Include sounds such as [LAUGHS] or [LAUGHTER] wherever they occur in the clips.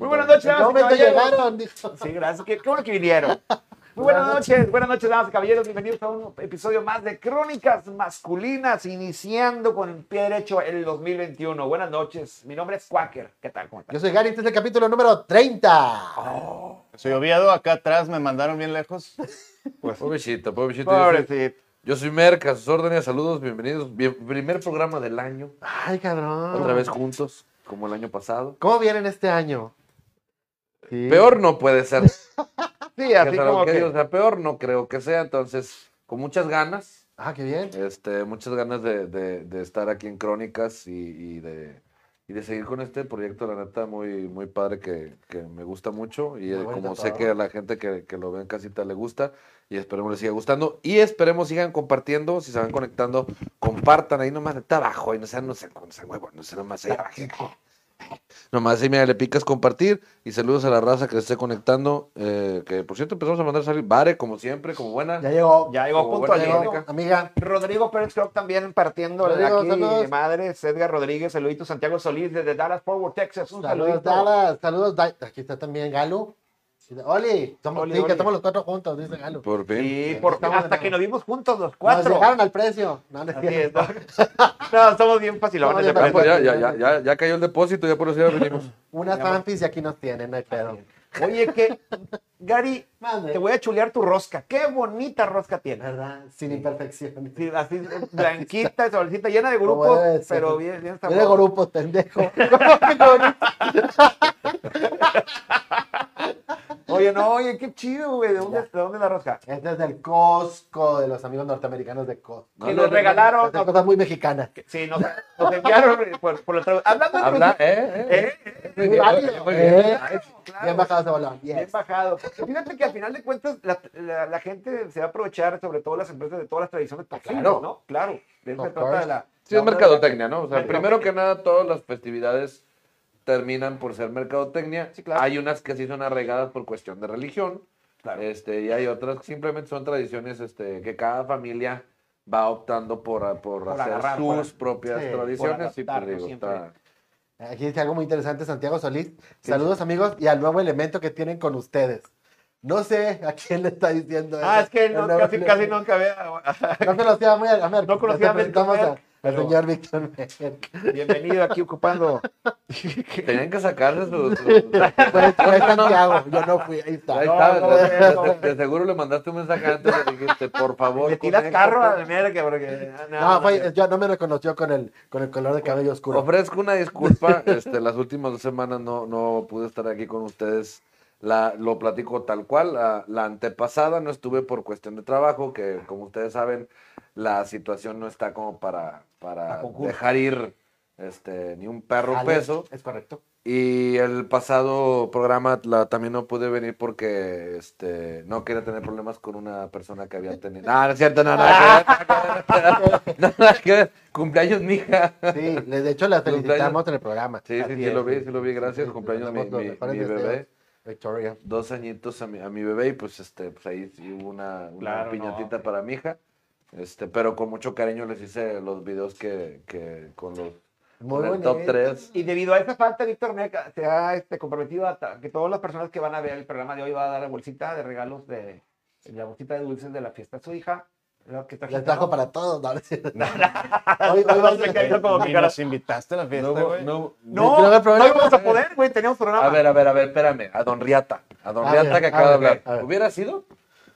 noches. No me caballeros. llegaron, dijo. Sí, gracias. Qué, qué bueno que vinieron. [LAUGHS] Muy buenas noches, buenas noches, damas y caballeros. Bienvenidos a un episodio más de Crónicas Masculinas, iniciando con el pie derecho el 2021. Buenas noches. Mi nombre es Quaker. ¿Qué tal? ¿Cómo estás? Yo soy Gary, este es el capítulo número 30. Soy Oviedo, acá atrás me mandaron bien lejos. Pues Pobrecito, pobrecito. Yo soy, Pobrecito. yo soy Merca, a sus órdenes, saludos, bienvenidos. Bien- primer programa del año, Ay, cabrón. otra vez juntos, como el año pasado. ¿Cómo vienen este año? Sí. Peor no puede ser. Sí, así Mientras lo como que digo, que. o sea, peor no creo que sea, entonces, con muchas ganas, Ah, qué bien. este, muchas ganas de, de- de estar aquí en Crónicas y, y de, y de seguir con este proyecto, la neta, muy, muy padre que, que me gusta mucho y eh, Muy bonito como sé todo. que a la gente que, que lo ve en casita le gusta y esperemos les siga gustando y esperemos sigan compartiendo, si se van conectando, compartan ahí nomás, neta, abajo, ahí no sean, no sean, no sean huevos, no sean nomás ahí [LAUGHS] abajo. Nomás ahí, mira, le picas compartir y saludos a la raza que se esté conectando. eh, que por cierto empezamos a mandar salir Vare, como siempre, como buena. Ya llegó. Ya llegó Como punto buena al llegó, América. amiga. Rodrigo Pérez Croc también partiendo de Rodrigo, aquí. saludos. Madres, Edgar Rodríguez, saludito Santiago Solís desde Dallas Forward, Texas. Un Saludos, saludito. Dallas. Saludos, Dai- Aquí está también Galo. Oli, somos, Oli, sí, que Oli. estamos los cuatro juntos, dice Galo. Por fin. Y por, Estamos de hasta nuevo. que nos vimos juntos los Nos cuatro. llegaron al precio. No, no es Así es, cierto. [LAUGHS] ¿no? No, somos bien facilones. de Estamos bien precio. facilones. Ah, pues ya, ya, ya, ya, ya cayó el depósito, ya por eso ya venimos. Unas Ya, bueno. fanfis y aquí nos tienen, no hay pedo. Oye, que Gary, Mande. te voy a chulear tu rosca. Qué bonita rosca tienes. ¿Verdad? Sin imperfecciones. Sí, así blanquita, solcita, llena de Como grupos, debe de ser. pero bien, bien Mira sabrosa. [LAUGHS] grupos, pendejo. Qué Oye, no, oye, qué chido, güey. ¿De dónde, de dónde es la rosca? Este es del Costco, de los amigos norteamericanos de Costco. Que nos regalaron, Son cosas muy mexicanas. Sí, nos, nos enviaron eh, por, por la traducción. Hablando de Habla, rosca, eh, eh. ¿eh? Muy bien, válido. muy bien. Eh, Claro, Bien bajado ese balón. Bien Yes. bajado. Porque fíjate que al final de cuentas la, la- la gente se va a aprovechar, sobre todo las empresas, de todas las tradiciones porcinas, Ah, Claro. ¿no? Claro. De eso Of se trata course. de la... Sí, es la- mercadotecnia, ¿no? O sea, Mercadotecnia. primero que nada, todas las festividades terminan por ser mercadotecnia. Sí, claro. Hay unas que sí son arregadas por cuestión de religión. Claro. Este, y hay otras que simplemente son tradiciones este, que cada familia va optando por, por, Por hacer agarrar, por- sus propias sí, por tradiciones. y pues, adaptarnos digo, siempre. está- Aquí dice algo muy interesante, Santiago Solís. Saludos, amigos, y al nuevo elemento que tienen con ustedes. No sé a quién le está diciendo eso. Ah, es [LAUGHS] que El no, nuevo casi, casi elemento. nunca veo. No conocía a Mer. a Mer. No conocía Ya a Mer te presentamos Comer, a- al pero- señor Víctor Mer. Bienvenido aquí ocupando. [LAUGHS] Tenían que sacarse sus... sus- Fue, fue Santiago, yo no fui. Ahí está. Ahí No, está, no, no, de- no. de, de seguro le mandaste un mensaje antes y le dijiste, por favor, Le tiras conéctate. carro a la merca porque. ah, No, fue- ya no me reconoció con el, con el color de cabello oscuro. Ofrezco una disculpa. Este, las últimas dos semanas no, no pude estar aquí con ustedes. La, lo platico tal cual. La, la antepasada no estuve por cuestión de trabajo, que como ustedes saben, la situación no está como para, Para para concurso. dejar ir este, ni un perro Ale, peso. Es correcto. Y el pasado programa la, también no pude venir porque este, no quería tener problemas con una persona que había tenido. No, no es cierto, no, nada que ver, nada que ver, nada que ver. Cumpleaños, mija. Sí, le- de hecho la felicitamos en el programa. Sí, Así sí, sí, es. lo vi, sí lo vi, gracias, cumpleaños mi, Tenemos los mi- mejores mi bebé, deseos, Victoria. dos añitos a mi, a mi bebé y pues este, pues ahí sí hubo una, una Claro, piñatita no. para mi hija, este, pero con mucho cariño les hice los videos que, que con los Muy con el bonito. top 3. Y debido a esa falta, Víctor Meca se ha este, comprometido a ta- que todas las personas que van a ver el programa de hoy va a dar la bolsita de regalos de la bolsita de dulces de la fiesta a su hija. La que traje, Les trajo para todos. ¿no? [LAUGHS] Hoy, hoy No, va- se quedó como que Y cara- nos invitaste a la fiesta, No, hubo- güey. no hubo- Este, no, Pero a ver, no programa. íbamos a poder, güey, teníamos programa. A ver, a ver, a ver, espérame, a Don Riata, a Don A Riata ver, que a acaba de ver, hablar, a ver. ¿hubiera sido?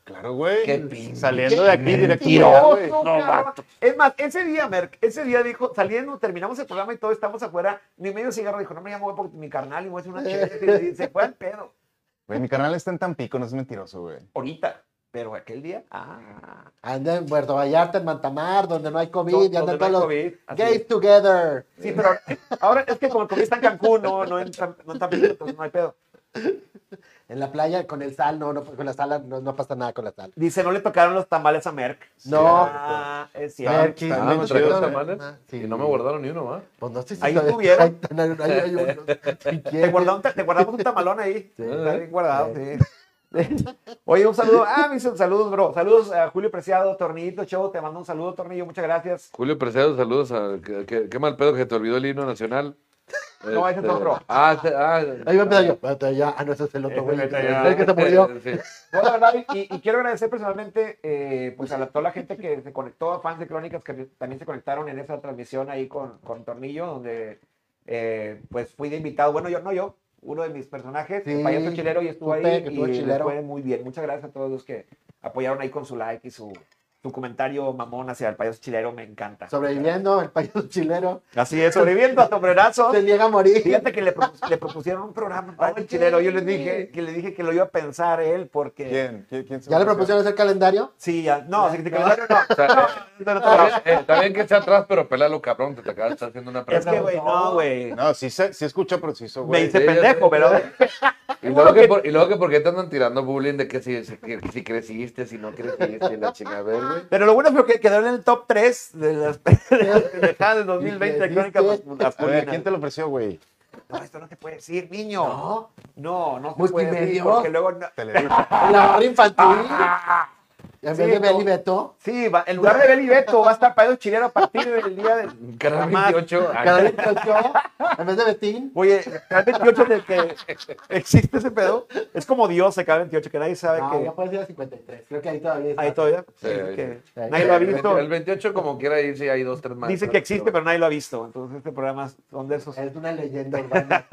Claro, güey. Qué pinche Saliendo de aquí directo. güey. Mentiroso, No, cabrón. vato. Es más, ese día, Merck, ese día dijo, saliendo, terminamos el programa y todos estamos afuera, ni medio cigarro, dijo, no me llamo porque mi carnal y voy a hacer una Eh. chévere. Y se fue al pedo. Güey, mi canal está en Tampico, no es mentiroso, güey. Ahorita. Pero aquel día, ah. Anda en Puerto Vallarta, en Mantamar, donde no hay COVID, y donde andan no hay todos los COVID, así gays es. together. Sí, pero ahora es que como el COVID está en Cancún, no, no en Tam- no en Tampico, entonces no hay pedo. En la playa, con el sal, no, no con la sal, no, no pasa nada con la sal. Dice, no le tocaron los tamales a Merck. No. Ah, es Merck, cierto. sí, Ah, me sí, trajeron sí, tamales ah, sí. y no me guardaron ni uno más. Pues no sé si Ahí todavía- estuvieron. Ahí están, ahí- ahí hay [LAUGHS] unos. Si Te quieres. guardamos, te guardamos un tamalón ahí. Sí. Está bien guardado, sí. [LAUGHS] Oye, un saludo. Ah, me dicen saludos, bro. Saludos a Julio Preciado, Tornillito Show. Te mando un saludo, Tornillo. Muchas gracias. Julio Preciado, saludos. A, qué, qué- qué mal pedo que te olvidó el himno nacional. [LAUGHS] No, ese es otro. Ah, este- ah, Ahí va a empezar yo. Vete allá. Ah, no, ese es el otro Ese güey. vete allá. El que se murió. eh, Sí. No, la verdad, y, y quiero agradecer personalmente eh, pues a la- toda la gente que se conectó, fans de Crónicas, que también se conectaron en esa transmisión ahí con, con Tornillo, donde eh, pues fui de invitado. Bueno, yo no yo, uno de mis personajes, Sí, el payaso chilero, y estuvo supe ahí que y estuvo le chilero. fue muy bien. Muchas gracias a todos los que apoyaron ahí con su like y su, su comentario mamón hacia el payaso chilero, me encanta. Sobreviviendo, el payaso [LAUGHS] chileno. Así es, sobreviviendo a sombrerazos. Se niega a morir. Fíjate que le, propus- le propusieron un programa al payaso Oye. chilero. Yo les dije que le dije que lo iba a pensar él porque ¿Quién? ¿Qui- quién se ¿Ya le ofreció? propusieron hacer calendario? [LAUGHS] Sí, ya. No, sí, sí, No. calendario no. O sea, [LAUGHS] No, no, no, no. está bien- está bien que esté atrás, pero pelalo, cabrón, te, te acabas de estar haciendo una Es pregunta. que, güey, no, güey. No, sí, se, sí escucha, pero sí hizo, Me güey. hice sí, pendejo, sí. pero. Y luego, que por, y luego que por qué te andan tirando bullying de que si, si, si creciste, si no creciste, la chingada, güey. Pero lo bueno es que quedó en el top 3 de las [LAUGHS] pendejadas del 2020 de Dijiste. Crónicas A ver, ¿quién Masculinas. te lo ofreció, güey? No, esto no te puede decir, niño. No, no, no se puede Multimedia. decir. Porque luego. no- Televisa. La barra infantil. En Sí, vez de no. Beli Beto. Sí, va- en lugar de Beli Beto va a estar para el chileno a partir del día del. Canal Jamás. 28. ah, Cada vez que yo, en vez de Betín. Oye, cada 28 en el que existe ese pedo. Es como Dios, cada 28, que nadie sabe No, que. Ah, ya puedes ir a 53. Creo que ahí todavía está. Ahí todavía. Sí, Sí, ahí que sí. nadie lo ha el visto. 20- El 28, como quiera, ahí sí hay dos, tres más. Dicen que existe, pero nadie lo ha visto. Entonces, este programa son de esos. Es una [LAUGHS] leyenda urbana.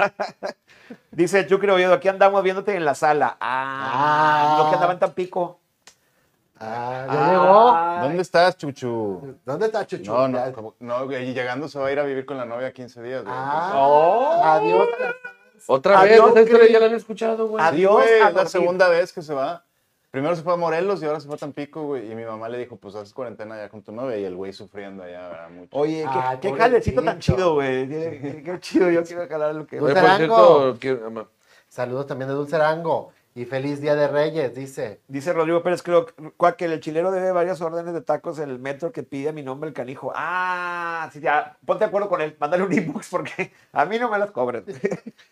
Dice Chucri Oviedo, aquí andamos viéndote en la sala. Ah, Ah. no que andaba en Tampico. Ah, ya Ah. Ay. ¿Dónde estás, Chuchu? llegó. ¿Dónde está Chuchu? No, Ya- no, como- no, güey, llegando se va a ir a vivir con la novia 15 días, güey. Ah, Oh. adiós. Otra vez, Adiós, esa historia Cris. ya la había escuchado, güey. Adiós. Sí, güey, a es la dormir. segunda vez que se va. Primero se fue a Morelos y ahora se fue a Tampico, güey. Y mi mamá le dijo, pues haces cuarentena allá con tu novia. Y el güey sufriendo allá, ¿verdad? Mucho. Oye, qué, Ay, qué jalecito tan Ah, pobrecito. chido, güey. Qué, qué chido, yo quiero jalar lo que... Pues, Oye, Dulce por Arango. cierto, um, quiero- Saludos también de Dulce Arango. Y feliz Día de Reyes, dice. Dice Rodrigo Pérez, creo Cuac, que el chilero debe varias órdenes de tacos en el metro que pide a mi nombre el canijo. Ah, sí, ya, ponte de acuerdo con él, mándale un inbox porque a mí no me las cobren.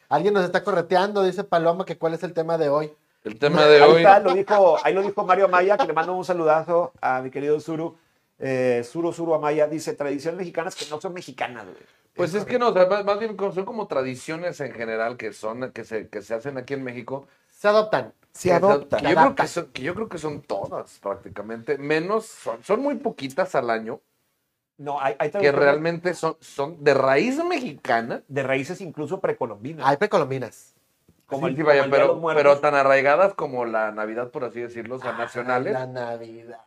Alguien nos está correteando, dice Paloma, que cuál es el tema de hoy. el tema de Ahí, hoy. está, lo dijo, ahí lo dijo Mario Amaya, que le mando un saludazo a mi querido Zuru. Eh, Zuru Zuru Amaya dice, tradiciones mexicanas que no son mexicanas, güey. Pues es que no, o sea, más, más bien como- son como tradiciones en general que son, que se, que se hacen aquí en México. Se adoptan. Se Que son- adoptan. que yo, creo que, son, que yo creo que son todas prácticamente, menos, son, son muy poquitas al año, No, hay, hay que tradiciones realmente son, son de raíz mexicana. de raíces incluso precolombinas. Hay precolombinas. como Sí, el, sí, vaya, como el Día de los pero, Muertos. Ah, pero tan arraigadas como la Navidad, por así decirlo, o sea, nacionales. La Navidad.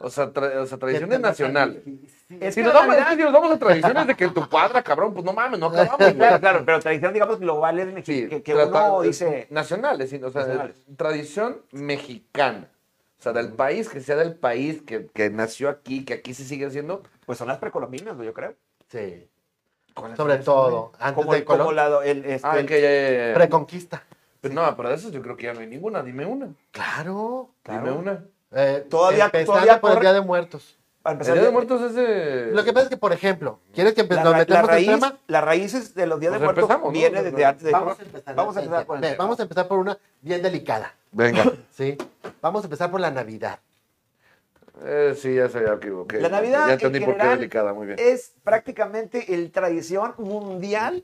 O sea, tra- o sea, Qué tradiciones tema tan nacionales. difícil. Es Si que nos, la vamos, Navidad- si nos vamos a tradiciones de que tu cuadra, cabrón, pues no mames, no acabamos. Sí, güey. claro, claro, pero tradiciones, digamos, globales mexi- Sí, que, que trata- uno dice... Nacionales, sí, o sea, Nacionales. tradición mexicana. O sea, del país, que sea del país, que, que nació aquí, que aquí se sigue haciendo. Pues son las precolombinas, güey, yo creo. Sí. ¿Cuáles Sobre todo, antes Como, de el- como Colón. la, el, este, Ah, el- que ya, ya, ya. Preconquista. Pero No, pero de esas yo creo que ya no hay ninguna. Dime una. Claro. Dime una. Eh, Todavía- empezando todavía por el corre- Día de Muertos. para El empezar, Día de ya- Muertos es de... Lo que pasa es que, por ejemplo, ¿quieres que empe- la, nos ra- la metamos en raíz, el tema? las raíces de los días Pues de muertos empezamos, ¿no? viene desde antes de... Vamos a empezar. Vamos a empezar con el Ve, tema. vamos a empezar por una bien delicada, Venga. ¿sí? Vamos a empezar por la Navidad. Eh, sí, ya sabía que equivoqué. La Navidad, Ya en entendí por qué general, es delicada, muy bien. es prácticamente el tradición mundial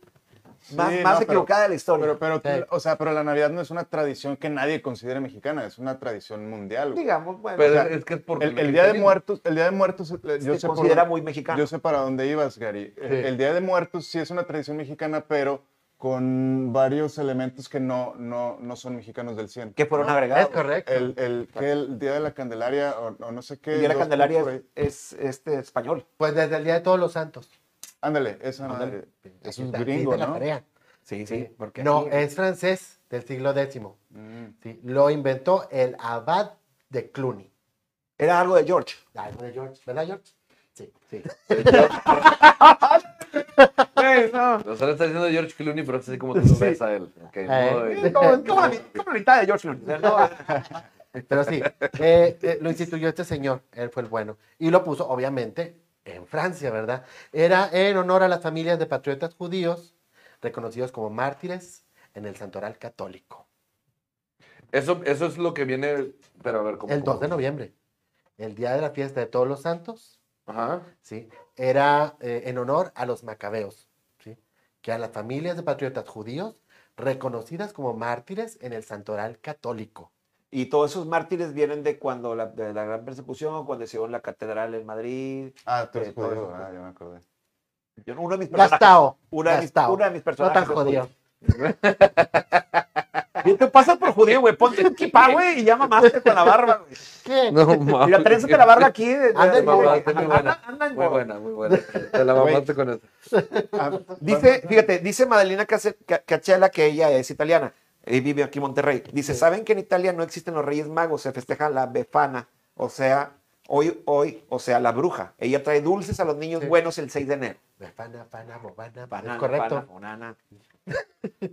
Sí, más, no, más pero- equivocada de la historia. Pero, pero, Sí. o sea, pero la Navidad no es una tradición que nadie considere mexicana, es una tradición mundial, güey. Digamos, bueno, Pero o sea, es que es porque... El, el día de muertos, el día de muertos, eh, yo se sé por considera dónde- muy mexicano. Yo sé para dónde ibas, Gary. El, el día de muertos sí es una tradición mexicana, pero con varios elementos que no, no, no son mexicanos del 100. que fueron ¿no? agregados. Es correcto. El, el, que el día de la Candelaria o, o no sé qué. El día de la dos por Candelaria ahí. es, es, este español. Pues desde el Día de Todos los Santos. Ándale, esa Ándale. madre. Es Aquí un está, aquí gringo, está la ¿no? tarea. Sí, eh, No, es francés del siglo X. Mm. ¿sí? Lo inventó el abad de Cluny. Era algo de George. Algo de George, ¿verdad, George? Sí, sí. [LAUGHS] Nosotros está diciendo George Clooney, pero es así como tú lo ves a él. Ok, no, Eh. Sí, como- [LAUGHS] como la- como la mitad de George Clooney. O sea, no, Pero sí, eh, eh, lo instituyó este señor, él fue el bueno. Y lo puso, obviamente, en Francia, ¿verdad? Era en honor a las familias de patriotas judíos, reconocidos como mártires en el santoral católico. Eso, eso es lo que viene, pero a ver, ¿cómo? El 2 de cómo? noviembre, el día de la fiesta de todos los santos, Ajá. [LAUGHS] ¿sí? Era eh, en honor a los macabeos, ¿sí? que a las familias de patriotas judíos reconocidas como mártires en el santoral católico. Y todos esos mártires vienen de cuando la, de la gran persecución, cuando hicieron la catedral en Madrid. Ah, tú eres Eh, todo judío, eso. ah, ya me acordé. Yo, uno de mis personajes. Gastao. Una de mis- gastao. una de mis No tan personajes es jodido. ¿Qué te pasa por judío, güey? Ponte un kipá, güey, y ya mamaste con la barba, güey. ¿Qué? No mames. Y la trenza de la barba aquí. pues. de- de- Anda en Te mamaste, anda- muy buena. anda en Muy buena, muy buena. Te la mamaste con eso. Ah, Dice, fíjate, dice Madalena Case- Ca- Cachela que ella es italiana y vive aquí en Monterrey. Dice, ¿saben que en Italia no existen los Reyes Magos? Se festeja la Befana, o sea, hoy, hoy, o sea, la bruja. Ella trae dulces a los niños Sí. buenos el 6 de enero. Pana, pana, bobana, Banana, es correcto. pana, banana.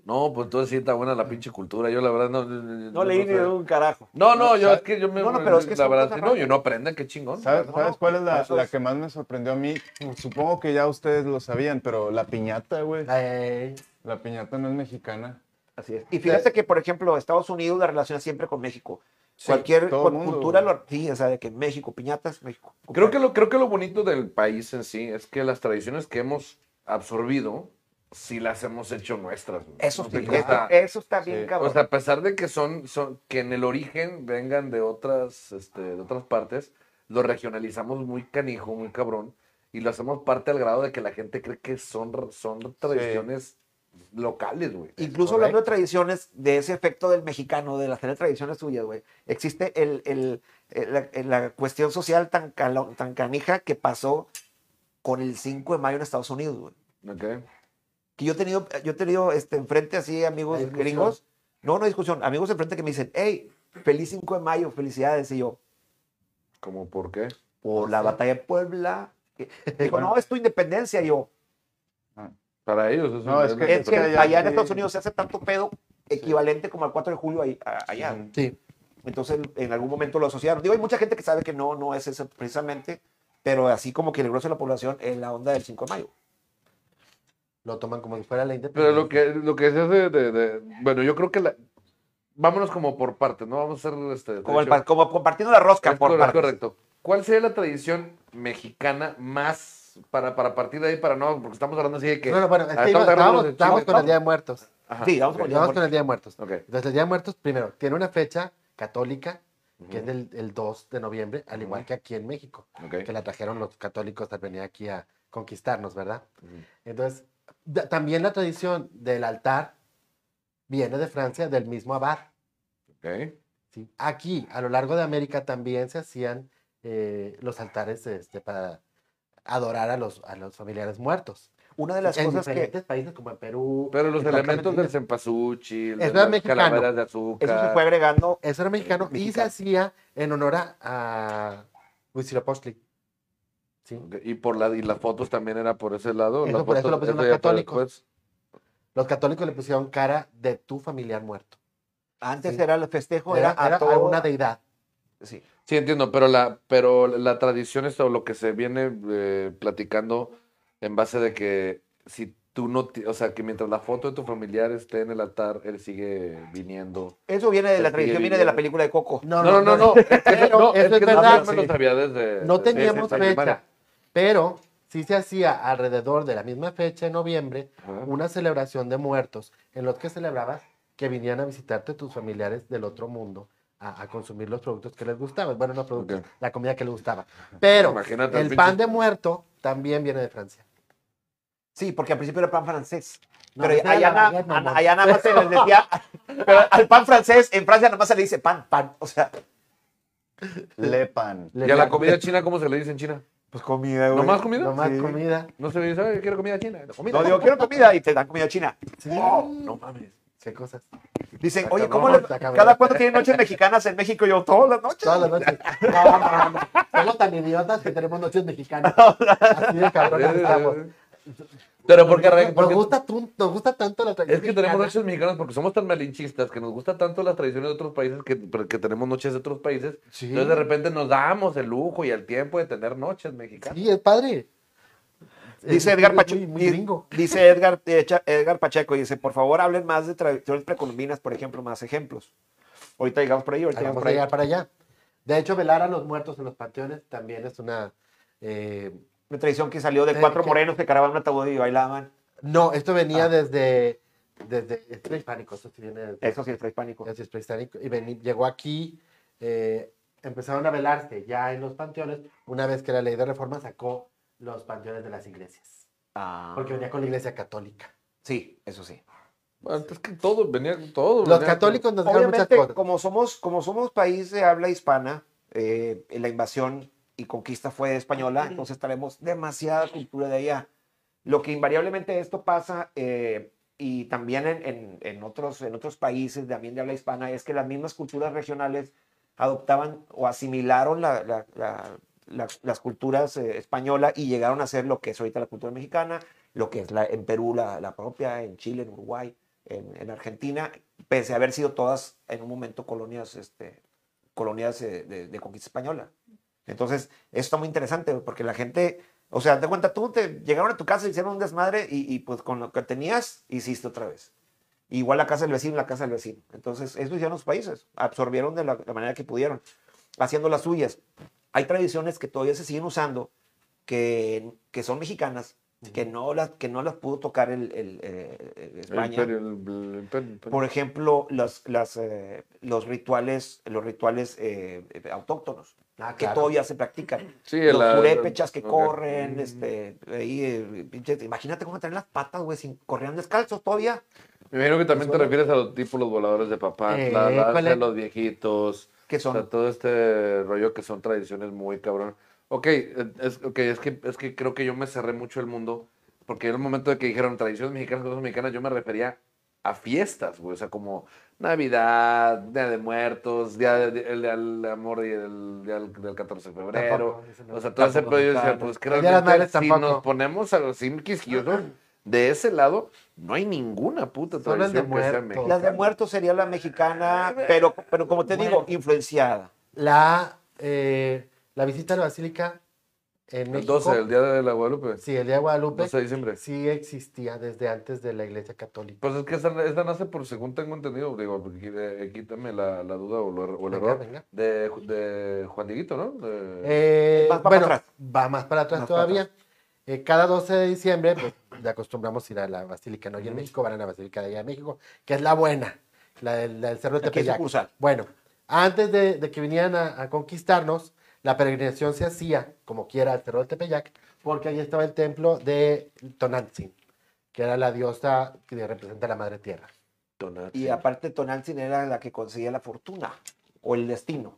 No, pues entonces sí está buena la pinche cultura. Yo la verdad no. No, No leí ni de un carajo. No, no, yo es que yo me. No, no, pero es que la son verdad, cosas sí, no, raras. yo no aprenden, qué chingón. ¿Sabes, No, sabes cuál es la, eso la es. que más me sorprendió a mí? Supongo que ya ustedes lo sabían, pero la piñata, güey. Ey, La piñata no es mexicana. Así es. Y fíjate que, por ejemplo, Estados Unidos la relaciona siempre con México. Sí, Cualquier todo cu- el mundo, cultura güey. lo sí, o sea, de que México, piñatas, México. Creo que, lo, creo que lo bonito del país en sí es que las tradiciones que hemos absorbido, sí las hemos hecho nuestras. güey. Eso, No sí, te eso- cuesta- eso está bien, Sí. cabrón. O sea, a pesar de que son, son que en el origen vengan de otras, este, de otras partes, lo regionalizamos muy canijo, muy cabrón, y lo hacemos parte al grado de que la gente cree que son, son tradiciones locales, güey. Incluso hablando de tradiciones, de ese efecto del mexicano, de las tres tradiciones suyas, güey, existe el, el- el- la, la cuestión social tan, calo- tan canija que pasó con el 5 de mayo en Estados Unidos, güey. Ok. Que yo he tenido, yo he tenido este, enfrente así amigos Hay discusión. gringos, no, no hay discusión, amigos enfrente que me dicen, hey, feliz 5 de mayo, felicidades, y yo, ¿Cómo por qué? por Ah, la batalla de Puebla. que- Digo, no, es tu independencia, y yo. Para ellos eso No, es que- Es que allá allá en sí. Estados Unidos se hace tanto pedo equivalente como al 4 de julio ahí- a- allá. Sí. Entonces, en algún momento lo asociaron. Digo, hay mucha gente que sabe que no, no es eso precisamente, pero así como que el grueso de la población es la onda del 5 de mayo. Lo toman como si fuera la Pero independencia. lo que, lo que decías de, de- de- Bueno, yo creo que la... Vámonos como por partes, ¿no? Vamos a hacer... Este, Como, el tradición. pa- como compartiendo la rosca, Es por correcto, partes. correcto. ¿Cuál sería la tradición mexicana más para, para partir de ahí para no? Porque estamos hablando así de que. No, no, bueno, Ah, es que iba- estamos agarrando estábamos- los estábamos chismes, con el Día de Muertos. Ajá. Sí, vamos con el Día de Estábamos con el Día de Muertos. Ok. Entonces, el Día de Muertos, primero, tiene una fecha católica, que es del, el 2 de noviembre, al igual que aquí en México, Ok. que la trajeron los católicos al venir aquí a conquistarnos, ¿verdad? Ujú. Entonces, da- también la tradición del altar viene de Francia, del mismo abad. Ok. ¿sí? Aquí, a lo largo de América, también se hacían eh, los altares este, para adorar a los, a los familiares muertos. Una de las en cosas que... diferentes países como en Perú. Pero los en elementos del Argentina. cempasúchil, de Eso es las mexicano. calaveras de azúcar. Eso se fue agregando. Eso era mexicano, y se Mexicano. hacía en honor a- a Huitzilopochtli. ¿sí? Ok, Y por la y las fotos también era por ese lado. Eso las por eso fotos- lo pusieron ya los fue católicos. después. Los católicos le pusieron cara de tu familiar muerto. Antes Sí. era el festejo, era, Era, a era todo- a una deidad. sí. Sí, entiendo, pero la, pero la tradición es o lo que se viene eh, platicando en base de que si tú no, ti- o sea, que mientras la foto de tu familiar esté en el altar, él sigue viniendo. Eso viene de la Se tradición, sigue viene de la viviendo. película de Coco. No, No, no, no. Es que Pero eso- no, eso es es que verdad, no, yo me sí. lo sabía desde. No desde- teníamos desde la fecha, primaria. pero sí se hacía alrededor de la misma fecha en noviembre Ajá. una celebración de muertos en los que celebrabas que vinían a visitarte tus familiares del otro mundo a, a consumir los productos que les gustaban. Bueno, no productos, Ok. la comida que les gustaba. Pero Imagínate el el pan de pinche- muerto también viene de Francia. Sí, porque al principio era pan francés. No, pero ese era allá, la na- baguette, mi na- amor. allá nada más se les decía... pero al pan francés, en Francia nada más se le dice pan, pan. O sea, Lepan. Le- ¿Y a la comida china cómo se le dice en China? Pues comida, ¿No más comida? No más Sí. comida. No se dice, "Ay, quiero comida china. Comida. no digo, quiero comida Oh. y te dan comida china. Sí. No mames. Qué cosas. Dicen, Está oye, cabrón, ¿cómo le, está cabrón". cada cuánto tienen noches mexicanas en México? Yo, todas las noches. Todas las noches. No, no, no. Somos tan idiotas que tenemos noches [LAUGHS] mexicanas. Así de cabrones estamos. Eh, Pero porque, nos, porque- gusta tun- nos gusta tanto la tradición. es que tenemos mexicana. noches mexicanas porque somos tan malinchistas que nos gusta tanto las tradiciones de otros países que, que tenemos noches de otros países. Sí. Entonces de repente nos damos el lujo y el tiempo de tener noches mexicanas. Sí, es padre. Dice Es- Edgar es Pacheco. Muy, muy gringo. Dice Edgar, eh, Cha- Edgar Pacheco, dice, por favor, hablen más de tradiciones precolombinas, por ejemplo, más ejemplos. Ahorita llegamos por ahí, ahorita llegamos Vamos por a ahí. llegar para allá. De hecho, velar a los muertos en los panteones también es una. eh, Una tradición que salió de Eh, cuatro que- morenos que caraban un ataúd y bailaban. No, esto Ah. venía desde, desde es prehispánico, esto sí viene desde, Eso sí es prehispánico. es prehispánico, y veni- llegó aquí, eh, empezaron a velarse ya en los panteones, una vez que la ley de reforma sacó los panteones de las iglesias, Ah, porque venía con la iglesia católica. sí, eso sí. Bueno, es que todo venía, todo. Los venía- católicos nos dejaron muchas Obviamente, cosas. como somos, como somos país de habla hispana, eh, la invasión y conquista fue española, entonces traemos demasiada cultura de allá. Lo que invariablemente esto pasa, eh, y también en, en- en otros, en otros países también de habla hispana, es que las mismas culturas regionales adoptaban o asimilaron la- la- la- la- las culturas eh, españolas y llegaron a ser lo que es ahorita la cultura mexicana, lo que es la, en Perú la, la propia, en Chile, en Uruguay, en, en Argentina, pese a haber sido todas en un momento colonias, este, colonias eh, de, de conquista española. Entonces, eso está muy interesante porque la gente, o sea, te cuenta, tú te llegaron a tu casa, hicieron un desmadre y, y, pues con lo que tenías, hiciste otra vez. Igual la casa del vecino, la casa del vecino. Entonces, eso hicieron los países, absorbieron de la, la manera que pudieron, haciendo las suyas. Hay tradiciones que todavía se siguen usando, que, que son mexicanas, que, no las, que no las pudo tocar el, el, eh, eh, El España. imperio, el- el imperio, el imperio. Por ejemplo, las, las, eh, los rituales, los rituales eh, eh, autóctonos, Ah, que claro. todavía se practican. Sí, los la- purépechas que ok. corren, este, ahí, eh, pinche- imagínate cómo tener las patas, güey, sin correr descalzos todavía. Me imagino que también te refieres a los tipos, los voladores de papá, Eh, la- la- ¿cuál es? los viejitos, Que o sea, son, todo este rollo que son tradiciones muy cabrón. Ok, eh, es, ok, es, que, es que creo que yo me cerré mucho el mundo, porque en el momento de que dijeron tradiciones mexicanas, cosas mexicanas, yo me refería a fiestas, güey, o sea, como Navidad, Día de Muertos, Día de- de- el Día del Amor y el Día del, del 14 de febrero, Tampoco, ese no. o sea, todo ese Tampoco rollo, yo decía, mexicano. pues que El Día de las Madres realmente si nos tampoco. ponemos así quisquillosos de ese lado, no hay ninguna puta Son las de tradición que sea muertos. mexicana. las de muertos sería la mexicana, pero, pero como te digo, influenciada. La, eh, la visita a la basílica en El México, 12, el Día de la Guadalupe, sí, el día de Guadalupe, 12 de diciembre. sí existía desde antes de la iglesia católica. Pues es que esta, esta nace por, según tengo entendido, digo, porque, eh, quítame la, la duda o, lo- o el Venga, error, venga. De, Ju- de Juan Dieguito, ¿no? De- Eh, Va- va bueno, para atrás. va más para atrás Más para todavía. Eh, cada 12 de diciembre, pues, le acostumbramos ir a la Basílica, ¿no? Y en México van a la Basílica de allá de México, que es la buena, la del, la del Cerro de Aquí es Tepeyac. sucursal. Bueno, antes de, de que vinieran a, a conquistarnos, la peregrinación se hacía, como quiera, al Cerro de Tepeyac, porque ahí estaba el templo de Tonantzin, que era la diosa que representa la Madre Tierra. Y aparte, Tonantzin era la que conseguía la fortuna o el destino.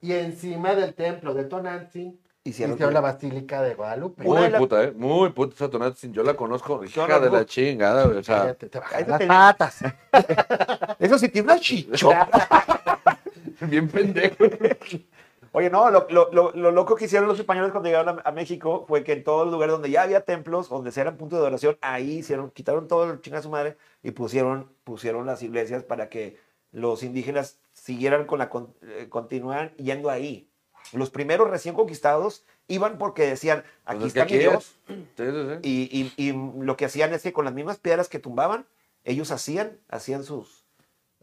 Y encima del templo de Tonantzin Hicieron, hicieron la Basílica de Guadalupe. una muy de la- puta, ¿eh? Muy puta esa Tonantzin, yo la conozco, hija la de la bu- chingada, güey, o sea, Cállate, te bajan Cállate. las patas. Eso sí, tiene una chichota. [LAUGHS] bien pendejo. Oye, no, lo, lo- lo- lo loco que hicieron los españoles cuando llegaron a, a México fue que en todos los lugares donde ya había templos, donde se eran puntos de oración, ahí hicieron, quitaron todo el chinga su madre y pusieron, pusieron las iglesias para que los indígenas siguieran con la, con- eh, continuaran yendo ahí. Los primeros recién conquistados iban porque decían, aquí Pues es que está mi Dios, es. Sí, sí, sí. y, y- y lo que hacían es que con las mismas piedras que tumbaban, ellos hacían, hacían sus...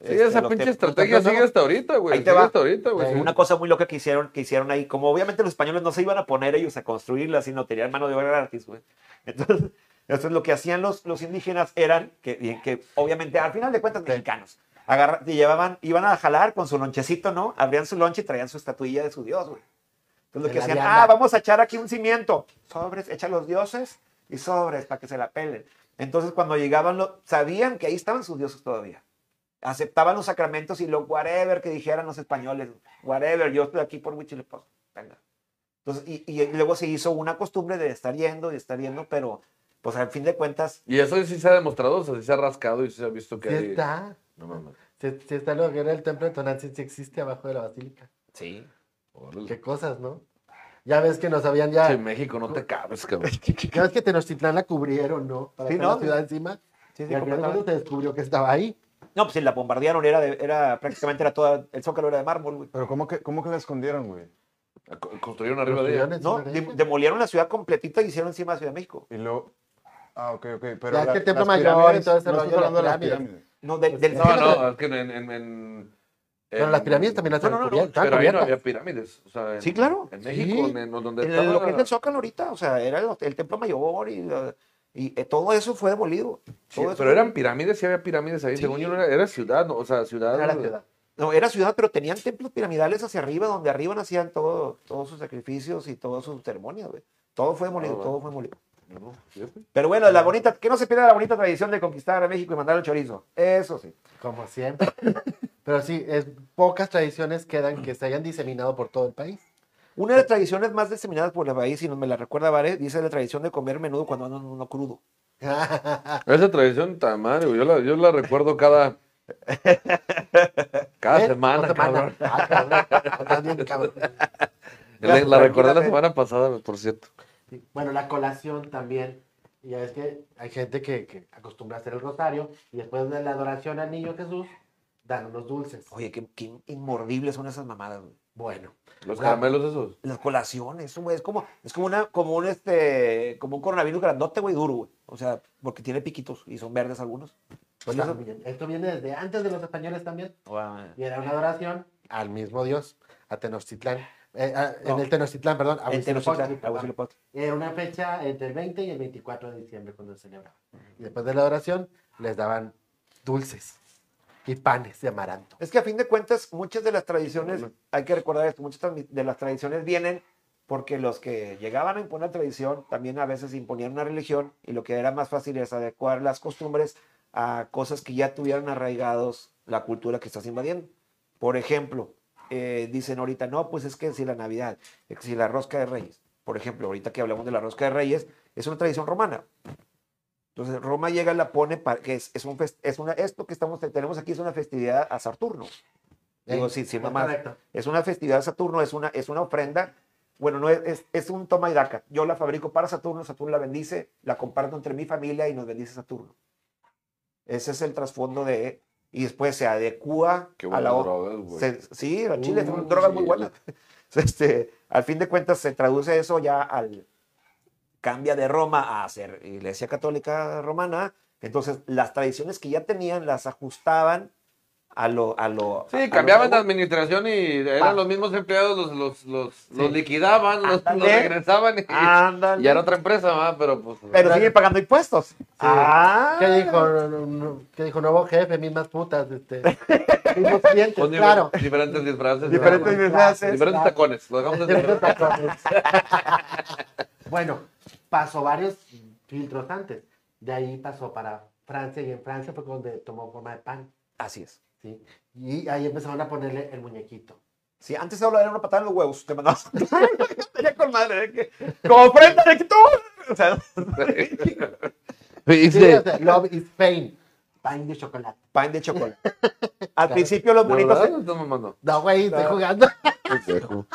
Sí, este, esa los pinche tem- estrategia los templos, sigue ¿no? hasta ahorita, güey. Ahí te sigue va. hasta ahorita, güey. Eh, sí. pues, Una cosa muy loca que hicieron, que hicieron ahí, como obviamente los españoles no se iban a poner ellos a construirla, sino tenían mano de obra gratis, güey. Entonces, [LAUGHS] entonces lo que hacían los, los indígenas eran, que, y que obviamente al final de cuentas mexicanos, agarra- y llevaban, iban a jalar con su lonchecito, ¿no? Abrían su lonche y traían su estatuilla de su dios, güey. Entonces lo De que la hacían, vianda. ah, vamos a echar aquí un cimiento, sobres, echa los dioses y sobres para que se la pelen. Entonces cuando llegaban, lo, sabían que ahí estaban sus dioses todavía aceptaban los sacramentos y lo whatever que dijeran los españoles, whatever, yo estoy aquí por Huitzilopochtli, venga. Entonces, y, y luego se hizo una costumbre de estar yendo y estar yendo, pero pues al fin de cuentas, Y eso sí se ha demostrado, o sea, sí se ha rascado y sí se ha visto que Sí hay- está. No mames. Si, está lo que era el templo de Tonantzin, sí existe abajo de la basílica. [LAUGHS] sí, Órale. Qué cosas, ¿no? Ya ves que nos habían ya... Sí, México, no te cabes, cabrón. [LAUGHS] Ya ves que Tenochtitlán la cubrieron, ¿no? Para Sí, hacer ¿no? la ciudad encima. sí, sí, y al final cuando completamente. se descubrió que estaba ahí. No, pues sí, la bombardearon, era, de- era prácticamente era toda, el zócalo era de mármol, [LAUGHS] güey. Pero ¿cómo que, cómo que la escondieron, güey? Co- Construyeron arriba de ella. Construyeron No, encima de de- ella. demolieron la ciudad completita y hicieron encima de Ciudad de México. Y luego... Ah, ok, ok. Pero Ya es la- que el Templo las Mayor y pirámides- todo ese no rollo estás de las hablando de las pirámides. pirámides. No, de- del No, no, es que en. en, en- Pero en- las pirámides también las No, no, no, descubrieron, estaban Pero ahí no cubiertas. había pirámides. O sea, en- Sí, claro. En México, Sí. en, en donde en estaba- lo que es el zócalo ahorita, o sea, era el, el templo mayor y la- Y eh, todo eso fue demolido. Sí, Todo eso pero fue- eran pirámides, sí había pirámides ahí. Según yo, no era, era ciudad, ¿no? o sea, ciudad. Era la ciudad. No, era ciudad, pero tenían templos piramidales hacia arriba, donde arriba nacían todo- todos sus sacrificios y todas sus ceremonias, güey. Todo fue demolido, Ah, bueno. Ah. todo fue demolido. No, fíjate. Pero bueno, la bonita, que no se pierda la bonita tradición de conquistar a México y mandar el chorizo. Eso sí. Como siempre. [LAUGHS] Pero sí, es, pocas tradiciones quedan que se hayan diseminado por todo el país. [LAUGHS] Una de las tradiciones más diseminadas por el país, y nos- me la recuerda Vare, dice la tradición de comer menudo cuando andan uno crudo. Esa tradición tan madre, güey, yo la, yo la recuerdo cada. cada ¿Eh? semana, Una cabrón. Ah, cabrón. Estás bien, cabrón. La, la recordé la Tranquilamente. semana pasada, güey, por cierto. Sí. Bueno, la colación también. Ya es que hay gente que, que acostumbra a hacer el rosario y después de la adoración al niño Jesús, dan unos dulces. Oye, qué, qué inmordibles son esas mamadas, güey. Bueno, Los Claro. caramelos esos. Las colaciones, güey, es como, es como una, como un este, como un coronavirus grandote, güey, duro, güey. O sea, porque tiene piquitos y son verdes algunos. pues Sí, eso- también, esto viene desde antes de los españoles también. Guau. Y era una adoración al mismo Dios, a Tenochtitlán. Eh, a- No. En el Tenochtitlán, perdón. a En Tenochtitlán, Huitzilopochtli, perdón. Huitzilopochtli. Era una fecha entre el 20 y el 24 de diciembre cuando se celebraba. Y después de la adoración, les daban dulces y panes de amaranto. Es que a fin de cuentas, muchas de las tradiciones, hay que recordar esto, muchas tra- de las tradiciones vienen porque los que llegaban a imponer tradición también a veces imponían una religión y lo que era más fácil es adecuar las costumbres a cosas que ya tuvieran arraigados la cultura que estás invadiendo. Por ejemplo, eh, dicen ahorita, no, pues es que si la Navidad, es que si la rosca de Reyes, por ejemplo, ahorita que hablamos de la rosca de Reyes, es una tradición romana. Entonces Roma llega, la pone, para, que es, es, un fest- es una, esto que estamos, tenemos aquí es una festividad a Saturno. Digo, Eh, sí, sí, es mamá. correcto. Es una festividad de Saturno, es una, es una ofrenda. Bueno, no es, es, es un toma y daca. Yo la fabrico para Saturno, Saturno la bendice, la comparto entre mi familia y nos bendice Saturno. Ese es el trasfondo de... Y después se adecúa Qué a la buenas hoja. drogas, güey. Se- sí, la chile es una Mm, droga sí, muy buena. [LAUGHS] Este, al fin de cuentas se traduce eso ya al cambia de Roma a ser Iglesia Católica Romana. Entonces las tradiciones que ya tenían las ajustaban a lo a lo a Sí, lo cambiaban de nuevo. administración y eran Ah. los mismos empleados, los, los, los, los liquidaban, los, los Ándale. regresaban y, Ándale. y era otra empresa, ¿verdad? pero pues. Pero sigue pagando impuestos. Ah, ¿Qué dijo? No, no, no, ¿Qué dijo? Nuevo jefe, mismas [LAUGHS] putas, este, mismos clientes, con difer- claro. diferentes disfraces. Diferentes ¿verdad? disfraces, Diferentes claro. tacones. Lo [LAUGHS] dejamos de [LAUGHS] Diferentes patrones. bueno, pasó varios filtros antes. De ahí pasó para Francia y en Francia fue donde tomó forma de pan. Así es. ¿sí? Y ahí empezaron a ponerle el muñequito. Sí, antes solo era una patada en los huevos. Te [LAUGHS] mandabas. Tenía con madre. ¿eh? Que- Como prenda de que tú. O sea, Sí, Dice, o sea, Love is pain. Pain de chocolate. pan de chocolate. Al principio los ¿de bonitos verdad? Estás mamando. No, güey, estoy No. jugando.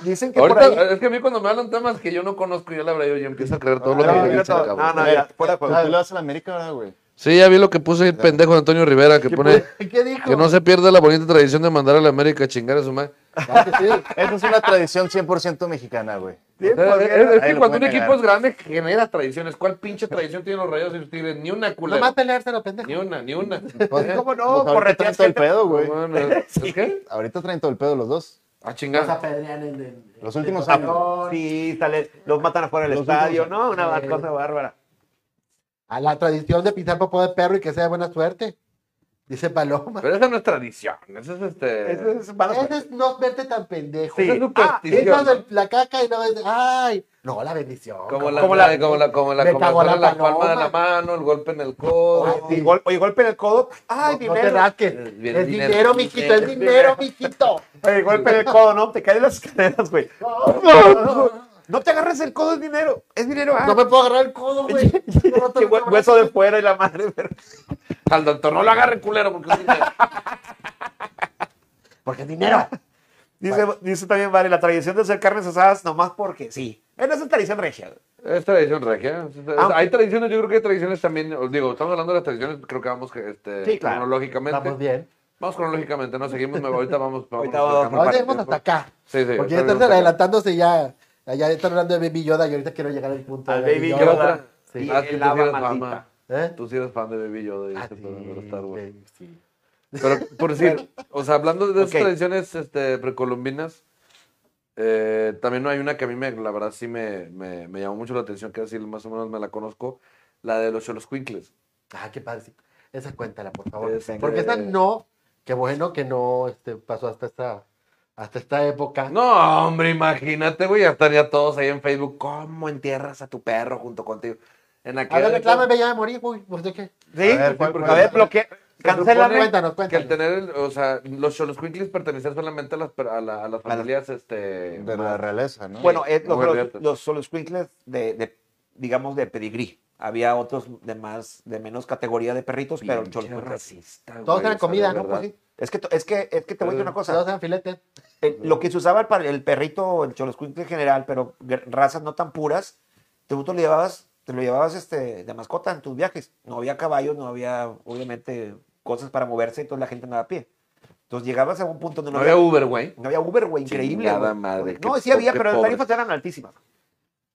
dicen que por ahí. Ahorita, eh, es que a mí cuando me hablan temas que yo no conozco, yo la verdad yo ya empiezo a creer todo lo No, que no, me dicen, no, cabrón. Ah, no, ya, fuera de juego. Pero tú le vas a la América ahora, güey. Sí, ya vi lo que puso el pendejo de Antonio Rivera, que pone ¿Qué dijo? que no se pierda la bonita tradición de mandar a la América a chingar a su madre. Claro que sí. [LAUGHS] Esa es una tradición 100% mexicana, güey. Sí, O sea, pues, Eh, es, mira, es ahí que lo cuando un pueden equipo negar. es grande genera tradiciones. ¿Cuál pinche tradición tienen los rayos y los tigres? Ni una Nomás culera. pelearse los pendejos. Ni una, ni una. ¿Eh? ¿Cómo no? Pues ahorita traen Correteas todo el gente. pedo, güey. No, no, ¿Es qué? Ah, Ahorita traen todo el pedo los dos. A Los chingar. apedrean en el. Los en el últimos años. torreón. Sí, sale, los matan afuera del Los estadio, últimos- ¿no? Una Sí. cosa bárbara. A la tradición de pisar popó de perro y que sea de buena suerte. Dice Paloma. Pero esa no es tradición. Esa es este. Eso es mala Ese suerte. es no verte tan pendejo. esa es sí. superstición. Eso de la caca y no es. ¡Ay! No, la bendición. como la, como como la- la, como la, como la, Me como cagó la, la palma de la paloma. mano, el golpe en el codo. Oye, Ah, gol- oye, golpe en el codo. Ay, no, no dinero. te rasques. El- Es el dinero, dinero, mijito. Es dinero, dinero, mijito. Oye, golpe en el codo, ¿no? Te caen las escaleras, güey. No te agarres el codo, es dinero. Es dinero. ah. No me puedo agarrar el codo, güey. No, no te Qué puedo hue- agarrar. hueso de fuera y la madre. pero- Al doctor, no lo agarre culero porque es dinero. Porque es dinero. Dice, dice también, vale, la tradición de hacer carnes asadas nomás porque sí. Esa es tradición regia. güey. Es tradición regia. Es- es- Aunque- Hay tradiciones, yo creo que hay tradiciones también. os Digo, estamos hablando de las tradiciones, creo que vamos este, Sí, claro. cronológicamente. Estamos bien. Vamos cronológicamente, no seguimos, me- ahorita vamos. vamos Ahorita vamos. acercando No, para el llegamos tiempo. hasta acá. Sí, sí. Porque ya ahorita están llegamos hasta acá. adelantándose ya. Ya están hablando de Baby Yoda y ahorita quiero llegar al punto Al de Baby ¿Qué Yoda. otra? Sí. Ah, es que El tú sí hada eres maldita. mamá. ¿Eh? Tú sí eres fan de Baby Yoda y Ah, este pedo de sí, Star Wars. sí, sí. Pero [LAUGHS] por decir, o sea, hablando de esas Ok. tradiciones este, precolombinas, eh, también no hay una que a mí, me, la verdad, sí me, me, me llamó mucho la atención, que así más o menos me la conozco, la de los Cholos Quincles. Ah, qué padre. sí. Esa cuéntala, por favor. Esa que- Porque esa no, qué bueno que no este, pasó hasta esta, hasta esta época. No, hombre, imagínate, güey, ya estaría todos ahí en Facebook. ¿Cómo entierras a tu perro junto contigo? En A aquel ver, reclámame, ya me morí, güey. Pues de qué. ¿Sí? A ver, ¿cuál- a cuál- ver, bloque. Supone- Cancélame. Cuéntanos, Que al cuéntanos. tener, el- o sea, los Xoloscuincles pertenecían solamente a las, per- a la- a las familias, este... De la más- realeza, ¿no? Bueno, eh, los, Muy los, abiertos. los Xoloitzcuintles de, de, digamos, de pedigrí. Había otros de más, de menos categoría de perritos, pero el Pinche Cholo fue racista. racista, güey, Todos eran o sea, de comida, ¿no? verdad. Pues sí. Es que, to- es que, es que te voy a decir una cosa. Todos eran filete. El- eh, lo que se usaba el, par- el perrito, el choloscuincle en general, pero gr- razas no tan puras, tú tú lo llevabas, te lo llevabas este, de mascota en tus viajes. No había caballos, no había, obviamente, cosas para moverse, entonces la gente andaba a pie. Entonces llegabas a un punto donde No había [LAUGHS] Uber, güey. no había Uber, güey, increíble. Chingada güey. madre, No, qué sí había, po- qué pero las pobres. tarifas eran altísimas.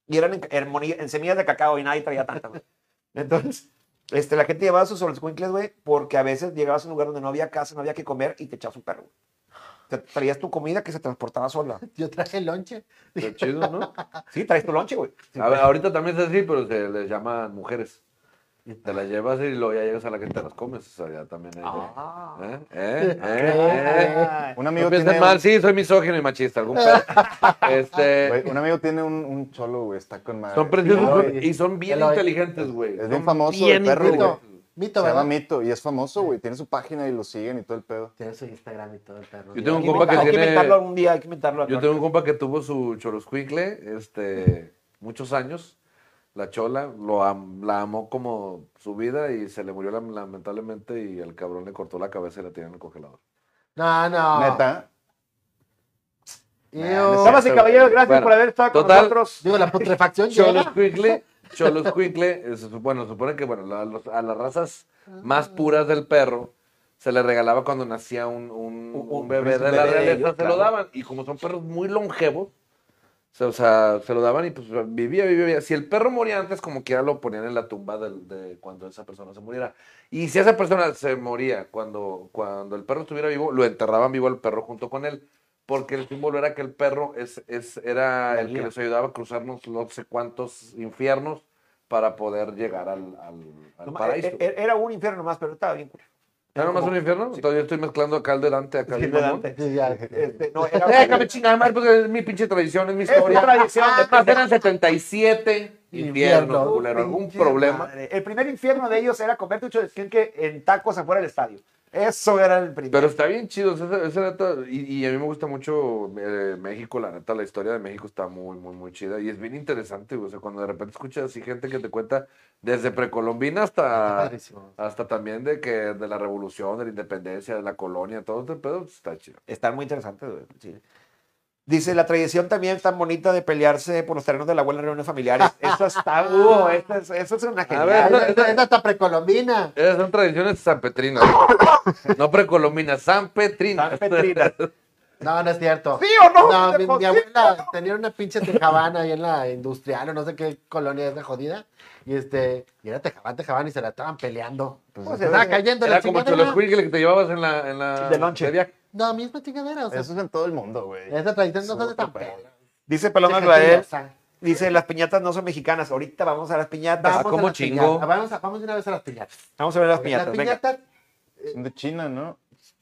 Y eran en, en moni- en semillas de cacao y nadie traía tantas. güey. Entonces, este, la gente llevaba sus solescuincles, güey, porque a veces llegabas a un lugar donde no había casa, no había que comer y te echabas un perro. güey. Te traías tu comida que se transportaba sola. Yo traje el lonche. Qué chido, ¿no? Sí, traes tu lonche, güey. Sí. A ver, ahorita también es así, pero se les llaman mujeres. Te las llevas y luego ya llegas a la que te las comes. O sea, ya también es de- Ah. ¿Eh? ¿Eh? ¿Eh? ¿Eh? Ah, un No amigo piensen tiene, mal, sí, soy misógino y machista, algún pedo. Este, [LAUGHS] güey, un, amigo tiene un, un cholo, güey, está con madre. son preciosos No, güey, y- y son bien Eloy. inteligentes, güey. Es Son bien famoso bien el perro, inteligentes. güey. Mito, Se mito, llama ¿verdad? Mito y es famoso, güey. Tiene su página y lo siguen y todo el pedo. Tiene su Instagram y todo el perro. Yo tengo hay un que compa inventar- que Hay que tiene- inventarlo algún día, hay que inventarlo. Yo tengo un compa que tuvo su choloscuincle, este, muchos años. La chola lo am- la amó como su vida y se le murió lam- lamentablemente y al cabrón le cortó la cabeza y la tiró en el congelador. No, no. Neta. Iu. Nah, neta. Damas y caballeros, gracias Bueno, por haber estado con total, nosotros. Digo, la putrefacción Cholos llega. Quickly, Cholos Quickly, se sup- bueno, se supone que bueno, la- los- a las razas más puras del perro se le regalaba cuando nacía un, un- Un- un un bebé de bebé la de realeza, ellos, se claro. lo daban. Y como son perros muy longevos, se- o sea, se lo daban y pues vivía, vivía, vivía. Si el perro moría antes, como quiera, lo ponían en la tumba del- de, cuando esa persona se muriera. Y si esa persona se moría cuando, cuando el perro estuviera vivo, lo enterraban vivo al perro junto con él. Porque el símbolo era que el perro es, es, era La el que guía. les ayudaba a cruzarnos no sé cuántos infiernos para poder llegar al, al, al Nomás- paraíso. e- e- Era un infierno nomás, pero estaba bien. ¿Era nomás un infierno? Entonces yo estoy mezclando acá el de Dante, acá Eh, el Sí, de adelante. Sí, ya. Este, no, era- [LAUGHS] Déjame chingada madre, porque es mi pinche tradición, es mi historia. tu tradición. Es más, eran 77 Infiernos, infiernos, culero. ¿Algún Pinche problema? madre. El primer infierno de ellos era convertir un que en tacos afuera del estadio. Eso era el primer. Pero está bien chido, o sea, esa- esa neta, y, y a mí me gusta mucho eh, México, la neta, la historia de México está muy, muy, muy chida y es bien interesante, güey, o sea, cuando de repente escuchas así gente que te cuenta desde precolombina Está hasta, padrísimo. hasta también de que de la revolución, de la independencia, de la colonia, todo este pedo, pues, está chido. Están muy interesantes. güey, sí. Dice, la tradición también tan bonita de pelearse por los terrenos de la abuela en reuniones familiares. Eso [LAUGHS] está, uh, esto es- eso es una A ver, genial. Ah, Esa esa- esa está precolombina. Esas son tradiciones sanpetrinas, no precolombinas, sanpetrinas. San Petrina. No, no es cierto. ¿Sí o no? No, mi, Pues, ¿sí mi abuela o no? tenía una pinche tejabana ahí en la industrial o no sé qué colonia es la jodida. Y este, y era tejabán, tejabán y se la estaban peleando. Pues, se estaba eh, cayendo [LAUGHS] Era la como chingadera. los que te llevabas en la... En la De lonche. viaje. No, misma chingadera. O sea, Eso es en todo el mundo, güey. esa tradición no Eso se hace tan otro pedo. perra. Dice Paloma Deja que Israel, lo sa- dice, las piñatas no son mexicanas. Ahorita vamos a las piñatas. Ah, Vamos a ¿cómo las chingo? piñatas. Vamos, a- vamos de una vez a las piñatas. Vamos a ver las Las piñatas. Venga. piñatas, Son de China, ¿no?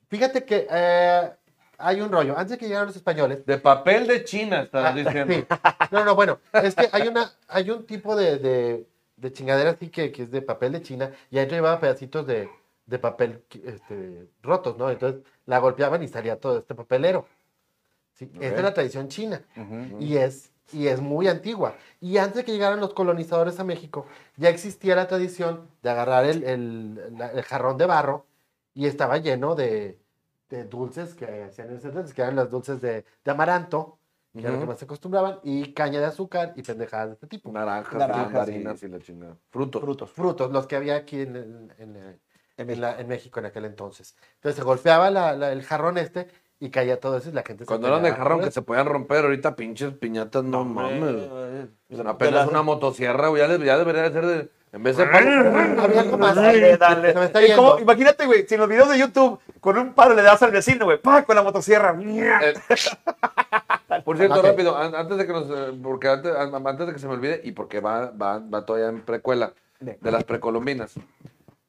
fíjate que eh, hay un rollo. Antes de que llegaran los españoles, De papel de China, estabas diciendo. Sí. [LAUGHS] No, no, bueno, es que hay una, hay un tipo de, de, de chingadera así que, que es de papel de China y ahí llevaba pedacitos de, de papel que- este, rotos, ¿no? Entonces la golpeaban y salía todo este papelero. ¿sí? Esa es la tradición china Ujú. Mm. y es, y es muy antigua. Y antes de que llegaran los colonizadores a México, ya existía la tradición de agarrar el, el- la- el jarrón de barro y estaba lleno de, de dulces que hacían en ese entonces, que eran los dulces de, de amaranto, que era lo que Ujú. más se acostumbraban, y caña de azúcar y pendejadas de este tipo. Naranjas, Naranjas, mandarinas y la chingada. Frutos. Frutos, frutos, los que había aquí en, el- en el- En en la- en México en aquel entonces. Entonces se golpeaba la- la- el jarrón este y caía todo eso y la gente se pues. Cuando eran de peleaba jarrón por que eso. se podían romper, ahorita pinches piñatas, no mames. De Apenas las- una motosierra, güey, ya, de- ya debería de ser de. En vez de. palo- Había algo más. Dale, dale. Se me está Es yendo. como- imagínate, güey, si en los videos de YouTube con un palo le das al vecino, güey, pa, con la motosierra. ¡mia! Eh, Por cierto, Ok. rápido, an- antes de que nos. eh, Porque antes, an- antes de que se me olvide, y porque va, va, va todavía en precuela. de las precolombinas.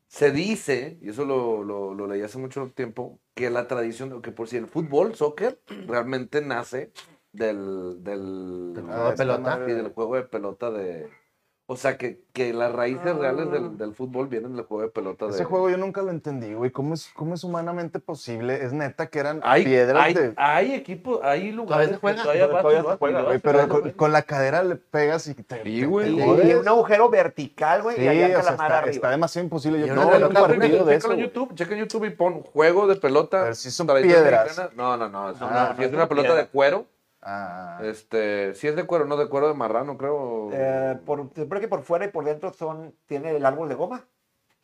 Se dice, y eso lo, lo- lo leí hace mucho tiempo, que la tradición, que por si el fútbol, soccer, realmente nace del, del, Del juego de pelota. y del juego de pelota de... O sea, que, que las raíces reales del, del fútbol vienen del juego de pelota de... Ese juego yo nunca lo entendí, güey. ¿Cómo es, cómo es humanamente posible? Es neta que eran Hay, piedras hay, de. hay equipos, hay lugares se juega? que ah, todavía vas y Todavía se vas y juega, vas güey, y pero vas y con, vas. con la cadera le pegas y te. Sí, te- güey. te Y Joder. y jodes. un agujero vertical, güey, Sí, y allá o está sea, la madre está, arriba. está demasiado imposible. Y Yo una no veo un pelota, partido de eso. Checa en güey. YouTube, checa en YouTube y pon juego de pelota. Pero si son tradición piedras. mexicana. No, no, no. Es No, una, no, no, si es no, una no, pelota piedra. de cuero. Ah, Este, si es de cuero, no de cuero de marrano, creo. Eh, por, se supone que por fuera y por dentro son, tiene el árbol de goma.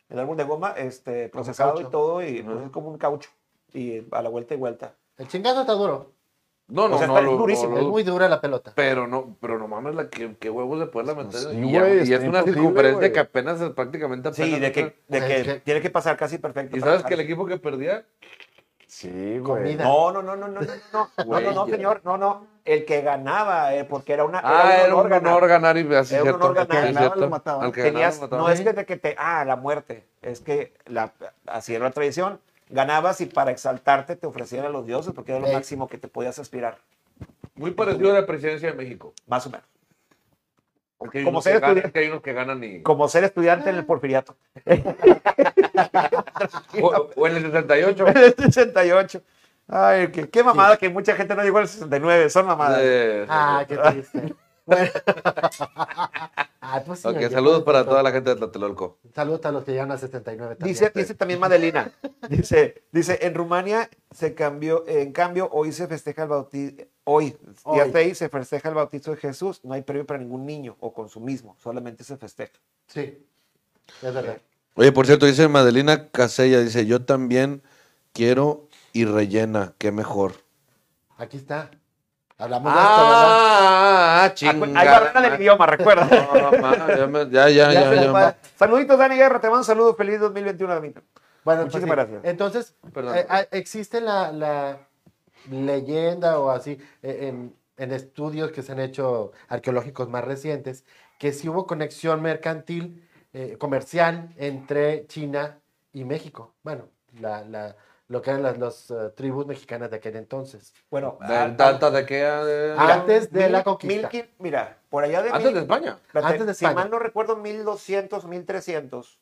El árbol de goma, este, procesado y caucho. todo, y pues, es como un caucho. Y a la vuelta y vuelta. El chingazo está duro. no, no, o sea, no, está lo- durísimo, lo- Es muy dura la pelota. pero no, pero no mames, la que, qué huevos de poderla meter. Sí, y, a- güey, y está es una imposible, circunferencia güey. que apenas es prácticamente apenas. Sí, de que, de Es que que- tiene que pasar casi perfecto. Y para sabes pasar. que el equipo que perdía, sí, güey. Comida. No, no, no, no, no, no, no, no, no, no, Güey, señor, no, no. El que ganaba, eh, porque era una. ah, era un honor ganar y así Era un cierto. honor al que ganar. ganaba Lo mataban. al que ganaba, Tenías- lo mataban. no es que de que te. Ah, la muerte. Es que la, así era la tradición. Ganabas y para exaltarte te ofrecían a los dioses porque era lo Ey. máximo que te podías aspirar. Muy parecido a la presidencia de México. Más o menos. Porque hay Como unos ser que ganan- estudiante- que hay unos que ganan y. Como ser estudiante en Ah. el porfiriato. [LAUGHS] O, o en el [LAUGHS] 68. En el 68. Ay, qué, qué mamada que mucha gente no llegó al 69. Son mamadas. Eh, Ah, qué triste. Bueno. Ah, pues sí, ok, oye, saludos pues, para toda la gente de Tlatelolco. Saludos a los que llegan a 79 también. Dice, dice también Madelina. Dice, dice, en Rumania se cambió, en cambio, hoy se festeja el bautizo, hoy, día Hoy. 6, se festeja el bautizo de Jesús. No hay premio para ningún niño o consumismo, solamente se festeja. Sí, es verdad. Oye, por cierto, dice Madelina Casella, dice, yo también quiero y rellena, qué mejor. Aquí está. Hablamos de esto, ¿verdad? Ah, ah, Hay chingada. barrera del idioma, [LAUGHS] recuerda. No, ma, ya, me- ya, ya, Ya ya, se ya, nos ma. va. Saluditos, Dani Guerra, te mando un saludo. Feliz 2021, Danita. Bueno, Muchísimas pues sí. gracias. Entonces, Perdón. eh, ah, existe la, la leyenda o así eh, en, en estudios que se han hecho arqueológicos más recientes que sí hubo conexión mercantil, eh, comercial entre China y México. Bueno, la, la- lo que eran las los, eh, tribus mexicanas de aquel entonces. Bueno, De- ah, tanta de que, eh, antes de la mil conquista. qui- mira, por allá de, antes de mil- España. espérate, antes de si España. mal no recuerdo, 1200, 1300,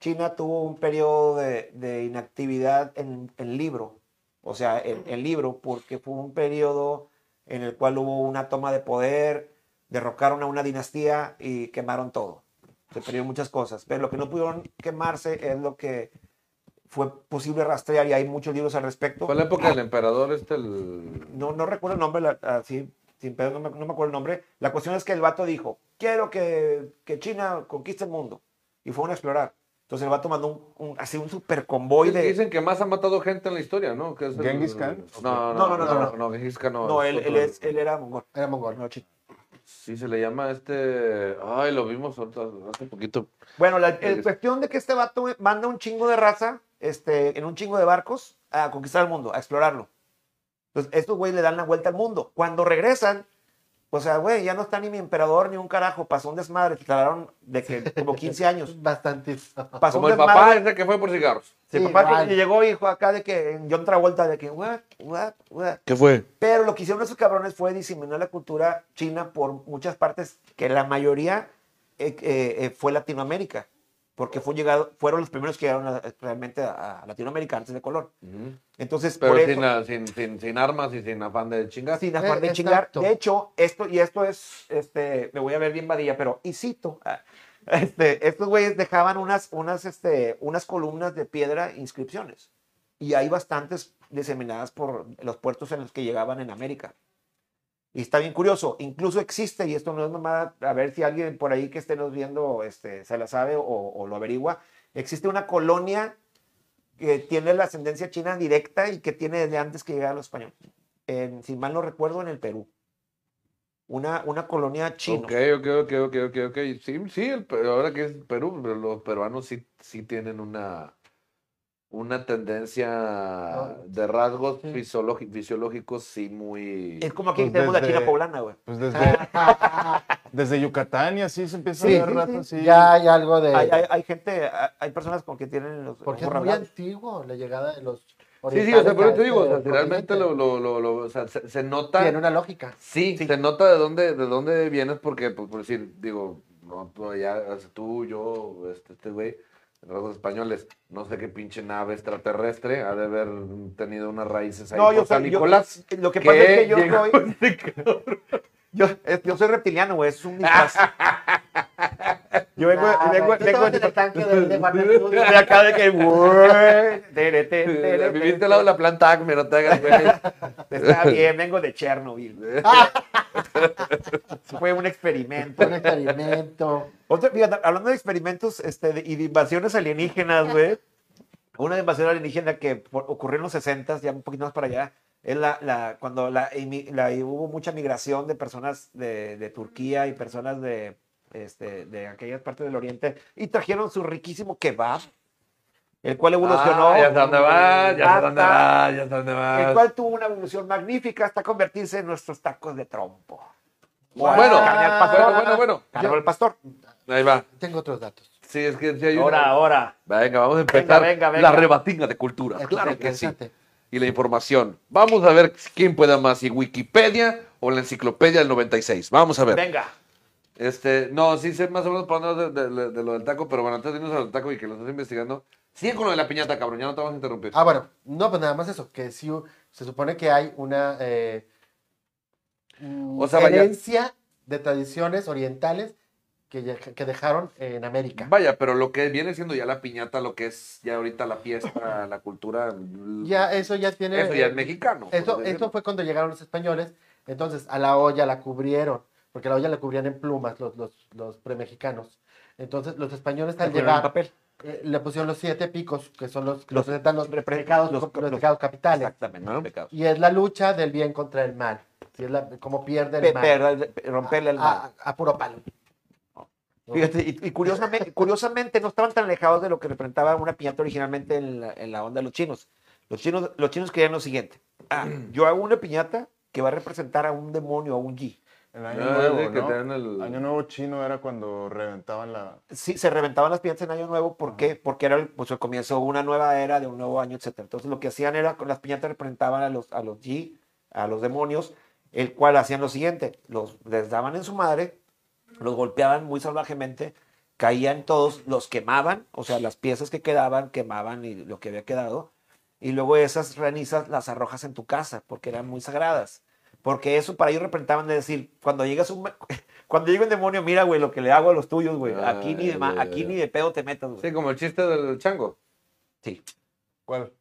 China tuvo un periodo de, de inactividad en, en libro, o sea, en, en libro, porque fue un periodo en el cual hubo una toma de poder, derrocaron a una dinastía y quemaron todo. Se perdieron muchas cosas, pero lo que no pudieron quemarse es lo que fue posible rastrear y hay muchos libros al respecto. Fue la época del emperador, este, el... no, no recuerdo el nombre, la- así, sin pedo, no me, no me acuerdo el nombre. La cuestión es que el vato dijo, quiero que, que China conquiste el mundo. Y fueron a explorar. Entonces el vato mandó un, un- así un super convoy de... Dicen que más ha matado gente en la historia, ¿no? Que es el- ¿Genghis Khan? No, No, no, no, no, no, no. no, no, Genghis Khan no. No, él, él otro- es- él era mongol. Era mongol. no, chi- Sí, se le llama este. Ay, lo vimos ahorita- hace poquito. Bueno, la el cuestión de que este vato manda un chingo de raza este, en un chingo de barcos a conquistar el mundo, a explorarlo. Entonces, estos güeyes le dan la vuelta al mundo. Cuando regresan, o sea, güey, ya no está ni mi emperador ni un carajo. Pasó un desmadre. Se tardaron de que como 15 años. Bastante. [LAUGHS] Pasó Como un el Ah, desmadre. papá ese que fue por cigarros. Sí, Sí, papá igual. que llegó hijo acá de que en John Travolta de que what, what, what. ¿Qué fue? Pero lo que hicieron esos cabrones fue diseminar la cultura china por muchas partes que la mayoría eh, eh, eh, fue Latinoamérica, porque fue llegado, fueron los primeros que llegaron a- realmente a, a Latinoamérica antes de Colón. Entonces, Pero por sin, eso, la- sin, sin, sin armas y sin afán de chingar. sin afán de Eh, chingar. exacto. De hecho, esto, y esto es, este, me voy a ver bien vadilla, pero, y cito, ah, este, estos güeyes dejaban unas, unas, este, unas columnas de piedra, e inscripciones. Y hay bastantes diseminadas por los puertos en los que llegaban en América. Y está bien curioso, incluso existe, y esto no es nomás, a ver si alguien por ahí que esté nos viendo este, se la sabe o, o lo averigua, existe una colonia que tiene la ascendencia china directa y que tiene desde antes que llegara los españoles. En- si mal no recuerdo, en el Perú. Una, una colonia china. Ok, ok, ok, ok, ok, ok. Sí, sí el pe- ahora que es Perú, pero los peruanos sí, sí tienen una, una tendencia de rasgos fisiologi- fisiológicos sí muy... Es como aquí Pues tenemos la desde- Eh. [LAUGHS] China poblana, güey. Pues desde, Desde Yucatán y así se empieza Sí, a ver rato. sí, así. ya hay algo de... Hay, hay- hay gente, hay- hay personas con que tienen los porque es ojos muy rasgados. antiguo la llegada de los Sí, orientales. sí, o sea, a pero te este digo, o sea, continente. realmente lo, lo, lo, lo- o sea, se, se nota. Tiene una lógica. Sí, se nota de dónde, de dónde vienes, porque, pues, por decir, digo, no, tú, ya, o sea, tú, yo, este, este güey, rasgos españoles, no sé qué pinche nave extraterrestre ha de haber tenido unas raíces ahí No, por yo San soy. yo- Nicolás. lo que pasa es que yo [LAUGHS] llegó soy. este cabrón. [LAUGHS] Yo, es- yo soy reptiliano, güey. Es un [LAUGHS] disfraz. Yo vengo, Ah, vengo, güey, tú estabas vengo, en el tanque de, de Guanajuato. [LAUGHS] de acá de que. güey, tere, tere, tere, Viviste al lado de la planta ACME, no te hagas, güey. [LAUGHS] Está bien, vengo de Chernobyl. Fue un experimento. un experimento. Otro, fíjate, hablando de experimentos este, de- y de invasiones alienígenas, güey. Una invasión alienígena que por- ocurrió en los 60, ya un poquito más para allá, es la, la- cuando la, imi- la- hubo mucha migración de personas de, de Turquía y personas de, este, de aquellas partes del Oriente y trajeron su riquísimo kebab, el cual [LAUGHS] evolucionó. Ah, Ah, ya sé dónde vas, ya sé dónde hasta- vas, ya sé dónde vas. El cual tuvo una evolución magnífica hasta convertirse en nuestros tacos de trompo. Bueno, carne al pastor. bueno, bueno, bueno. Carne al pastor. Ahí va. Tengo otros datos. Sí, es que sí hay una- Ahora, ahora. Venga, vamos a empezar venga, venga. la rebatinga de cultura. Esto Ah, claro está que sí. interesante. Y la información. Vamos a ver quién pueda más, si Wikipedia o la enciclopedia del 96. Vamos a ver. Venga. Este, no, sí sé más o menos para dónde de, de- de lo del taco, pero bueno, antes de irnos al taco y que lo estás investigando, sigue con lo de la piñata, cabrón, ya no te vamos a interrumpir. Ah, bueno, no, pues nada más eso, que sí, se supone que hay una eh, mm, O sea, vaya- herencia de tradiciones orientales que, ya- que dejaron en América. Vaya, pero lo que viene siendo ya la piñata, lo que es ya ahorita la [LAUGHS] fiesta, la cultura. l- Ya, eso ya tiene... eso ya es mexicano. por Eso, así eso decirlo. fue cuando llegaron los españoles, entonces a la olla la cubrieron, porque la olla la cubrían en plumas los, los, los premexicanos. Entonces los españoles al Poner en llegar papel. eh, le pusieron los siete picos, que son los que Los representan los repre- pecados, los- los, los- pecados capitales. Exactamente. ¿No? pecado. Y es la lucha del bien contra el mal. Y es la, como pierde el Pe- mal. perder- pe- romperle el A, a- a puro palo. Ah, Fíjate, y, y curiosamente, curiosamente no estaban tan alejados de lo que representaba una piñata originalmente en la, en la onda de los chinos. Los chinos, los chinos creían lo siguiente. Ah, yo hago una piñata que va a representar a un demonio, a un yi. El año Ah, nuevo, de que ¿no? te dan el- Año nuevo chino era cuando reventaban la... Sí, se reventaban las piñatas en Año Nuevo. ¿Por qué? Porque era el, pues, el comienzo de una nueva era, de un nuevo año, etc. Entonces lo que hacían era, con las piñatas representaban a los, a los yi, a los demonios, el cual hacían lo siguiente, los, les daban en su madre, los golpeaban muy salvajemente, caían todos, los quemaban, o sea, las piezas que quedaban, quemaban y lo que había quedado, y luego esas ranizas las arrojas en tu casa, porque eran muy sagradas. Porque eso para ellos representaban de decir, cuando llegas un... [LAUGHS] Cuando llega un demonio, mira, güey, lo que le hago a los tuyos, güey. Ah, Aquí ni de, ya, ma- ya, aquí ya. ni de pedo te metas, güey. Sí, como el chiste del chango. Sí. ¿Cuál?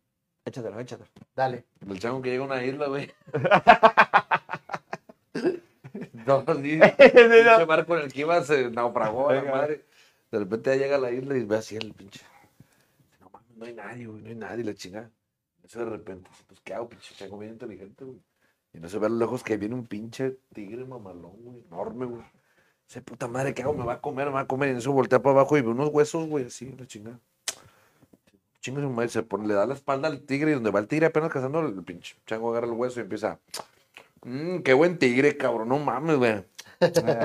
Échatelo, échatelo. Dale. El chango que llega a una isla, güey. No, sí. Pinche barco en el que iba se naufragó a la madre. De repente ya llega a la isla y ve así el pinche. No mames, no hay nadie, güey, no hay nadie, la chingada. Eso de repente, pues, ¿qué hago, pinche chango bien inteligente, güey? Y no se ve a lo lejos que viene un pinche tigre mamalón, güey, enorme, güey. Dice, puta madre, ¿qué hago? Me va a comer, me va a comer. Y en eso voltea para abajo y ve unos huesos, güey, así, la chingada. Chinga su madre, se pone, le da la espalda al tigre y donde va el tigre apenas cazando, el pinche chango agarra el hueso y empieza. Mmm, qué buen tigre, cabrón, no mames, güey.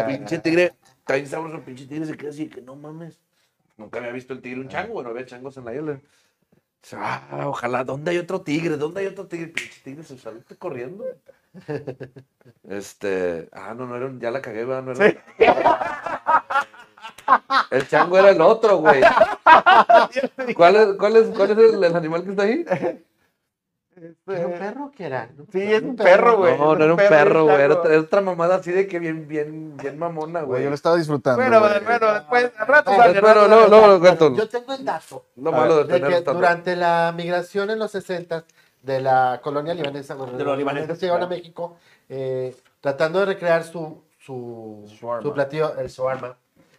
pinche tigre, está bien sabroso, pinche tigre se queda así, que no mames. Nunca había visto el tigre un chango, no había changos en la isla. Dice, Ah, ojalá, ¿dónde hay otro tigre? ¿Dónde hay otro tigre? Pinche tigre se sale corriendo. Este, ah, no, no era, un- ya la cagué, ¿verdad? no era. El chango era el otro, güey. ¿Cuál es, cuál es, cuál es el, el animal que está ahí? ¿Era un perro que era? Sí, es un perro, güey. No, no era un Perro y perro, güey. Era chango. otra, era otra mamada así de que bien, bien, bien mamona, Güey, güey. yo lo estaba disfrutando. Bueno, güey. bueno, bueno, después, al rato Pero, sale, al rato luego, sale. luego lo cuento. Yo tengo el dato Lo A malo de de tener que tanto- durante la migración en los 60 de la colonia libanesa, bueno, De los libaneses, llegaron claro. a México eh, tratando de recrear su, su, Shawarma. su platillo, el shawarma,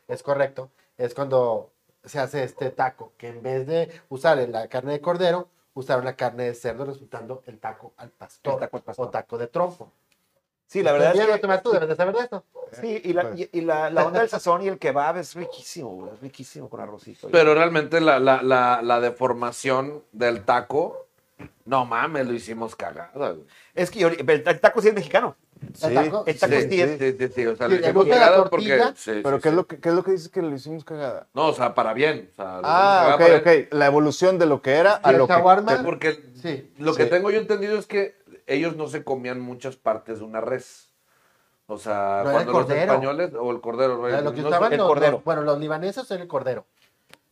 es correcto, es cuando se hace este taco, que en vez de usar la carne de cordero, usaron la carne de cerdo, resultando el taco al pastor, El taco al pastor. o taco de trompo. Sí, la verdad Bien, es que... Tomás, tú debes de saber de esto. Sí, y la, Pues. y, y la, la onda del sazón y el kebab es riquísimo, güey. Es riquísimo con arrocito. güey. Pero realmente la, la, la, la deformación del taco, no mames, lo hicimos cagada, güey. Es que yo- el, el taco sí es mexicano. ¿El taco? Esta Sí, costilla. sí, sí, sí, o sea, Sí, le le hicimos gusta la cagada porque. tortilla, sí, sí, Pero ¿qué, sí. Es lo que, ¿qué es lo que dices que lo hicimos cagada? No, o sea, para bien. o sea, lo Ah, hicimos cagada pues, eh. ok, para bien, ok. La evolución de lo que era Sí, a el lo que... shawarma. Porque Sí. lo que Sí. tengo yo entendido es que ellos no se comían muchas partes de una res. O sea, No, era el cuando los cordero. españoles o el cordero. Era Eh, lo que Pues, no sé, usaban el los- cordero. los- bueno, los libaneses era el cordero.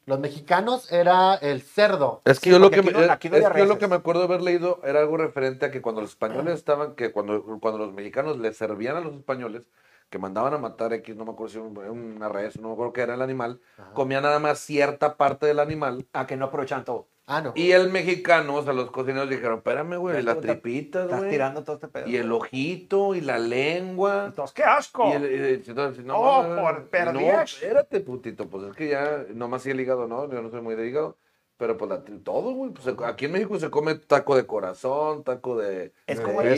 Los mexicanos era el cerdo. Es que, Sí, yo, lo porque que, aquí me- eh, no- aquí no es había que yo lo reses. que me acuerdo haber leído era algo referente a que cuando los españoles estaban, que cuando, cuando los mexicanos les servían a los españoles, que mandaban a matar X, no me acuerdo si era un- una res, no me acuerdo qué era el animal, comían nada más cierta parte del animal. A que no aprovechan todo. Ah, no. Y el mexicano, o sea, los cocineros dijeron, espérame, güey, Ya las tú estás- tripitas, Estás güey, tirando todo este pedo. y el ojito, y la lengua. Entonces, ¡qué asco! Y el- y el- entonces, no, Oh, no, no, por no, perdiz. espérate, putito, pues es que ya, nomás sí el hígado, no, yo no soy muy de hígado, pero pues la tri- todo, güey, pues, se- aquí en México se come taco de corazón, taco de, Es de como el-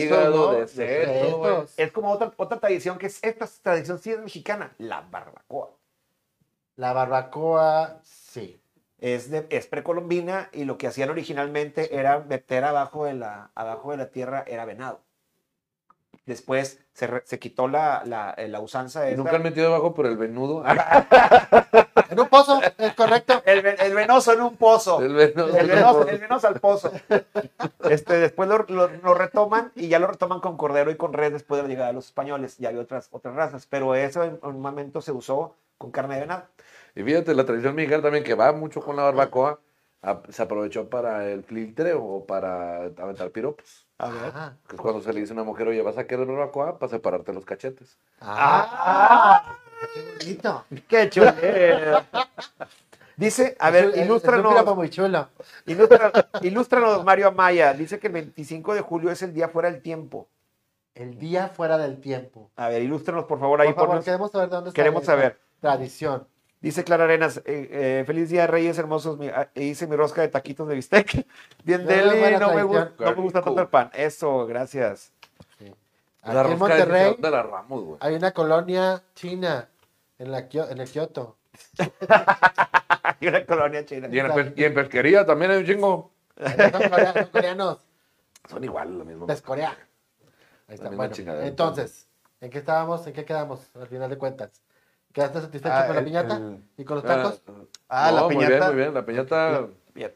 ¿no? hígado, de De seto, güey. Estos. Es como otra, otra tradición que es, esta es tradición sí es mexicana, la barbacoa. La barbacoa, sí. Es, de, es precolombina y lo que hacían originalmente era meter abajo de la, abajo de la tierra era venado. Después se, re- se quitó la, la, eh, la usanza de Nunca han metido abajo por el venudo. En un pozo, es correcto. [LAUGHS] el, ve- el venoso en un pozo. [LAUGHS] El venudo. El venoso, el venoso al pozo. [LAUGHS] Este, después lo, lo- lo retoman y ya lo retoman con cordero y con res después de la llegada de los españoles. Ya había otras, otras razas, pero eso en un momento se usó con carne de venado. Y fíjate, la tradición mexicana también que va mucho con la barbacoa, a- se aprovechó para el filtreo o para aventar piropos. A ver. Ah, Que es cuando se le dice a una mujer, oye, vas a querer barbacoa para separarte los cachetes. ah, qué bonito. ¡Qué eh, chulo! Dice, a ver, Es un- Es un piropo ilústranos, muy chulo. ilústra- ilústranos, Mario Amaya. Dice que el 25 de julio es el día fuera del tiempo. El día fuera del tiempo. A ver, ilústranos, por favor, Por ahí favor, ponnos- queremos saber de dónde sale Queremos esta saber. Tradición. Dice Clara Arenas, eh, eh, feliz día, Reyes hermosos. mi- ah, hice mi rosca de taquitos de bistec. [LAUGHS] Bien, No, Deli, buena no me, tradición. gusta, no me gusta tanto el pan. Eso, gracias. [LAUGHS] La Aquí en rosca de Monterrey de la Ramos, güey. hay una colonia china en, la, Kio- en el Kioto. Hay una colonia china. Y en, la pes- y en pesquería pues también hay un chingo. Son, corea- son coreanos. Son igual, lo mismo. Es Corea. Ahí La está. misma Bueno, chingadera. entonces, ¿en qué estábamos? ¿En qué quedamos al final de cuentas? ¿Quedaste satisfecho Ah, con la el- piñata? el- ¿Y con los tacos? Ah, la No, Muy bien, piñata. muy bien. La piñata.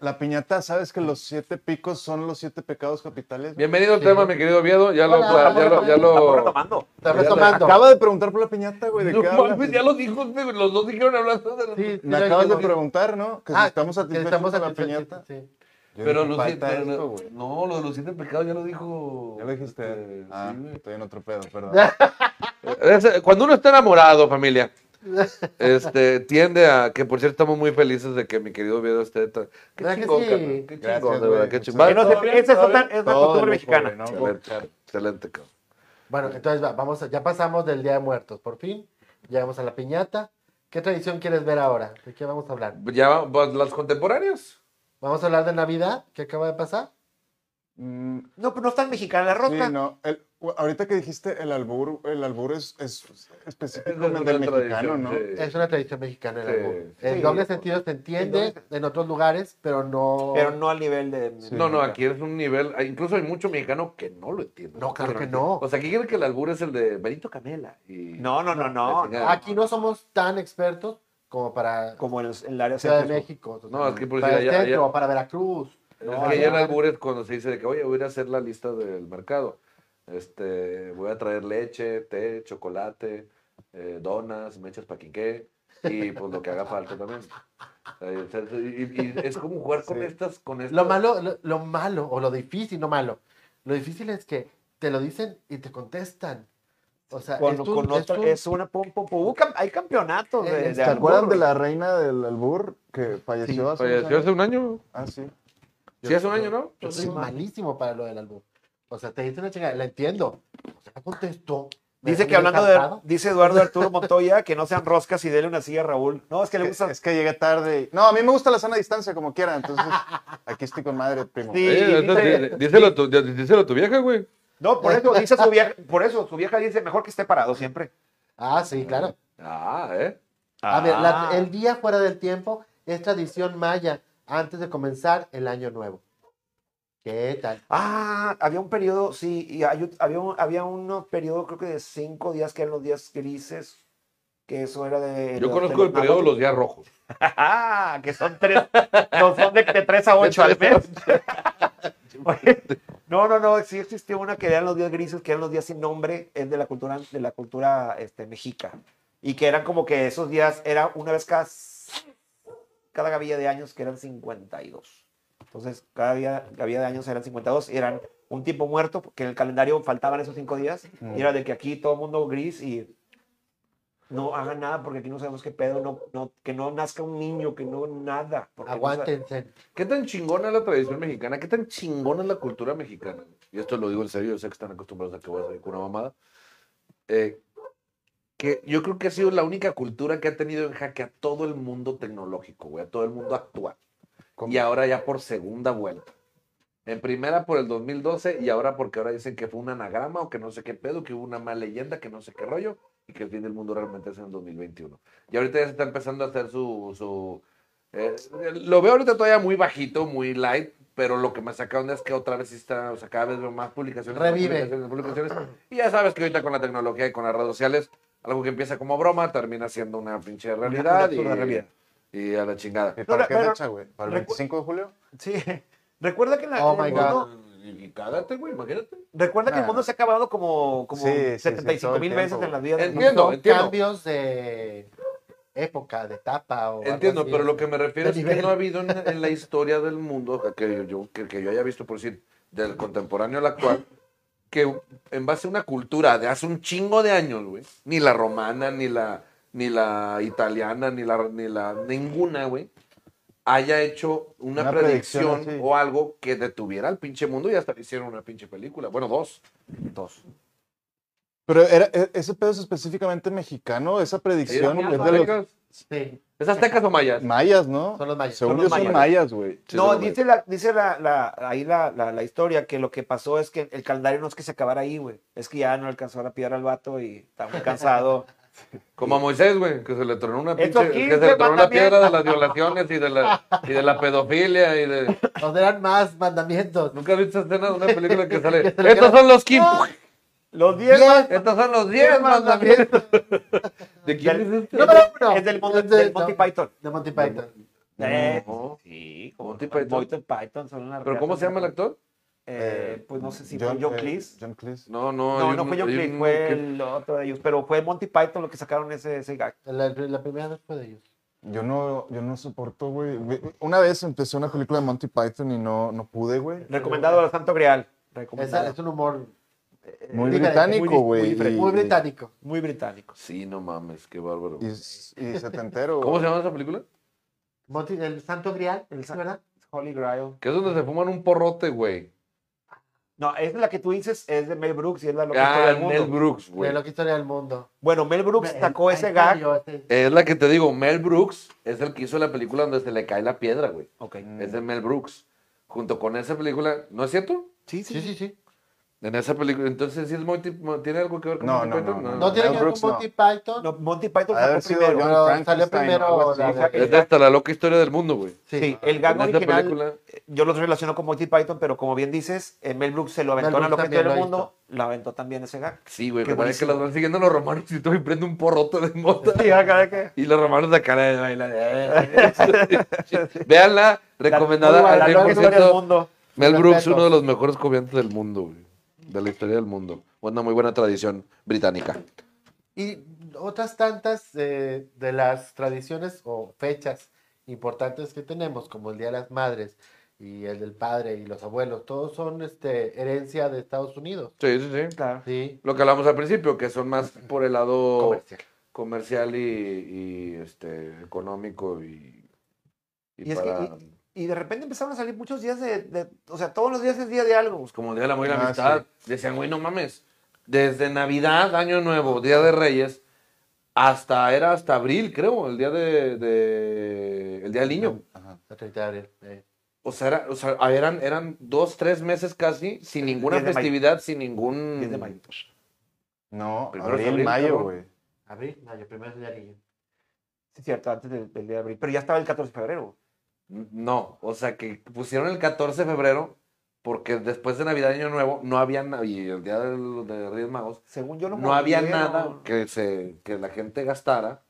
La piñata, ¿sabes que los siete picos son los siete pecados capitales? Bienvenido al tema, mi querido Oviedo. Ya lo. Hola, ya, hola, lo, ya lo- Estamos retomando. Te ya le- retomando. Acaba de preguntar por la piñata, güey. ¿De No qué mames, hablas? ya lo dijo. güey, Los dos dijeron hablando de. Sí, sí, Me lo acabas de dijimos. preguntar, ¿no? Que si Ah, estamos que satisfechos estamos con la satisfechos, piñata. sí. Yo Pero dije, los siete. falta esto, no, güey. No, lo de los siete pecados ya lo dijo. Ya lo dijiste. este, Ah, sí, güey. estoy en otro pedo, perdón. [LAUGHS] Es- eh, Cuando uno está enamorado, familia, este, tiende a que, por cierto, estamos muy felices de que mi querido Oviedo esté tan. Qué ¿Verdad que chingón, sí? carnal, Qué Gracias, chingón, de güey. verdad, qué Muchas chingón. gracias. ¿Todo bien? Esa es ¿Todo otra- bien? es una Todo costumbre de cobre, mexicana. ¿no? Excelente, excelente, cabrón. Bueno, entonces va- vamos a- ya pasamos del Día de Muertos, por fin. Llegamos a la piñata. ¿Qué tradición quieres ver ahora? ¿De qué vamos a hablar? Ya va- va- las contemporáneas. ¿Vamos a hablar de Navidad? ¿Qué acaba de pasar? Mm, No, pero no está en mexicana la rosca. Sí, no. El- ahorita que dijiste el albur, el albur es, es específicamente Es del una mexicano, tradición, ¿no? sí. Es una tradición mexicana. el Sí, árbol. En sí. doble sentido se En entiende en otros lugares, pero no... Pero no al nivel de. Sí. No, no, aquí es un nivel, hay- incluso hay mucho mexicano que no lo entiende. No, claro que entiende. no. O sea, aquí creen que el albur es el de Benito Camela. Y... No, no, no, no. La chingada. Aquí no somos tan expertos como para Como en, los- en el área Ciudad de centro. México. o sea, No, es que por para decir, el allá- centro, allá- para Veracruz. Es No, que ya el allá- albur es cuando se dice de que, oye, voy a ir a hacer la lista del mercado. Este, voy a traer leche, té, chocolate, eh, donas, mechas pa' quinqué y pues lo que haga falta también. Eh, Y, y es como jugar con Sí. estas, con estas. Lo malo, lo, lo malo, o lo difícil, no malo. Lo difícil es que te lo dicen y te contestan. O sea, Con- es un- con es otra- un- es una pom, pom, pom. Hubo cam- hay campeonatos de, Eh, de ¿Se albur, acuerdan de güey. la reina del albur que falleció hace unos Falleció años? hace un año. Ah, sí. Sí, hace un año, ¿no? Yo soy malísimo para lo del álbum. O sea, te diste una chingada, la entiendo. O sea, contestó. Me Dice dejó que hablando de. encantado. Dice Eduardo Arturo Montoya que no sean roscas y dele una silla a Raúl. No, es que le Que- gusta. Es que llegué tarde. y- No, a mí me gusta la sana distancia como quiera, [LAUGHS] entonces aquí estoy con madre, primo. Sí. Eh, eso sí, díselo, a tu, dí- díselo a tu vieja, güey. No, por eso dice su vieja, por eso su vieja dice mejor que esté parado siempre. Ah, sí, claro. Ah, ¿eh? A ver, la- Ah. el día fuera del tiempo es tradición maya antes de comenzar el año nuevo. ¿Qué tal? Ah, había un periodo, sí, y hay un- había, un- había un periodo creo que de cinco días que eran los días grises, que eso era de... Yo de- conozco el periodo de los días rojos. Ah, que son tres, no, son de, de tres [LAUGHS] a ocho al mes. [LAUGHS] Oye, no, no, no, sí existió una que eran los días grises, que eran los días sin nombre, es de la cultura, de la cultura este, mexica. Y que eran como que esos días, era una vez cada, cada gavilla de años, que eran 52. Entonces, cada día, gavilla de años eran 52 y eran un tiempo muerto, porque en el calendario faltaban esos cinco días. Y era de que aquí todo el mundo gris y no hagan nada porque aquí no sabemos qué pedo, no, no, que no nazca un niño, que no nada. porque no sa- Aguántense. ¿Qué tan chingona es la tradición mexicana? ¿Qué tan chingona es la cultura mexicana? Y esto lo digo en serio, yo sé que están acostumbrados a que voy a salir con una mamada. Eh, que yo creo que ha sido la única cultura que ha tenido en jaque a todo el mundo tecnológico, güey, a todo el mundo actual. Y ahora ya por segunda vuelta. En primera por el 2012 y ahora porque ahora dicen que fue un anagrama o que no sé qué pedo, que hubo una mala leyenda, que no sé qué rollo y que el fin del mundo realmente es en el 2021. Y ahorita ya se está empezando a hacer su... su eh, lo veo ahorita todavía muy bajito, muy light, pero lo que me saca onda es que otra vez sí está, o sea, cada vez veo más publicaciones. más Revive. publicaciones, publicaciones. Y ya sabes que ahorita con la tecnología y con las redes sociales, algo que empieza como broma termina siendo una pinche realidad, una absurda y, realidad. y a la chingada. ¿Y para no, qué pero- fecha, güey? ¿Para el recu- 25 de julio? Sí. [LAUGHS] Recuerda que en la- Oh en el my God. mundo- Y cágate, güey, imagínate. recuerda que el Ah. mundo se ha acabado como, como Sí, sí, sí, 75 mil todo el veces tiempo. en las vidas del Entiendo, Son entiendo. pues cambios de época, de etapa o algo Entiendo, así. pero lo que me refiero De es que nivel. no ha habido en, en la historia del mundo, que yo, que, que yo haya visto, por decir, del contemporáneo al actual, que en base a una cultura de hace un chingo de años, güey, ni la romana, ni la, ni la italiana, ni la, ni la ninguna, güey, haya hecho una, Una predicción predicción, así. o algo que detuviera al pinche mundo y hasta le hicieron una pinche película. Bueno, dos. Dos. Pero era, e- ese pedo es específicamente mexicano, esa predicción es de los Sí, ¿Es aztecas o mayas? mayas, ¿no? son los mayas. Según Son los yo son mayas. mayas, güey. Sí, no, son los dice, la, dice la, la- ahí la, la- la historia que lo que pasó es que el calendario no es que se acabara ahí, güey. Es que ya no alcanzó a piedra al vato y está muy cansado. Como a Moisés, güey, que se le tronó una Estos pinche, que se 15 le tronó una piedra de mandamientos. las violaciones y de la, y de la pedofilia y de... Nos darán más mandamientos. Nunca viste escena de una película [LAUGHS] que sale. Que se le Estos queda- son los 15. ¡Ah! Los 10 Diez más- Estos son los 10 mandamientos. mandamientos. ¿De quién Del- es este? Número uno. es del, mon- Es de- del Monty no, Python. De Monty Python. Eh, No. Sí, como Monty no, Python. Monty Python son una ¿Pero cómo se llama el actor? Eh, pues no sé si fue John eh, Cleese. John Cleese. No, no. No, hay no un- fue John hay Cleese, un- fue que- el otro de ellos. Pero fue Monty Python lo que sacaron ese, ese gag. La, la primera vez fue de ellos. Yo no, yo no soporto, güey. Ve- Una vez empecé una película de Monty Python y no, no pude, güey. Recomendado al Santo Grial. Esa- Recomendado. es un humor eh, Muy Diferente, británico, muy- eh, muy güey. diferente. y- muy británico. Muy británico. Sí, no mames, qué bárbaro. Y, y setentero. ¿Cómo se llama esa película? Monty, el Santo Grial, El sa- ¿verdad? Holy Grail. Que es donde se fuman un porrote, güey. No, es la que tú dices, es de Mel Brooks y es la loca historia Ah, del mundo. Mel Brooks, güey. De lo que historia del mundo. Bueno, Mel Brooks Me- este, sacó ahí ese me gag. dio ese- Es la que te digo, Mel Brooks es el que hizo la película donde se le cae la piedra, güey. Ok. Mm. Es de Mel Brooks. Junto con esa película, ¿no es cierto? Sí, sí, sí. En esa película, entonces sí es Monty, Mo- tiene algo que ver con No, Monty no, Python? no, No tiene Mel que ver Brooks, con no. Monty Python. No, Monty Python Ha de haber sacó sido primero. John pero Frankenstein salió primero o algo así. la Sí, fue- Es de hasta la loca historia del mundo, güey. Sí. Sí, el gag En esta original eh, película- yo los relaciono con Monty Python, pero como bien dices, eh, Mel Brooks se lo aventó Mel en la Brooks loca historia del también lo mundo, la aventó también ese gag. Sí, güey, Qué me parece que buenísimo. los van siguiendo los romanos y todo y prende un porroto de mota. Y los romanos de cara de [LAUGHS] bailar. Véanla, recomendada La- la al loca historia del 100%. mundo. Mel Brooks, Respeto. uno de los mejores comediantes del mundo, güey. De la historia del mundo. Una muy buena tradición británica. Y otras tantas eh, de las tradiciones o fechas importantes que tenemos, como el Día de las Madres y el del Padre y los abuelos, todos son este, herencia de Estados Unidos. Sí, sí, sí. Claro. Sí, Lo que hablamos al principio, que son más por el lado comercial. comercial y, y, este, económico y, y Y es que- para- Y de repente empezaron a salir muchos días de, de- o sea, todos los días es día de algo. pues, como el Día del Amor y la Ah, Amistad, decían, güey, no mames, desde Navidad, Año Nuevo, Día de Reyes, hasta, era hasta abril, creo, el día de, de- el Día del Niño. Ajá. El 30 de abril. eh. O sea, era- o sea, eran, eran dos, tres meses casi, sin ninguna 10 de mayo. festividad, sin ningún... 10 de mayo. No, Primero de abril, abril, mayo, cabrón. güey. Abril, mayo, primero de abril. Sí, cierto, antes del, del día de abril. Pero ya estaba el 14 de febrero. No, o sea, que pusieron el 14 de febrero porque después de Navidad y Año Nuevo no había, na- y el Día del- de Reyes Magos, Según yo lo no había movieron. nada que, se, que la gente gastara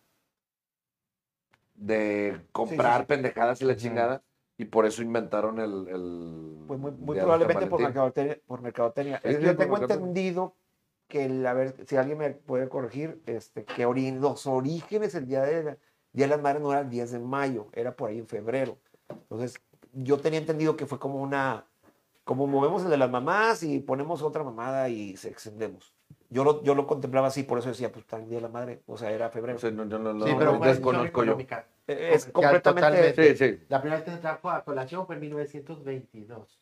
de comprar Sí, sí, sí. pendejadas y la chingada, y por eso inventaron el... el Pues muy, muy Día de San probablemente por Valentín. mercadotecnia. Por mercadotecnia. Sí, Es sí, que yo por tengo mercadotecnia. entendido que, el- a ver, si alguien me puede corregir, este, que ori- los orígenes, el día de, la- día de las Madres no era el 10 de mayo, era por ahí en febrero. Entonces, yo tenía entendido que fue como una, como movemos el de las mamás y ponemos otra mamada y se extendemos. Yo lo, yo lo contemplaba así, por eso decía, pues tan día de la madre, o sea, era febrero. No sé, no, yo no lo sí, no pero lo fue desconozco yo. económica. Eh, es comercial completamente... totalmente. Sí, sí, La primera vez que se trajo a colación fue en 1922.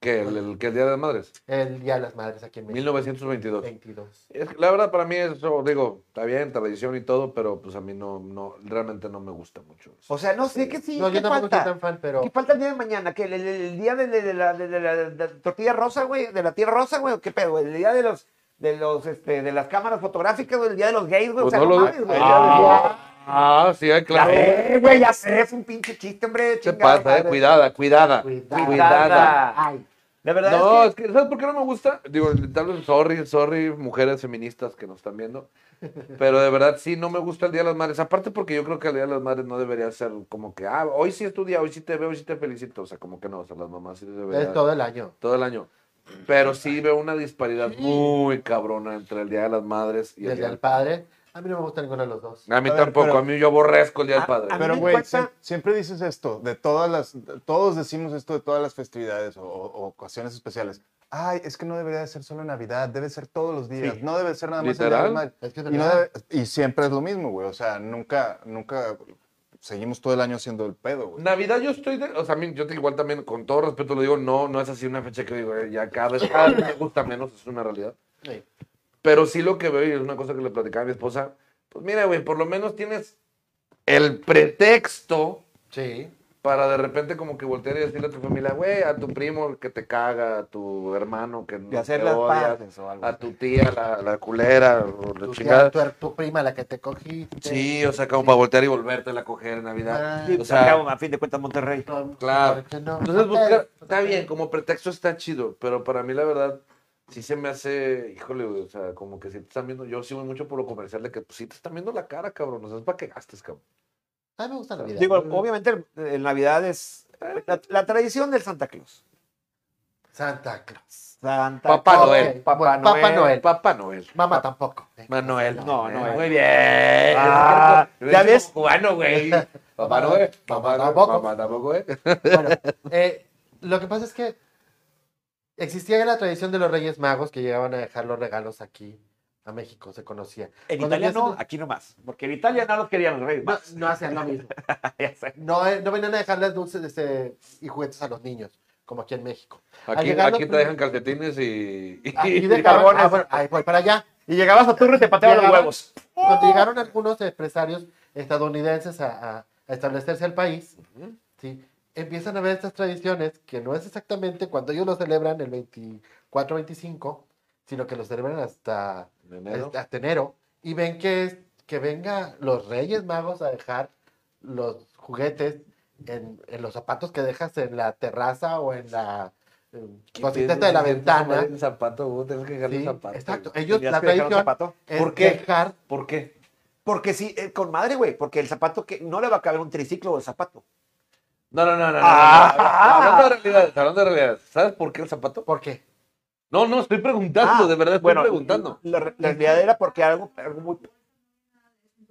que el, el- que el Día de las Madres, El Día de las Madres aquí en México. 1922. 1922. Es que la verdad, para mí eso, digo, está bien, tradición y todo, pero pues a mí no, no realmente no me gusta mucho. eso. O sea, no sé qué sí, No, ¿qué yo tampoco soy falta? tan fan, pero ¿Qué falta el día de mañana? ¿Que el, el- el día de, de- de la, de- de la- de la tortilla rosa, güey? ¿De la tierra rosa, güey? ¿O ¿Qué pedo? güey? ¿El día de los de los este, de las cámaras fotográficas, güey? ¿El día de los gays, güey? Pues o sea, no no lo- mames, güey. Ah, ah, sí, ay, Ya claro. sé, güey, ya sé, es un pinche chiste, hombre. Se chingada pasa, eh, madre. cuidada, cuidada, Cuidada. cuidada. ay, La verdad No, es es que, ¿sabes por qué no me gusta? Digo, tal vez, sorry, sorry, mujeres feministas que nos están viendo. Pero de verdad, sí, no me gusta el Día de las Madres. Aparte porque yo creo que el Día de las Madres no debería ser como que, ah, hoy sí es tu día, hoy sí te veo, hoy sí te felicito. O sea, como que no, o sea, las mamás sí deberían. es todo el año. todo el año. Pero sí veo una disparidad muy cabrona entre el Día de las Madres Desde y el el Día del Padre. Padre. A mí no me gusta ninguno de los dos. A mí A ver, tampoco, pero- a mí yo aborrezco el Día del Padre. a mí Pero, me güey, cuesta- siem- siempre dices esto, de todas las, todos decimos esto de todas las festividades o, o- o ocasiones especiales. Ay, es que no debería de ser solo Navidad, debe ser todos los días, Sí. no debe ser nada más Literal. el día del mal. Es que es y, no verdad. debe- y siempre es lo mismo, güey, o sea, nunca, nunca seguimos todo el año haciendo el pedo, güey. Navidad yo estoy, de- o sea, a mí- yo te- igual también, con todo respeto lo digo, no, no es así una fecha que digo, eh, ya cada vez, cada vez me gusta menos, es una realidad. Sí. Pero sí lo que veo, y es una cosa que le platicaba a mi esposa, pues mira, güey, por lo menos tienes el pretexto Sí. para de repente como que voltear y decirle a tu familia, güey, a tu primo que te caga, a tu hermano que no de hacer te las odia, partes o algo. a tu tía, la, la culera, o la Tu, chingada. tía, tu, her- tu prima, la que te cogiste. Sí, o sea, como para voltear y volvértela a coger en Navidad. Ah, Sí, o sea- acabo, a fin de cuentas, Monterrey. no, claro. ¿por qué no? Entonces Ok, buscar, ok. está bien, como pretexto está chido, pero para mí la verdad sí se me hace, híjole, güey, o sea, como que si te están viendo, yo sí voy mucho por lo comercial de que pues, sí te están viendo la cara, cabrón, o sea, es para que gastes, cabrón. A mí me gusta Navidad. Digo, obviamente, el, el Navidad es la, la tradición del Santa Claus. Santa Claus. Santa Papá Claus, Noel, Papá bueno, Noel. Papá Noel. Papá Noel. Mamá tampoco. eh. Manuel. No, Eh, Noel. Muy bien. Ah, Es que- ya es ves. como Cubano, güey. Papá Noel. Papá Noel. Tampoco. Papá tampoco, eh. [LAUGHS] Bueno, eh, lo que pasa es que existía la tradición de los Reyes Magos que llegaban a dejar los regalos aquí a México, se conocía. En Cuando Italia ya se- no, aquí nomás. Porque en Italia no los querían los reyes. No, Magos. no hacían lo [LAUGHS] mismo. Ya sé. No, eh, no venían a dejarles dulces este, y juguetes a los niños, como aquí en México. Al Aquí, llegar aquí los te dejan calcetines y. y- Aquí y de jabones. cabrones. Ah, bueno, ahí voy para allá. Y llegabas a turno y te pateaban los Llegaban- huevos. Cuando llegaron algunos empresarios estadounidenses a, a- a establecerse al país, ¿sí? empiezan a ver estas tradiciones que no es exactamente cuando ellos lo celebran el 24-25, sino que lo celebran hasta En enero. este, hasta enero, y ven que, es- que venga los Reyes Magos a dejar los juguetes en, en los zapatos que dejas en la terraza o en la eh, cosita esta de la ventana. Un zapato, güey, tienes que dejarle Sí, un zapato. exacto. güey. Ellos, Tenías la que dejar un tradición zapato. es ¿Por qué? dejar ¿Por qué? Porque sí, eh, con madre, güey. Porque el zapato que no le va a caber un triciclo o el zapato. No, no, no, no. no, Ah. no, no, no. Hablando de realidad, hablando de realidad. ¿Sabes por qué el zapato? ¿Por qué? No, no, estoy preguntando, Ah, de verdad, estoy bueno, preguntando. La, re- la realidad era porque algo, algo muy.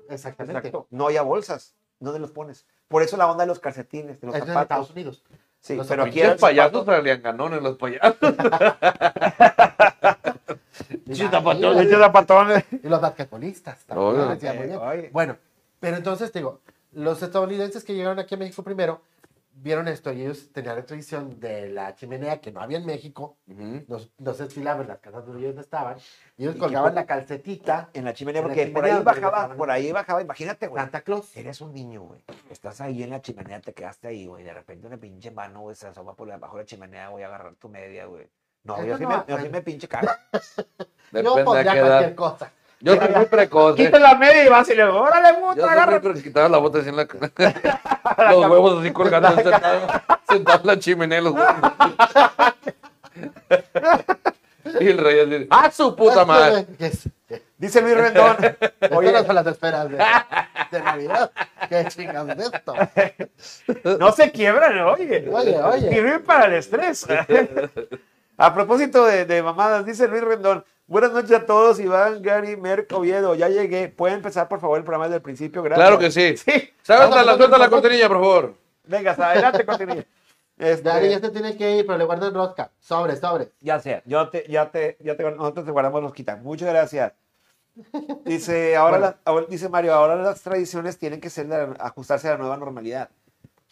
Exactamente. Exacto. No había bolsas. ¿Dónde los pones? Por eso la onda de los calcetines, de los Eso es en Estados zapatos. Unidos. Sí, Los pero aquí Pinches era el payasos zapato. salían ganones los payasos. Y la- zapatones, y- zapatones. Y los basquetbolistas también. Oye. les decía, muy bien. Eh, Oye. Bueno, pero entonces te digo, los estadounidenses que llegaron aquí a México primero vieron esto y ellos tenían la tradición de la chimenea que no había en México. Ujú. No, no se estilaban las casas donde ellos estaban. Y ellos Y colgaban que- la calcetita En la chimenea, En la porque por chimenea, ahí donde bajaba, dejaban- por ahí bajaba. Imagínate, güey. Santa Claus. Eres un niño, güey. Estás ahí en la chimenea, te quedaste ahí, güey. De repente una pinche mano, güey, se asoma por debajo de la chimenea, güey, a agarrar tu media, güey. No, Eso yo sí, no me, va- yo sí me [LAUGHS] pinche cago. Depende yo a pondría pues, qué cualquier edad. cosa. Yo soy muy precoz. eh. la media y vas y le digo, órale, Yo siempre pero quitaba la bota así en la [LAUGHS] Los huevos así colgando sentado, sentado en la chimenea, los huevos. [LAUGHS] Y el rey así, ¡ah, [LAUGHS] su puta madre! Yes. Dice Luis [LAUGHS] Rendón. Oye, Oye, las las esperas de, de Navidad. ¿Qué chingas de esto? no se quiebran, oye. Oye, oye. Sirven para el [LAUGHS] estrés. A propósito de, de mamadas, dice Luis Rendón. Buenas noches a todos, Iván, Gary, Merck, Oviedo. Ya llegué. ¿Pueden empezar, por favor, el programa desde el principio? Gracias. Claro que sí. [LAUGHS] Sí. Suelta la, suelta la cortinilla, por favor. Venga, adelante, [LAUGHS] continúe. Este, Gary ya se tiene que ir, pero le guardan rosca. Sobre, sobre. Ya sea, yo te, ya te, ya te, nosotros te guardamos los quitan. Muchas gracias. Dice, ahora la- ahora- dice Mario, ahora las tradiciones tienen que ser de- ajustarse a la nueva normalidad.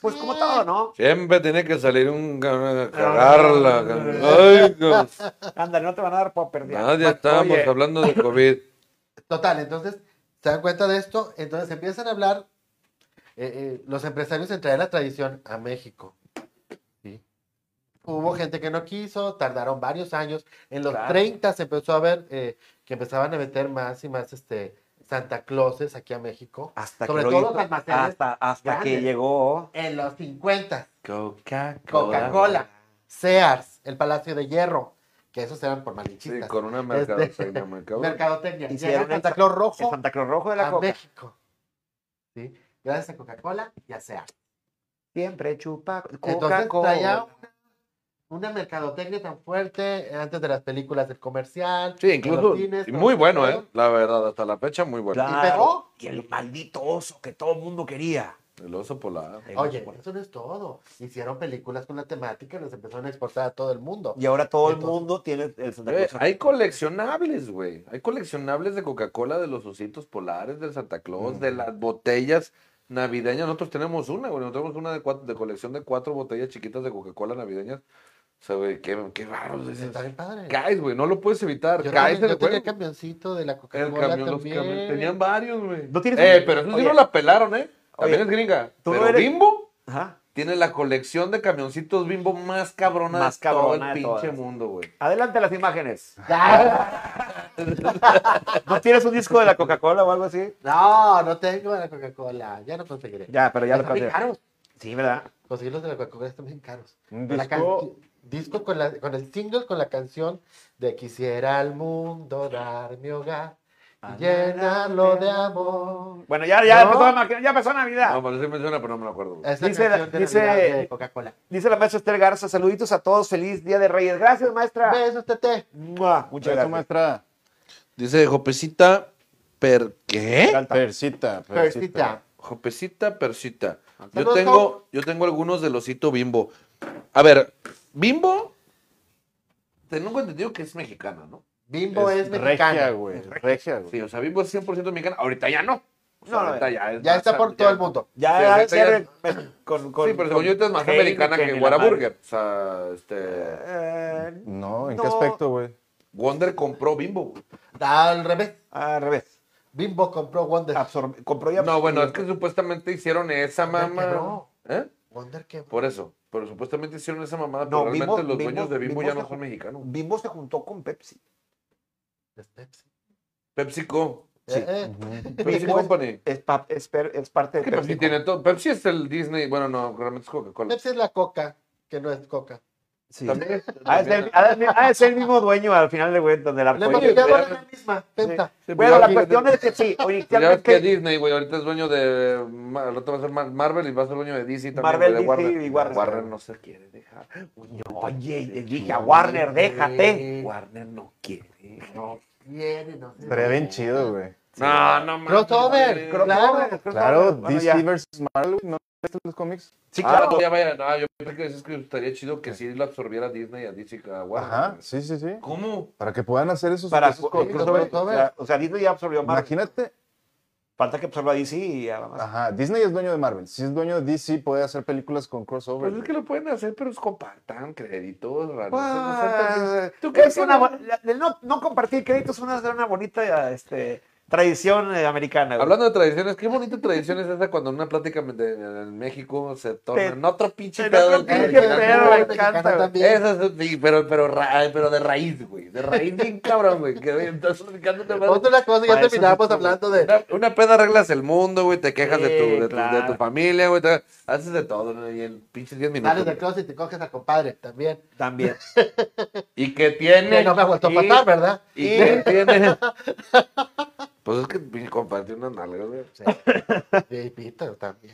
Pues como Mm. todo, ¿no? Siempre tiene que salir un ca- cagarla. ca- Ay, ca- Ándale, no te van a dar popper. ya. Nadie Oye, estábamos hablando de [LAUGHS] COVID. Total, entonces, ¿se dan cuenta de esto? Entonces empiezan a hablar eh, eh, los empresarios en traer la tradición a México. ¿sí? Hubo gente que no quiso, tardaron varios años. En los Claro. 30 se empezó a ver eh, que empezaban a meter más y más este, Santa Clauses aquí a México. Hasta sobre que lo todo hizo- los almacenes hasta, hasta que grandes. llegó En los 50, Coca-Cola. Coca-Cola, Sears, el Palacio de Hierro, que esos eran por Sí, malinchistas. con una Este, mercadotecnia. mercado- mercadotecnia. Hicieron Llega Santa esa- Claus el Rojo Santa Cruz Rojo de la a Coca. México. ¿sí? Gracias a Coca-Cola y a Sears. Siempre chupa Entonces traía Coca-Cola. una, una mercadotecnia tan fuerte eh, antes de las películas del comercial. Sí, de los incluso. cines, y todo muy eso. bueno, ¿eh? La verdad, hasta la fecha, muy bueno. Claro. pegó? Y el maldito oso que todo el mundo quería. El oso polar. Oye, eso no es todo. Hicieron películas con la temática y las empezaron a exportar a todo el mundo. Y ahora todo el Entonces- mundo tiene el Santa Güey, Cruz. hay coleccionables, güey. Hay coleccionables de Coca-Cola, de los ositos polares, del Santa Claus, de las botellas navideñas. Nosotros tenemos una, güey. Nosotros tenemos una de, cuatro- de colección de cuatro botellas chiquitas de Coca-Cola navideñas. O sea, güey, qué, qué barros es Está bien padre. Caes, güey, no lo puedes evitar. Yo, Caes también, en yo el tenía juego. el camioncito de la El Coca-Cola camión, los también. camiones. Tenían varios, güey. ¿No tienes- Eh, pero eso sí Oye. no la pelaron, ¿eh? También Oye, es gringa. tú no Pero eres- Bimbo Ajá. tiene la colección de camioncitos Bimbo más cabrona Más de todo cabrona de el pinche todas. mundo, güey. Adelante las imágenes. Ya. ¿No tienes un disco de la Coca-Cola o algo así? No, no tengo la Coca-Cola. Ya no conseguiré. Ya, pero ya lo Están bien conseguí. caros. Sí, ¿verdad? Conseguir los de la Coca-Cola están bien caros. Un Con la disco- can- disco con, la- con el single con la canción de Quisiera al mundo dar mi hogar y llenarlo de amor. Bueno, ya, ya, No. empezó, ma- ya empezó Navidad. No, parece que menciona, pero no me lo acuerdo. güey. Esa Dice la- canción de dice- Navidad de Coca-Cola. Dice la maestra Esther Garza, saluditos a todos, feliz Día de Reyes. Gracias, maestra. Besos, tete. Mua, Muchas Beso, gracias. maestra. Dice Jopecita per ¿qué? Peralta. Persita. Persita. Jopecita persita. Yo Saludos, tengo, Jao. yo tengo algunos del osito bimbo. A ver, bimbo, tengo entendido que es mexicana, ¿no? Bimbo es, Regia, mexicana. güey. Regia, güey. Sí, o sea, bimbo es 100% mexicana. Ahorita ya no. O sea, No, no, ahorita ya es Ya más- está por todo el mundo. Sí, Ya, ahorita ya, con, con, Sí, pero según yo ahorita es más con americana Heineken y que la madre. Whataburger. O sea, este... Eh, No, ¿en No. qué aspecto, güey? Wonder compró bimbo. Al revés. al revés. Bimbo compró Wonder. Absorbe, compró y No, absorbe. bueno, es que supuestamente hicieron esa Wonder mamá. quebró. ¿Eh? Wonder que Por eso. Pero supuestamente hicieron esa mamada, No, pero realmente Bimbo- los dueños Bimbo- de Bimbo, Bimbo ya se no son ju- mexicanos. Bimbo se juntó con Pepsi. es Pepsi. PepsiCo. Sí. Pues, Eh, eh. Pepsi Bimbo es- Company. Es, pa- es per- es parte de Que Pepsi tiene todo. Pepsi es el Disney. Bueno, no, realmente es Coca-Cola. Pepsi es la Coca, que no es Coca. Sí. También es- Ha de, ser, ha de- ha de ser el mismo dueño al final de cuentas de la La Oye, embotelladora es la misma. Pepsi. Sí, Bueno, pues la ya- Pues, cuestión es que [LAUGHS] sí, Ya ves que inicialmente Disney, güey, ahorita es dueño de. Mar- El otro va a ser Mar- Marvel y va a ser dueño de DC también. Marvel, güey, de DC y Warner. Warner no se quiere dejar. Oye, le dije a Warner, déjate. Warner no quiere. No, Viene, no sé. Eh, Estaría bien chido, güey. no, no mames. Crossover, Crossover. Claro. Claro, Bueno, ya. DC vs. Marvel, güey, ¿no leíste los cómics? Sí, Ah, claro. pues, no, ya vaya. No, yo pensé que decías que estaría chido que sí lo absorbiera Disney a DC y a Warner. Ajá, sí, sí, sí. ¿Cómo? Para que puedan hacer esos, Para esos co- cómics, crossover, güey. o sea, o sea, Disney ya absorbió más. Imagínate, Falta que absorba DC y ya Ah, nada más. ajá, Disney es dueño de Marvel. Si es dueño de DC, puede hacer películas con crossover. Pues es güey. que lo pueden hacer, pero es compartan créditos. raros. Ah, ¿Tú es crees que una no? bo- la- el no, no compartir créditos es una, una bonita este, Tradición eh, americana. güey. Hablando de tradiciones, qué bonita tradición es esa cuando en una plática de- en México se torna Te- en otro pinche en pedo. otro pinche tradicional. pedo, me encanta, güey. Eso es, sí, pero, pero, ra- pero de raíz, güey. De raíz bien cabrón, güey. Que estás ubicándote más- Otra cosa, ya Para eso terminamos sí, hablando de. Una, una peda arreglas el mundo, güey. Te quejas de, tu, Sí, de, tu- de tu, claro. familia, güey. te- haces de todo, ¿no? Y en pinches 10 minutos. Sales del closet y te coges a compadre también. También. Y que tiene. Que no me ha vuelto a y- pasar, ¿verdad? Y que tiene. [LAUGHS] Pues es que pinche, compartí unas nalgas, güey. Sí. Sí, Pito también.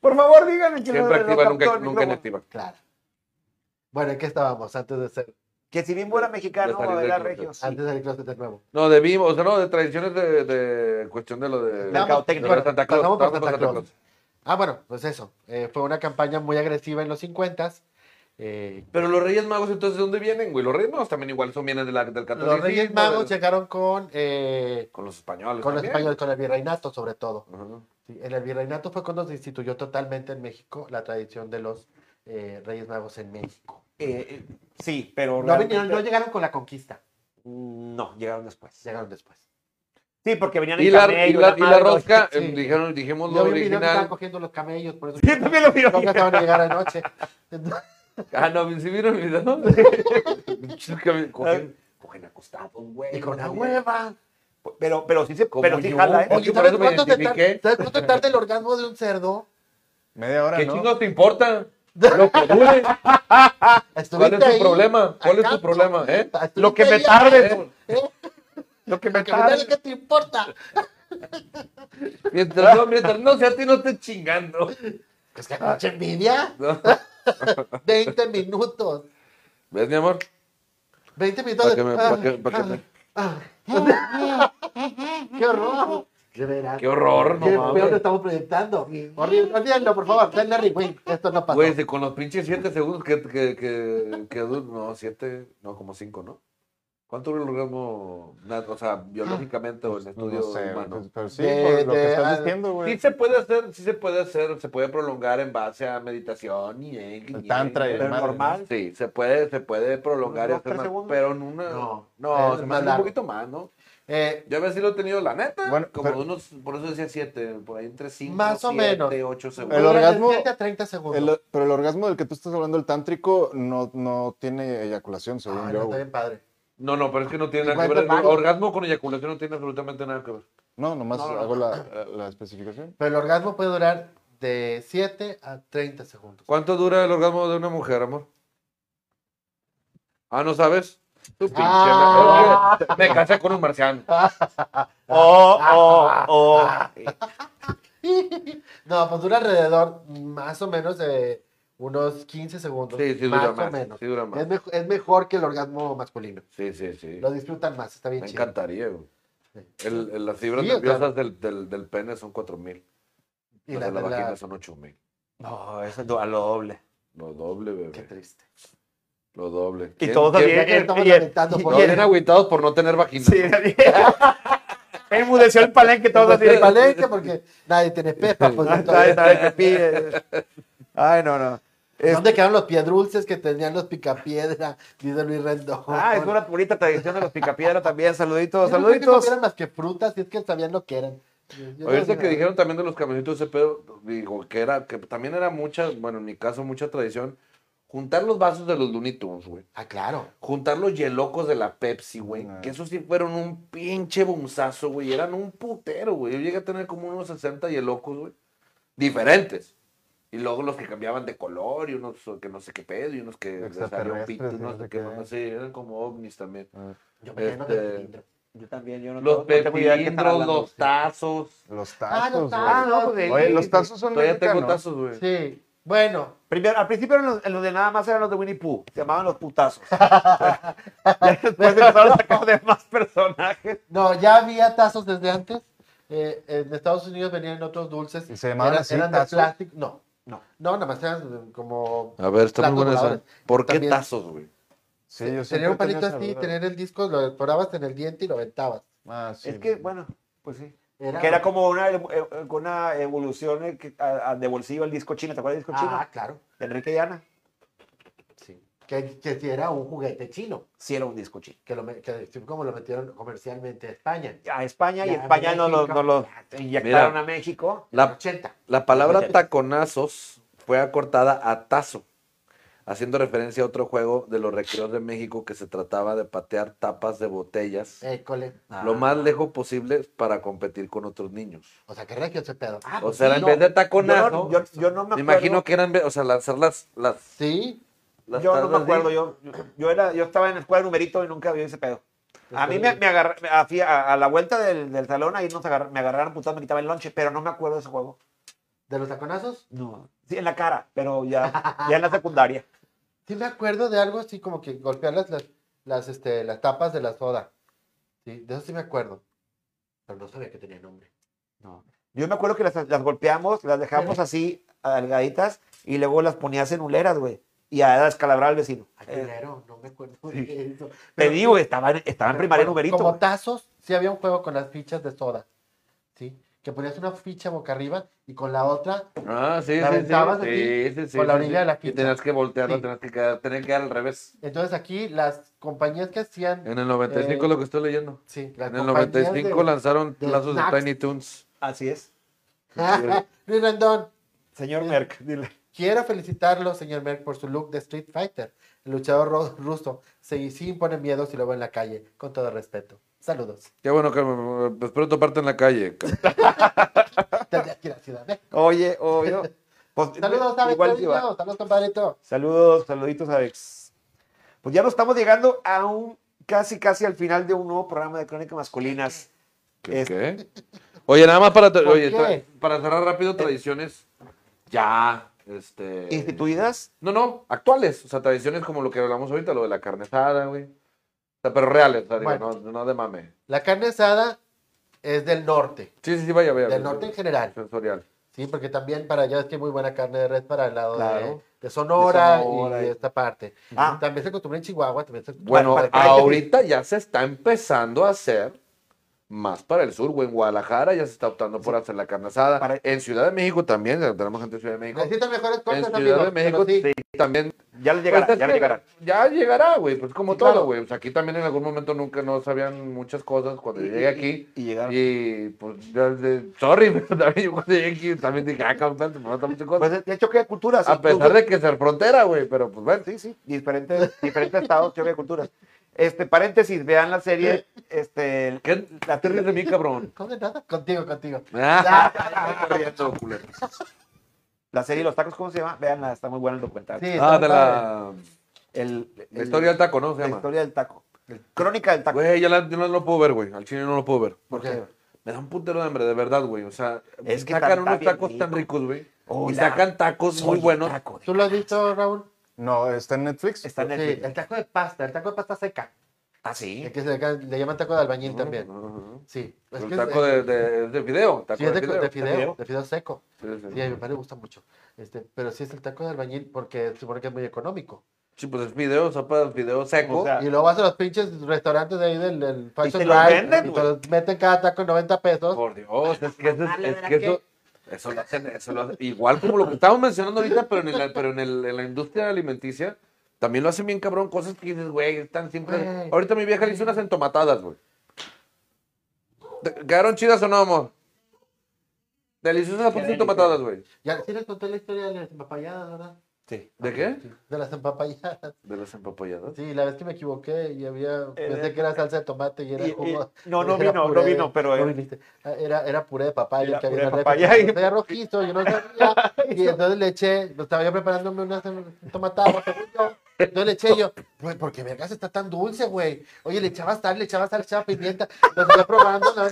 Por favor, díganme que Siempre no- no activa, captó nunca, el nunca micrófono. inactiva. Claro. Bueno, ¿en qué estábamos antes de ser, Que si bien [LAUGHS] fuera De mexicano, salir a del ver, closet. Regio. sí. antes del closet de nuevo? No, de vivo, o sea, no, de tradiciones de, de cuestión de lo de. Vamos, de lo de bueno, Santa Claus. pasamos por Vamos Santa Claus. Ah, bueno, pues eso. Eh, fue una campaña muy agresiva en los 50 eh, Pero los Reyes Magos, entonces, ¿de dónde vienen, güey? Los Reyes Magos también igual son vienen de la, del catolicismo. Los Reyes Magos del- llegaron con, eh, Con los españoles. con los también. españoles, con el virreinato sobre todo. Ajá. Sí, en el virreinato fue cuando se instituyó totalmente en México la tradición de los eh, Reyes Magos en México. Eh, eh, sí, pero. No, realmente- vinieron- no llegaron con la conquista, No, llegaron después. llegaron después. Sí, porque venían Y en la, camello, y la, y la madre, [LAUGHS] no, rosca, sí. eh, dijeron, dijimos Yo lo vi un video que estaban original. cogiendo los camellos, por eso [LAUGHS] Sí, también lo vi. no acaban de llegar anoche. Ah, no, ¿sí vieron el video? [LAUGHS] [LAUGHS] Pinches cami- cogen, cogen acostados, güey. Y con la güey. hueva. Pero, pero sí se. Como Pero sí yo. jala, ¿eh? Oye, por ¿sabes eso me cuánto te tar- identifiqué. ¿Sabes cuánto tarda el orgasmo de un cerdo? Media hora, ¿Qué ¿no? chingos te importa? Lo que [LAUGHS] dure. ¿Cuál es tu Estuviste ahí, problema? ¿Cuál es tu acá, problema, eh? estuviste Lo que me ahí, tarde, ¿eh? Lo que Lo me que me tarde, tarde. ¿qué te importa? Mientras no, mientras no, si a ti no te chingando. Pues que Ah. mucha envidia. No. 20 minutos. ¿Ves, mi amor? 20 minutos. Para que me, pa' que- Ah, pa' que me- [LAUGHS] ¡Qué horror! De veras. Qué horror, Qué no feo lo mames. estamos proyectando. Horrible. Olvídenlo, por favor. Ten Larry, güey. Esto no pasó. Güey, si con los pinches 7 segundos que, que, que, que dur- no, 7, no, como 5, ¿no? ¿Cuánto dura el orgasmo, nat- o sea, biológicamente o en Ah, No estudio sé, humano? pues, pero sí, De- por lo de- que ah, estás diciendo, güey. Sí se puede hacer, sí se puede hacer, se puede prolongar en base a meditación y eh, El tantra y el Pero madre, normal. Sí, se puede, se puede prolongar Unos este tres ma- segundos. pero en una No, no, Eh, es se me más hace un largo. poquito más, ¿no? Eh, Yo a veces lo he tenido la neta, Bueno, como pero- de unos, por eso decía siete, por ahí entre cinco, Más o siete, menos. ocho segundos. El dura de orgasmo- 7 a 30 segundos. Ah, El- pero el orgasmo del que tú estás hablando, el tántrico, no, no tiene eyaculación, según Ay, Ah, no, yo. está güey. bien padre. No, no, pero es que no tiene nada que Igual ver. de El malo. orgasmo con eyaculación no tiene absolutamente nada que ver. No, nomás No, no. hago la, la- la especificación. Pero el orgasmo puede durar de 7 a 30 segundos. ¿Cuánto dura el orgasmo de una mujer, amor? Ah, ¿no sabes? Tú pinche. Ah. me- Me casé con un marciano. Oh, oh, oh. [LAUGHS] No, pues dura alrededor más o menos de unos 15 segundos. Sí, sí más dura o más. menos. Sí dura Es, más. mejo- es mejor que el orgasmo masculino. Sí, sí, sí. Lo disfrutan más, está bien Me chido. encantaría, güey. Sí. El- el- las fibras Sí, o sea- nerviosas del, del, del pene son 4000. Y las la, de la la- vagina son 8000. No, eso es do- a lo doble. Lo doble, Qué bebé. triste. Lo doble. Y ¿Quién- todos quién- así. Ya que eh, estamos eh, lamentando por No, bien agüitados por no tener vagina. Sí, Enmudeció el palenque todo Pues, así. Porque eh, el palenque, porque nadie tiene pepa. pues, Ah, está, entonces, está, el que pide. Ay, no, no. Es- ¿Dónde quedaron los piedrulces que tenían los picapiedra? [LAUGHS] Dice Luis Rendón. Ah, es una bonita tradición de los picapiedra también. Saluditos, Yo no creo que no saluditos. eran más que frutas, si es que sabían lo que eran. Yo- yo Ahorita no- este que dijeron también de los camioncitos ese pedo, digo, que era, que también era mucha, bueno, en mi caso, mucha tradición, juntar los vasos de los Looney Tunes, güey. Ah, claro. Juntar los yelocos de la Pepsi, güey. Ah. Que esos sí fueron un pinche bunzazo, güey. Eran un putero, güey. Yo llegué a tener como unos 60 yelocos, güey. Diferentes. Y luego los que cambiaban de color y unos que no sé qué pedo y unos que les salió un Extraterrestres, pito, y no sé qué. qué. No sé, eran como ovnis también. Yo me quedé en Este, el cilindro. Yo también, yo no Los tengo- no tengo idea de qué están pepilindros, hablando. los tazos. Los Ah, los tazos. Ah, güey. no, pues de- tazos. Oye, los tazos son Todavía tengo mexicanos. tazos, güey. Sí. Bueno, Primero, al principio eran los, en los de nada más eran los de Winnie Pooh, se llamaban los putazos. Ya después empezaron a sacar de más personajes. no, ya había tazos desde antes. Eh, en Estados Unidos venían otros dulces. ¿Y se llamaban eran, así, eran de tazos? plástico. No, No. no, nada más eran como. A ver, está Platos muy buena esa. voladores. ¿Por qué También. tazos, güey? Sí, yo siempre Tener un he tenido palito esa así, duda. tener el disco, lo decorabas en el diente y lo ventabas. Ah, sí. es que, bueno, pues sí. Era- Que era como una, eh, eh, una evolución eh, que- a- a- de bolsillo al disco chino, ¿te acuerdas del disco chino? Ah, claro. De Enrique y Ana. Sí. que, que si era un juguete chino, Sí era un disco chino. que, lo, me- que como lo metieron comercialmente a España. A España y Ya, España no lo, México. no lo inyectaron Mira. a México. La La, 80. la palabra taconazos fue acortada a tazo, haciendo referencia a otro juego de los recreos de México que se trataba de patear tapas de botellas Eh, École. ah. lo más lejos posible para competir con otros niños. O sea, que regio ese pedo. Ah, O pues sea, sí, en no. vez de Yo taconazo, no, yo, yo no me acuerdo. me imagino que eran, o sea, lanzar las, las, Sí. las Yo no tablas me de- acuerdo. Yo, yo- yo era, yo estaba en la escuela de numerito y nunca vi ese pedo. A mí me, me agarra- me- a, fi- a- a la vuelta del, del salón ahí nos agarra- me agarraron putadas, me quitaban el lonche, pero no me acuerdo de ese juego. ¿De los taconazos? No. Sí, en la cara, pero ya, ya en la secundaria. Sí me acuerdo de algo así como que golpear las, las, las, este, las tapas de la soda. Sí, de eso sí me acuerdo. Pero no sabía que tenía nombre. No. Yo me acuerdo que las, las golpeamos, las dejamos así, delgaditas, y luego las ponías en huleras, güey. Y a descalabrar al vecino. Ay, Eh, culero, no me acuerdo sí. de eso. te Pero- digo, estaba, en- Ah, estaba en primaria Bueno, numerito. Como güey. tazos, sí había un juego con las fichas de soda. ¿Sí? Que ponías una ficha boca arriba y con la otra. Ah, sí, La sí, aventabas sí, así, sí, sí, sí, con la sí, orilla sí. de la Y ficha. tenías que voltearlo, Sí. tenías que quedar, tenías que quedar al revés. Entonces aquí las compañías que hacían. En el 95 Eh, lo que estoy leyendo. Sí, las En el compañías 95 de- [LAUGHS] lanzaron de lazos de snacks. Tiny Toons. Así es. Luis Rendón, Señor Merck, dile. quiero felicitarlo, señor Merck, por su look de Street Fighter. El luchador ro- ruso se sí impone miedo si lo veo en la calle, con todo respeto. [LAUGHS] Saludos. Qué bueno que me- me- espero toparte en la [LAUGHS] calle. cabrón. Desde aquí la ciudad. ¿eh? Oye, obvio. Pues, Saludos, Alex. igual sí va. Saludos, saludos, compadrito. Saludos, saluditos, Alex. Pues ya nos estamos llegando a un casi, casi al final de un nuevo programa de Crónica Masculinas. ¿Qué? Es- qué? Oye, nada más para, ¿Por oye, qué? Eh. tra- para cerrar rápido tradiciones ya este Instituidas. No, no, actuales, o sea, tradiciones como lo que hablamos ahorita, lo de la carne asada, güey. O sea, pero reales, o sea, digo, Bueno. no, no de mame. La carne asada es del norte, Sí, sí, sí, vaya, vaya. del vaya. norte en general. Sensorial. Sí, porque también para allá es que hay muy buena carne de red para el lado de- Claro. de, Sonora, De Sonora y, y- de esta parte. Ah. También se acostumbra en Chihuahua, también se acostumbra- Bueno, para- para- ahorita ya se está empezando a hacer más para el sur, güey. En Guadalajara ya se está optando por hacer la carne asada. Para- En Ciudad de México también, ya tenemos gente de Ciudad de México. Necesitan mejores En cosas, Ciudad de amigos, México pero sí. sí, también. Ya les llegará, Pues es ya les que llegará. Ya llegará, güey. Pues como Sí, todo, claro. güey. O sea, aquí también en algún momento nunca no sabían muchas cosas. Cuando yo llegué aquí, Y llegaron. Y pues, yo, de- sorry, pero también yo cuando llegué aquí también dije, ah, cabrón, me falta muchas cosas. Pues de choque de culturas. a pesar de que ser frontera, güey, pero pues bueno. Sí, sí, diferentes, diferentes estados, choque de culturas. Este, paréntesis, vean la serie, este, ¿Qué la te ríes de mí, cabrón? No, de nada, contigo, contigo. Ah, estoy riendo, culero. la serie Los Tacos, ¿cómo se llama? Veanla, está muy buena el documental. Sí, Ah, está muy padre. de la, El, el- la historia del taco, ¿no? Se la llama. historia del taco. Crónica del taco. Güey, yo, la- yo no lo puedo ver, güey. Al chile no lo puedo ver. ¿Por qué? Me da un puntero de hambre, de verdad, güey. O sea, Es que sacan está- unos está bien tacos tan rico. ricos, güey. Hola. Y sacan tacos muy Soy buenos. taco de- ¿Tú lo has visto, Raúl? No, está en Netflix. Está en Sí, Netflix. el taco de pasta, el taco de pasta seca. Ah, sí. El que se le, ca- le llaman taco de albañil también. Ujú. Sí. Es El que es- taco de, de, de video. Taco sí, es de de, de video. de fideo, fideo. de fideo seco. Sí, sí. Sí, a mi papá le gusta mucho. Este, pero sí es el taco de albañil porque se supone que es muy económico. Sí, pues es video, sopa de video seco. O sea, Y luego vas a los pinches restaurantes de ahí del, del Fashion te los Drive, venden, y te güey. los meten cada taco en 90 pesos. Por Dios, es que, eso, es- Vale, es ¿verdad que que? eso, eso lo hacen, eso lo hacen. Igual como lo que estábamos mencionando ahorita, pero, en, el- pero en, el- en la industria alimenticia, también lo hacen bien cabrón, cosas que dices, güey, están siempre. Güey. Ahorita mi vieja le hizo unas entomatadas, güey. ¿Te- ¿Quedaron chidas o no, amor? Deliciosas las entomatadas, güey. Ya, sí les conté la historia de las empapalladas, ¿verdad? Sí. ¿De qué? Sí, de las empapalladas. De las empapalladas. Sí, la vez que me equivoqué y había. Eh, pensé que era salsa de tomate y era y- jugo. y- no, no [LAUGHS] era vino, no puré de- vino, pero eh, no era- viniste. Ah, Era, era puré de papaya Era que había puré en de el papaya [LAUGHS] refri, y- pero era rojizo, yo [LAUGHS] no sabía. y entonces le eché, pues, estaba yo preparándome una tomatada, según yo. Entonces le eché yo, güey, ¿por qué vergas está tan dulce, güey? Oye, le echaba sal, le echaba sal, le echaba pimienta. Lo seguía probando, ¿no?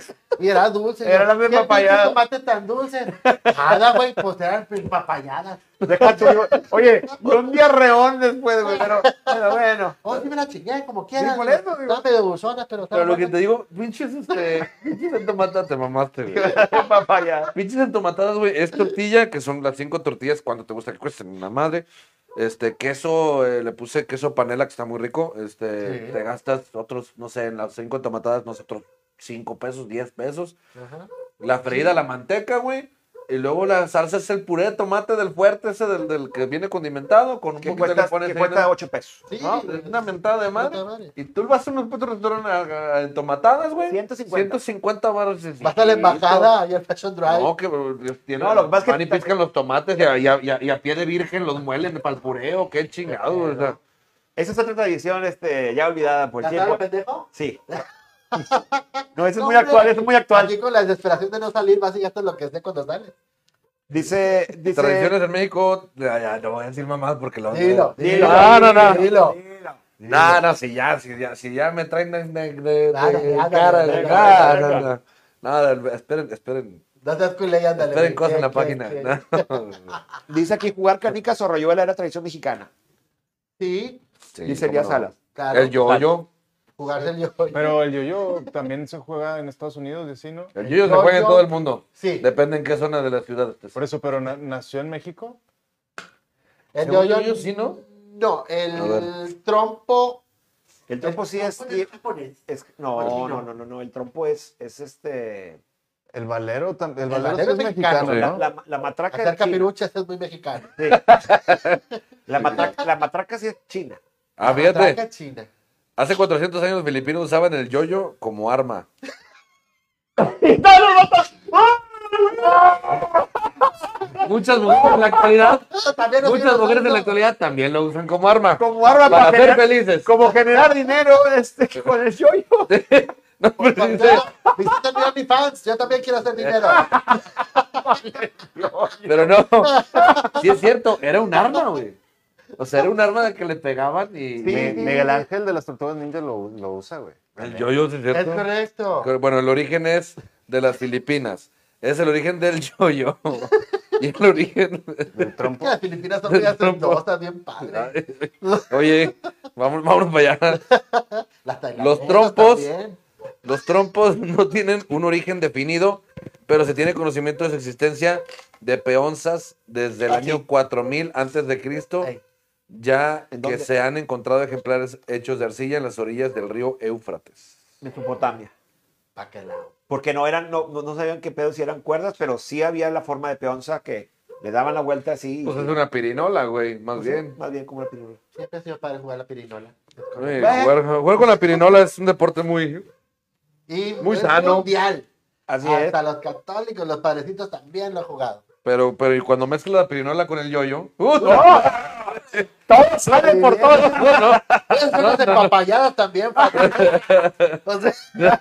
Y era dulce. Era Yo, la misma ¿qué pinche papayada. tomate tan dulce? Nada, güey, pues eran papayadas. Deja tú, yo- Oye, fue un diarreón después, güey, pero, pero bueno. Oh, sí me la chingué, como quieras. por eso, digo. Estaba medio dulzona, pero estaba Pero lo que buena. te digo, pinches, este, pinches entomatadas, te mamaste, güey. Papaya. Pinches entomatadas, güey. Es tortilla, que son las cinco tortillas. cuando te gusta que cuesten? Una madre. Este, queso, eh, le puse queso panela, que está muy rico. Este, Sí. te gastas otros, no sé, en las cinco tomatadas, nosotros cinco pesos, diez pesos. Ajá. La freída, la manteca, güey. Y luego la salsa es el puré de tomate del fuerte, ese del, del que viene condimentado, con un Que poquito le cuesta, pones que ahí cuesta una- 8 pesos. Sí, ¿no? güey. Una mentada de madre. Mentada de madre. Y tú vas a unos putos restaurantes a- a- en tomatadas, güey. 150. 150 baros. Vas a la embajada y al Fashion Drive. No, que eh, tiene, No, lo que pasa es que- van y piscan los tomates y a, y a- y a- y a pie de virgen los muelen para el pureo, qué chingado. o sea. Esa es otra tradición este, ya olvidada por el ¿Ya sabes, tiempo. pendejo? Sí. No, eso es No, muy actual, hombre. eso es muy actual. Aquí con la desesperación de no salir, vas y gastas lo que esté cuando sales. Dice, Tradiciones dice. en México, ya, ya, no voy a decir mamás porque lo Dilo, Dilo. dilo. No, no, no. Dilo. No, no, si ya, si ya, si ya me traen de, de, de- Ándale, ándale, de cara, ándale, de- ándale, no, no, ándale. no. Nada, el- esperen, esperen, No seas culé y ándale. güey. esperen cosas en la ¿Qué, página. qué, qué? ¿no? Dice aquí jugar canicas o rayuela era tradición mexicana. Sí, [LAUGHS] Sí, dice cómo Elías no. Salas. claro. El yo-yo. Jugarse el yo. Pero el yo-yo también se juega en Estados Unidos, ¿sí, no? El El yo-yo se juega en yo-yo. todo el mundo. Sí. Depende en qué zona de la ciudad estés. Por eso, pero na- nació en México. El Según yo-yo. yo, sí, ¿no? No, A el ver. trompo. El trompo sí es. trompo es japonés. es- no, no, no, no, no. El trompo es, es este. El valero, tam- el valero, valero sí es mexicano, mexicano, sí. ¿no? La, la matraca. es Hacer china. capiruchas es muy mexicano. Sí. La matraca, la matraca sí es china. Ah, Matraca fíjate. china. Hace 400 años los filipinos usaban el yo-yo como arma. Muchas mujeres en la actualidad, También nos siguen muchas mujeres en usando. la actualidad también lo usan como arma. Como arma para para ser generar- felices. Como generar dinero este, [LAUGHS] con el yoyo. [LAUGHS] No, pues, pero sí, Cuando- Visiten mi OnlyFans, yo también quiero hacer [LAUGHS] dinero. Pero no, sí es cierto, era un arma, güey. O sea, era un arma de que le pegaban y... Mi- Miguel Ángel de las Tortugas Ninja lo, lo usa, güey. El yo-yo, sí es Es cierto. correcto. Bueno, el origen es de las Filipinas. Es el origen del [LAUGHS] yo-yo. Y el origen... El Es que [LAUGHS] trompo. las Filipinas son El muy acentosas, trompo. bien padre. Oye, vamos, vámonos para allá. Las Los tailandesas trompos. también. Los trompos no tienen un origen definido, pero se tiene conocimiento de su existencia de peonzas desde el Ah, año 4000 antes de Cristo, Ey. ya ¿En que dónde? se han encontrado ejemplares hechos de arcilla en las orillas del río Éufrates. Mesopotamia. Pa' que la- Porque no eran, no, no no sabían qué pedo si eran cuerdas, pero sí había la forma de peonza que le daban la vuelta así. y- Pues es una pirinola, güey, más Pues Sí, bien. Más bien como la pirula. Siempre ha sido padre jugar la pirinola. Eh, jugar, jugar con la pirinola es un deporte muy... Y Muy es sano. mundial. Así es. Hasta los católicos, los padrecitos también lo han jugado. Pero, pero y cuando mezclas la pirinola con el yoyo... ¡uh! [LAUGHS] Todo sale por todos lados. Ellos son los de papayadas también. padre. O sea,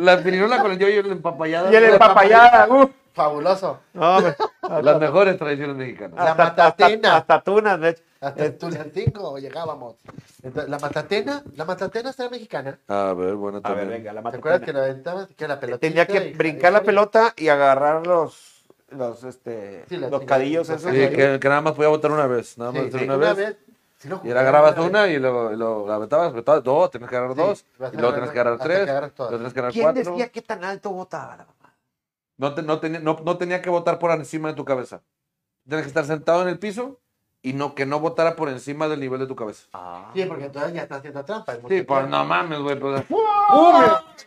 La pirinola con el yoyo la empapallada. Y el empapallada. uh. fabuloso. [LAUGHS] Las mejores tradiciones Ah, mexicanas. La Hasta, matatina. hasta tunas, de hecho. Hasta en Tulancingo llegábamos. Entonces, la matatena, la matatena será mexicana. A ver, bueno, A ver, también. venga, la ¿Te acuerdas matatina. que la aventabas? Que la pelota. Tenía que brincar la pelota y agarrar los, los, este, Sí, las los chingadas. cadillos Los esos. Sí, Ajá. que, que nada más podía votar una vez. Nada más Sí, hacer sí, una, vez. sí lo Y la jugaba grabas vez. una y luego lo, lo aventabas, aventabas dos, tenías que agarrar Sí, dos, vas y agarrando luego tenías que agarrar hasta tres, que agarras todas. luego tenías que agarrar ¿Quién cuatro. decía qué tan alto votaba la mamá? No, te- no, tenía, no, no tenía que votar por encima de tu cabeza. Tenías que estar sentado en el piso y no que no votara por encima del nivel de tu cabeza. Sí, porque entonces ya está haciendo trampa. es Sí, multiplicar. pues no mames, güey. Pues,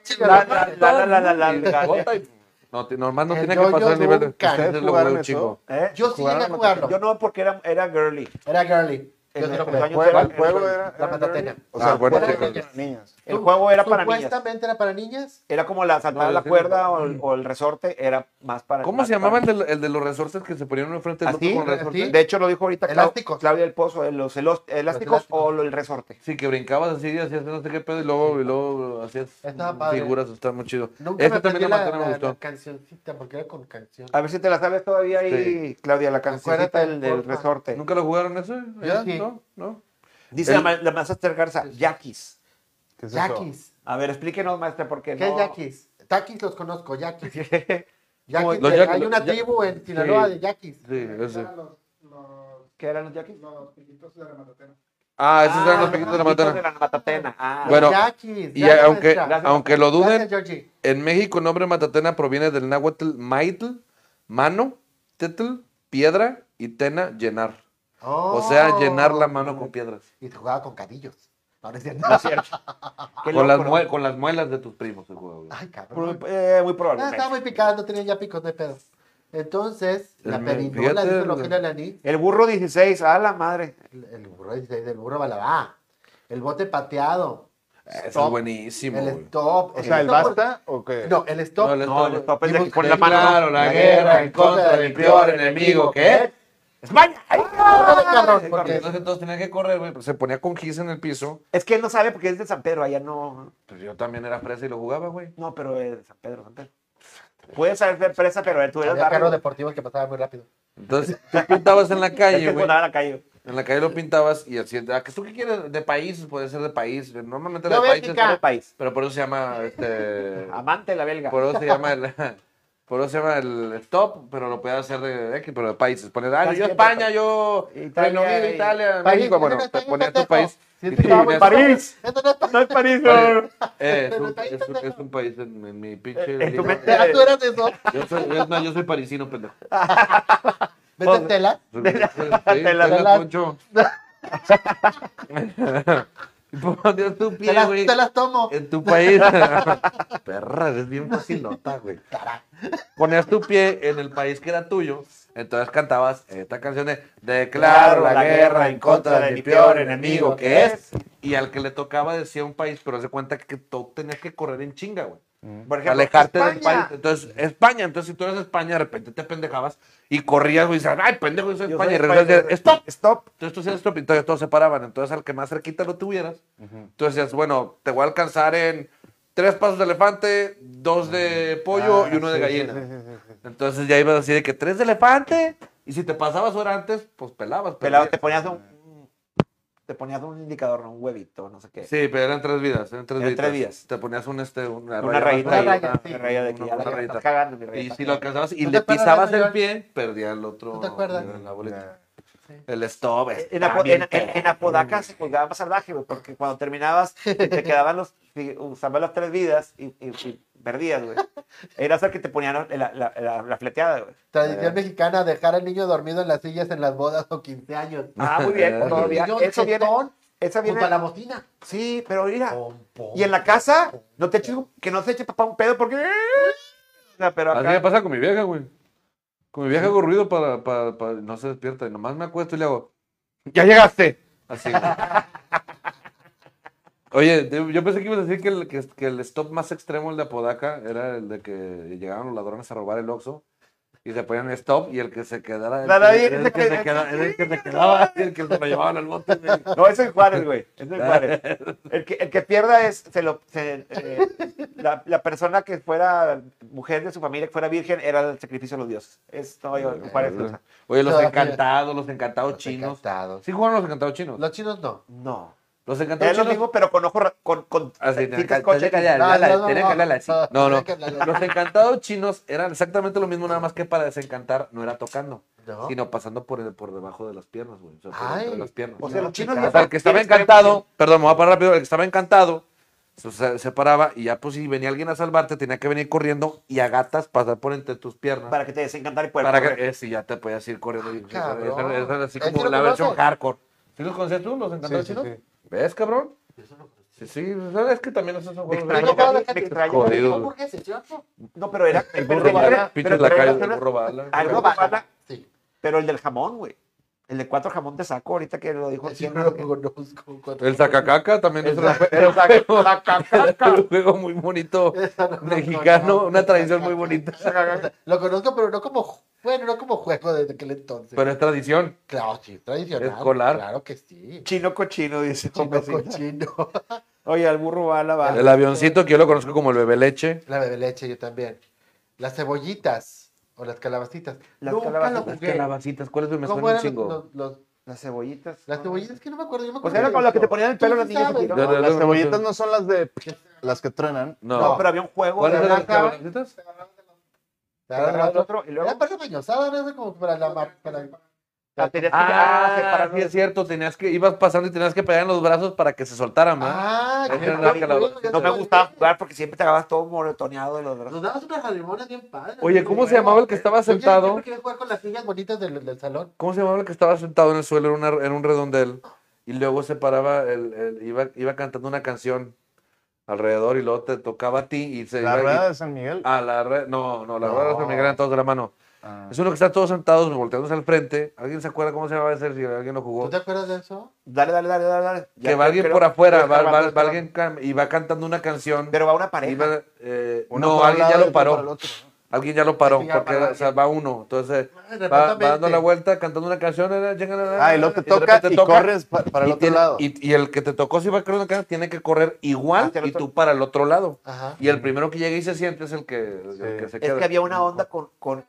Chica, La, no, la, la, la, la, la, la, Bota y- no, te- normal no El tenía yo-yo que pasar es el nivel de. un can. Ustedes ¿Ustedes lo jugaron eso? jugaron chico. ¿Eh? Yo sí llegué a Jugaron jugarlo. Yo no, porque era, era girly. Era girly. En Yo sí lo nuestros jugué. años ¿Juego, era- el juego era, La era- patatena. O sea, Ah, bueno, el sí, juego claro. era para niñas. El juego era para niñas. Supuestamente era para niñas. Era como la saltar No, la yo sí cuerda o el, o el resorte, era más para. ¿Cómo más se llamaba el para- de, el de los resortes que se ponían enfrente del ¿Así? otro con resortes? ¿Así? De hecho, lo dijo ahorita Clau- Elásticos. Claudia del Pozo, eh, los, elos- elásticos elásticos. o lo- el resorte. Sí, que brincabas así, hacías no sé qué pedo y luego, y luego hacías Estaba padre. figuras, está muy chido. Nunca Esta me aprendí Este también la, la, maté, no me la- gustó. la cancioncita porque era con canción. Ah, A ver si te la sabes todavía ahí, Claudia, la cancioncita Acuérdate, del, del porfa. resorte. ¿Nunca lo jugaron eso? eh. ¿Ya? sí. ¿No? ¿No? Dice la, El- ma- la maestra Garza, yaquis. ¿Qué es eso? Ah, Yaquis. A ver, explíquenos, maestra, porque ¿Qué no. es yaquis? Taquis los conozco, yaquis. Como Yaquis, los de- yaquis, hay los una ya- tribu en Sinaloa Sí. de yaquis. Sí, ese. [LAUGHS] ¿Qué eran los yaquis? Ah, esos eran los piquitos de la piquitos de matana. la matatena. Ah, Bueno, yaquis. Y gracias, aunque, maestra. aunque lo duden, Gracias, Georgie. en México el nombre matatena proviene del náhuatl maitl, mano, tetl, piedra y tena, llenar. Oh. O sea, llenar la mano con piedras. Y jugaba con cadillos. Ahora es cierto. no es cierto. Qué Con las, loco, ¿no? mue- con las muelas de tus primos se juega, güey. Ay, cabrón. Pro- eh, muy Ah, probablemente. estaba muy picado, tenía ya picos de pedo. Entonces, la Me- perinola, fíjate, dice güey. Rogelio Alaní, El burro 16, a la madre. el, el burro, dice, del burro balabá, el bote pateado, Eso Stop. es buenísimo, el güey. stop. O sea, ¿el stop- pues, basta o qué? No, el stop. el No, stop- el stop es de que pone Sí, la mano. Claro, la guerra en contra del peor enemigo ¿eh? que es. ¡España! ¡Ay, Órale, cabrón, ay, porque- corre. Entonces todos tenían que correr, güey. pero Se ponía con gis en el piso. Es que él no sabe porque es de San Pedro, allá no. Pues yo también era presa y lo jugaba, güey. No, pero es de San Pedro, San Pedro. Puedes saber de presa, pero tú eres Había carros barrio. deportivos que pasaban muy rápido. Entonces [LAUGHS] tú pintabas en la Es calle, que güey. jugaba a la calle. En la calle lo pintabas y así. ¿a qué- ¿Tú qué quieres? De país, puede ser de país. Normalmente era de país. Bélgica. Era pero- el país. Pero por eso se llama. [LAUGHS] Este, Amante de la belga. por eso se llama el. [LAUGHS] Por eso se llama el stop, pero lo podía hacer de X, pero de países. Poner, ah, Casi yo siempre, España, yo Reino Italia Unido, y- Italia, País, México. Bueno, no, no, te no, ponías tu pendejo. país. Sí, y sí, te vamos, ponías- París. Esto no es No es [LAUGHS] París, París. no. Eh, es, Pero un, está ahí, es un- pendejo. es un país en, en mi pinche. En tu libro. mente. Ah, tú eras de eso. Yo soy, yo- no, yo soy parisino, pendejo. Vete tela. [LAUGHS] Soy- soy- soy- de la- soy de la- [LAUGHS] Poncho. [LAUGHS] Por Dios, tu Te pie, las, güey. te las tomo. En tu país. [LAUGHS] Perra, eres bien facilota, güey. Ponías tu pie en el país que era tuyo, entonces cantabas esta canción de Declaro la guerra en contra de mi peor enemigo que es. Y al que le tocaba decía un país, pero se cuenta que tú tenías que correr en chinga, güey. Mm. Por alejarte del España. país. Entonces, España. Entonces, si tú eras España, de repente te pendejabas y corrías, güey, y dices, ay, pendejo, yo soy Yo España. soy y regresas y España. dices, stop. Stop. Entonces tú hacías stop y entonces todos se paraban. Entonces, al que más cerquita lo tuvieras, entonces decías, bueno, te voy a alcanzar en tres pasos de elefante, dos de pollo Ah, y uno de sí, gallina. sí, sí, sí, sí. Entonces ya ibas así de que tres de elefante. Y si te pasabas hora antes, pues pelabas. Pelado, te perdías. ponías un. Te ponías un indicador, ¿no? un huevito, no sé qué. Sí, pero eran tres vidas, eran tres, Eran tres viditas. vidas. Te ponías un, este, una, Una rayita, ahí, raya, más una, alta. sí. una raya de que Una ya la rayita. estás cagando, mi rayita. Y si lo alcanzabas y ¿No te le acuerdas pisabas de eso, el pie, perdía el otro. ¿No te acuerdas? Eh, La bolita. Ya. El stop. En, está Apo- bien en- en- en Apodaca se colgaba más salvaje, güey, porque cuando terminabas, te quedaban los, si usabas las tres vidas y, y- y perdías, güey. Era hacer que te ponían la, la- la- la fleteada, güey. Tradición mexicana, dejar al niño dormido en las sillas en las bodas o 15 años. Ah, muy bien, Ah, todavía. niño Eso viene, jetón, esa viene. Junto a la Oh. bocina. Sí, pero mira. Pom, pom. Y en la casa, no te eches, un- que no se eche papá un pedo porque. O sea, pero Así me acá. pasa con mi vieja, güey. Con mi vieja hago ruido para, para, para- no se despierta. Y nomás me acuesto y le hago, ¡Ya llegaste! [LAUGHS] Así, güey. Oye, te- yo pensé que ibas a decir que el, que, que el stop más extremo, el de Apodaca, era el de que llegaban los ladrones a robar el Oxxo y se ponían stop y el que se quedara... La- la- El, que- el la- que se la- queda- era el que se [LAUGHS] quedaba, el que se lo llevaban al bote. güey. No, es el Juárez, güey. Es el Juárez. [LAUGHS] El que, el que pierda es se lo, se, eh, la, la persona que fuera mujer de su familia, que fuera virgen, era el sacrificio de los dioses. Es, no, Ah, yo, Juárez Cruz. Oye, los Todavía. encantados, los encantados chinos. Encantados. ¿Sí jugaron los encantados chinos? Los chinos no. No. Los Era encantados lo chinos... mismo, pero con ojos, ra- con, con Así, citas tenía Ah, que- coche. tenía que hablar, No, hablar, no, no, tenía no. que hablar así. No, No, tenía no. que hablar. Los encantados chinos eran exactamente lo mismo, nada más que para desencantar no era tocando, No. sino pasando por, el- por debajo de las piernas, güey. O sea, por Ay. entre las piernas. O sea, los chinos O sea, el que estaba encantado, perdón, me voy a parar rápido, el que estaba encantado se, se- se paraba y ya pues si venía alguien a salvarte tenía que venir corriendo y a gatas pasar por entre tus piernas. Para que te desencantara y puedas Para que correr. eh, sí, ya te podías ir corriendo. y- esa- cabrón. esa- esa era así ¿Eh, sí como lo la conoces? versión hardcore. ¿Sí los conocías tú, los encantados Sí, sí, chinos? sí. ¿Ves, cabrón? Sí, sí, o sea, es que también esos son Me juegos extrañó de- que a mí- Déjate, me extrañó. jodido, Los güey. hamburgueses, ¿cierto? No, pero era [LAUGHS] El pero burro era- bala, pero pinches lacayos, era- el burro bala. Ah, el burro Algo bala. baja. Sí. Pero el del jamón, güey. El de cuatro jamón te saco ahorita que lo dijo. Yo ¿quién? no lo conozco. Cuatro- El sacacaca también es El una- saca- [LAUGHS] el saca- sacacaca. un juego muy bonito Esa [LAUGHS] no- no, no, mexicano, no, una no, tradición no, muy no, bonita. Lo conozco, pero no como, ju- bueno, no como juego desde aquel entonces. Pero es tradición. claro, sí, tradicional. escolar. Claro que sí. Chino cochino, dice. Chino Hombre, pues sí. cochino. [LAUGHS] Oye, al burro va la va. El avioncito que yo lo conozco como el bebé leche. La bebe leche, yo también. Las cebollitas o las calabacitas. Las Nunca calabacitas, lo Las jugué. calabacitas, ¿cuáles ¿Cómo me suena un eran chingo? los- los- Las cebollitas. las ¿no? cebollitas? Que no me acuerdo. Yo me Pues acuerdo era de con las eso. que te ponían el pelo Tú las sí niñas. sabes. aquí, ¿no? No, no, Las cebollitas no son las de las que truenan. No. No, pero había un juego. ¿Cuáles de- eran las blanca. calabacitas? te agarraba el Era otro y Era luego. para mañosada, no era como para la mar- para- la tenías que- ah, Ah, separar- sí es cierto, tenías que, ibas pasando y tenías que pegar en los brazos para que se soltaran, ¿verdad? Ah, Esas qué eran las rico, calabacitas. ya No te me acordé. gustaba jugar porque siempre te acabas todo moretoneado de los brazos. Nos dabas unas jarimonas bien padres. Oye, ¿cómo se llamaba el que estaba Yo siempre- sentado? siempre quería jugar con las niñas bonitas del, del salón. ¿Cómo se llamaba el que estaba sentado en el suelo en, una- en un redondel? Y luego se paraba, el, el- iba, iba cantando una canción. alrededor y luego te tocaba a ti y se La iba y- rueda de San Miguel. a la red. No, no, la No. rueda de San Miguel eran todos de la mano. Ah. Es uno que están todos sentados, volteándose al frente. ¿Alguien se acuerda cómo se llamaba ese? Si alguien lo jugó. ¿Tú te acuerdas de eso? Dale, dale, dale, dale. dale. que Ya, va alguien creo- por afuera, creo que va, va- va- creo que va va- alguien can- y va cantando una canción. Pero va una y pareja. va, eh, Uno no, por un alguien lado ya y lo otro por el paró. otro, Alguien ya lo paró, Sí, ya porque paró o sea, va uno. Entonces Ay, va- va, dando repentamente. la vuelta, cantando una canción. eh, llegan a- Ah, y luego te de toca repente y corres pa- para el y otro tiene- lado. Y, y el que te tocó, si va a correr una canción, tiene que correr igual Hacia el y otro- tú para el otro lado. Ajá. Y el primero que llegue y se siente es el que, el Sí. que se Es queda. que había una onda con. con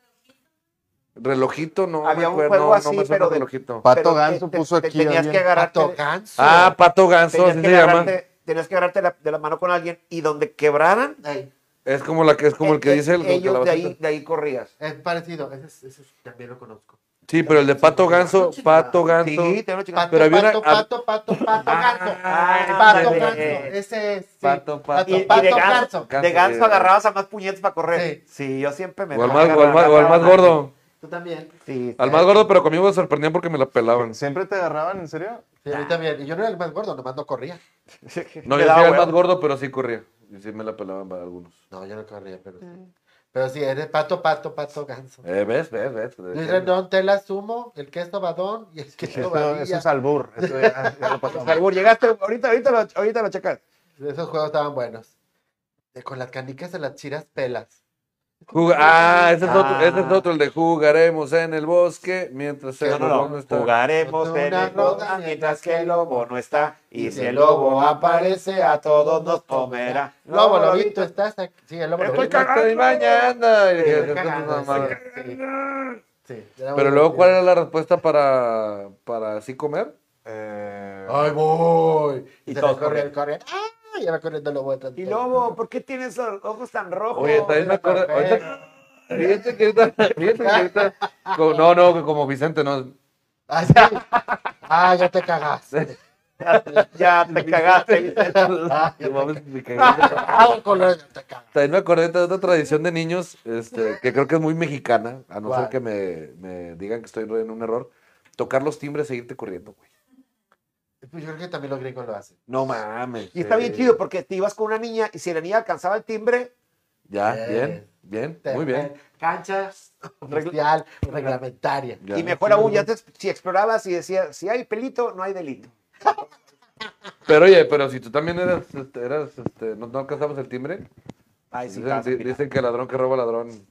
Relojito, no. había me un acuerdo, juego no, así, no me suena pero de- relojito. Pato pero te- Ganso te- puso te aquí Tenías alguien. que agarrarte. Pato Ganso. Ah, Pato Ganso, tenías así que se llama. agarrarte- Tenías que agarrarte la- de la mano con alguien y donde quebraran. Ey, Es como la que es como el que eh, dice el, el que ellos la de vasita. ahí, de ahí corrías. es parecido. Ese, es- ese es- también lo conozco. Sí, pero el de Pato Ganso, Pato Sí, Ganso. te lo chingaste. Pato, Pero había una- pato, pato, pato, pato, ganso. Ah, pato, ándale. ganso. Ese es. sí. Pato, pato. Y, y pato, de ganso. ganso, ganso. de ganso Sí. agarrabas a más puñetes para correr. Sí, yo siempre me. O al dejaba más, o al más- o al más agarrar. gordo. Tú también. Sí, Al más gordo, pero conmigo me sorprendían porque me la pelaban. ¿Siempre te agarraban, en serio? Sí, a Ah. mí también. Y yo no era el más gordo, nomás no corría. No, me yo sí daba era el hueva. más gordo, pero sí corría. Y sí me la pelaban para algunos. No, yo no corría, pero Mm. sí. Pero sí, eres pato, pato, pato, ganso. Eh, ¿Ves? ¿Ves? ¿Ves? Luis Rendón, tela sumo, el queso badón y el queso Eso, eso badilla. es albur. Eso ya- ya lo pasamos. Albur, llegaste, ahorita, ahorita lo, ahorita lo checas. Esos juegos estaban buenos. De- con las canicas de las chiras pelas. Juga- ah, ese es, otro, Ah. ese es otro, el de jugaremos en el bosque mientras Sí, el no, no. lobón está. Jugaremos Una en el ronda boda mientras mientras que el lobo no está. Y si el lobo aparece, a todos nos comerá. Lobo, lobito, estás aquí. Sí, el lobo, Estoy lobito. cagando. Estoy mañana. Y Sí, dije, estoy cagando, "Estas mamadas". sí, sí. Sí, era muy Pero luego, divertido. ¿cuál era la respuesta para, para así comer? Eh, ¡Ay, voy! Y Y se todos me corre, el corre. ¡Ah! Ya va corriendo el lobo detrás. de Y todo. lobo, ¿por qué tienes los ojos tan rojos? Oye, también me acuerdo. ahorita- eh. Fíjate que ahorita. Fíjate que ahorita. co- No, no, que como Vicente, no. Ah, sí. Ah, ya te cagaste. Ya te cagaste. Ah, ya [LAUGHS] No te mames, cagaste. me cagué. Ah, color, ya te cagaste. También me acordé de otra tradición de niños, este, que creo que es muy mexicana, a no ser ¿Cuál? que me, me digan que estoy en un error. Tocar los timbres e irte corriendo, güey. Pues yo creo que también los gringos lo hacen. No mames. eh. Y está bien sí. chido porque te ibas con una niña y si la niña alcanzaba el timbre, Ya, Eh, bien, bien, Te- muy bien. Canchas oficial, reglamentaria. Ya. y mejor aún, ya te- si explorabas y decías, si hay pelito, no hay delito. Pero oye, pero si tú también eras, este, eras, este, no, no alcanzamos el timbre. Ay, sí, Dicen, claro, di- mira. dicen que ladrón que roba ladrón.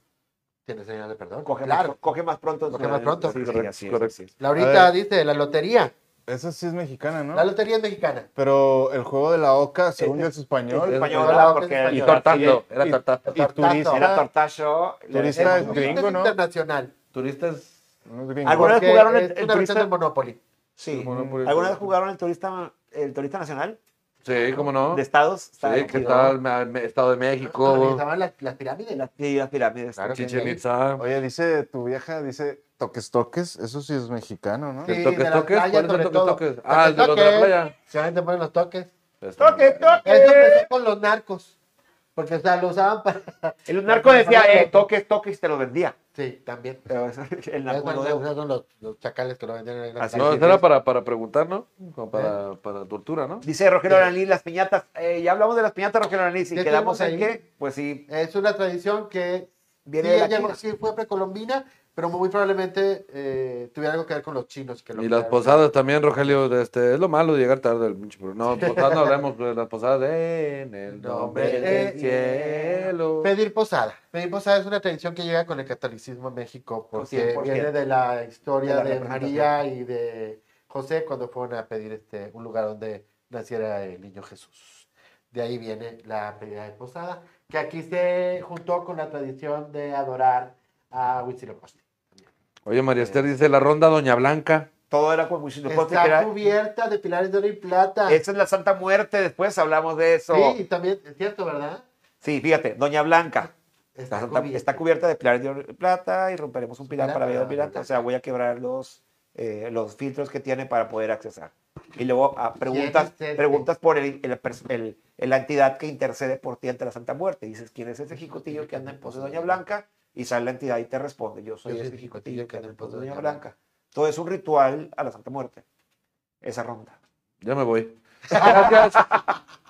Tienes señal de perdón. coge, más, claro. coge más pronto. en Coge su- más pronto. Sí, sí, Correcto, así es, correcto. así es. Laurita A dice, la lotería. Esa sí es mexicana, ¿no? La lotería es mexicana. Pero el juego de la oca, según yo, es español. Español, Era- ¿verdad? Porque era- era- Y tortando, era tortando. Y turista. Era tortacho. Turista es Turista gringo, es ¿no? internacional. Turistas. Unos Algo- gringos. ¿Alguna vez porque jugaron el- es el una versión turista? del Monopoly. Sí. Como no por el- ¿Alguna vez jugaron el turista, el turista nacional Sí, cómo no. de estados? Está Sí, ¿qué chido. tal? Me- me- Estado de México, Organizaban las, las pirámides. las- Sí, las pirámides. Claro. Chichen Itza. Oye, dice tu vieja, dice toques toques. Eso sí es mexicano, ¿no? Sí, ¿El toques de la toques? playa, ¿Cuál es el sobre toques todo. toques? Ah, el de los de la Toques, playa. Si alguien te pone los toques. Toque, toque. Eso empezó con los narcos. Porque, o sea, lo usaban para... [LAUGHS] El narco decía, eh, toques, toques, y te lo vendía. Sí, también. Pero eso- [LAUGHS] El Esos narco no son, [LAUGHS] dejó. esos son los, los chacales que lo vendían en la Así No, sí, eso era sí. para, para preguntar, ¿no? Como Eh. para, para tortura, ¿no? Dice Rogelio Araní, las piñatas. Eh, ya hablamos de las piñatas, Rogelio Araní. Si ¿Qué quedamos en tenemos ahí? qué, pues sí. Es una tradición que Viene sí, de la ella- China. sí fue precolombina, pero muy probablemente eh, tuviera algo que ver con los chinos. Que lo Y las crearon. posadas también, Rogelio, de este, es lo malo de llegar tarde al pinche programa. No, posadas [LAUGHS] no hablemos de las posadas de en el nombre del cielo. Pedir posada. Pedir posada es una tradición que llega con el catolicismo a México porque 100%. viene de la historia De de, la María y de José cuando fueron a pedir este, un lugar donde naciera el niño Jesús. De ahí viene la pedida de posada, que aquí se juntó con la tradición de adorar a Huitzilopochtli. Oye, María Esther dice la ronda Doña Blanca. Todo era con Huitzilopochtli, que Está era- cubierta de pilares de oro y plata. Esa es la Santa Muerte, después hablamos de eso. Sí, y también, es cierto, ¿verdad? Sí, fíjate, Doña Blanca. Está La Santa- cubierta. está cubierta de pilares de oro y plata y romperemos un pilar Pilar para ver para un pirata. O sea, voy a quebrar los, eh, los filtros que tiene para poder accesar. Y luego ah, preguntas, ¿Quién es este? preguntas por el, el pers- el- el- la entidad que intercede por ti ante la Santa Muerte. Dices, ¿quién es ese jicotillo que anda en pos de Doña Blanca? Y sale la entidad y te responde, yo soy Yo soy ese el jicotillo que anda en pos de Doña Blanca. Todo es un ritual a la Santa Muerte. Esa ronda. Ya me voy. Gracias.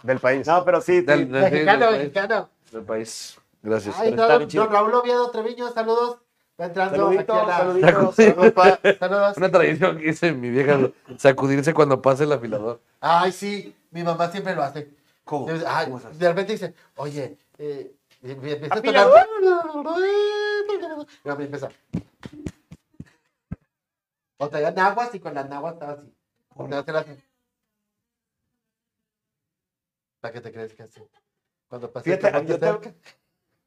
Del país. No, pero sí. sí. Del- del- Mexicano, del- mexicano. Del país. Gracias. Ay, está don, bien chido. don Raúl Oviedo Treviño, saludos. Va entrando Saluditos, aquí a la- saluditos. [LAUGHS] Saludos, pa- saludos. Una tradición que hice mi vieja, sacudirse cuando pase el afilador. Ay, sí, mi mamá siempre lo hace. Oh, ¿Cómo? Ay, ¿Cómo es así? de repente dice, oye, eh, y empieza a Apilador. tocar. Y mamá empieza. O traía naguas y con las naguas estaba así. Te hace la- La que te crees que así. Cuando pasé Fíjate, por yo Monticello- te-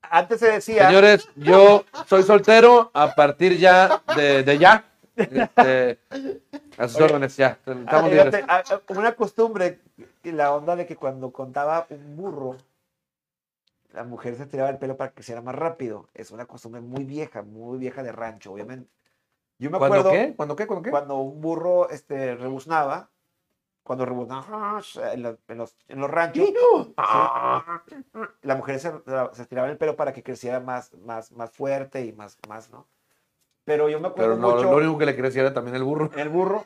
antes se decía. ah, Señores, yo soy soltero a partir ya de, de ya. Este, a sus órdenes, ya. Ah, Estamos fíjate, libres. ah, ah, una costumbre, y la onda de que cuando contaba un burro, la mujer se tiraba el pelo para que creciera más rápido. Es una costumbre muy vieja, muy vieja de rancho, obviamente. Yo me ¿Cuándo acuerdo qué? ¿Cuándo qué? ¿Cuándo qué? cuando un burro este, rebuznaba, cuando rebuznaba en los, en los- en los ranchos, sí, la mujer se, se tiraba el pelo para que creciera más, más, más fuerte y más, más, ¿no? Pero yo me acuerdo Pero no, mucho... lo único que le crecía era también el burro. El burro.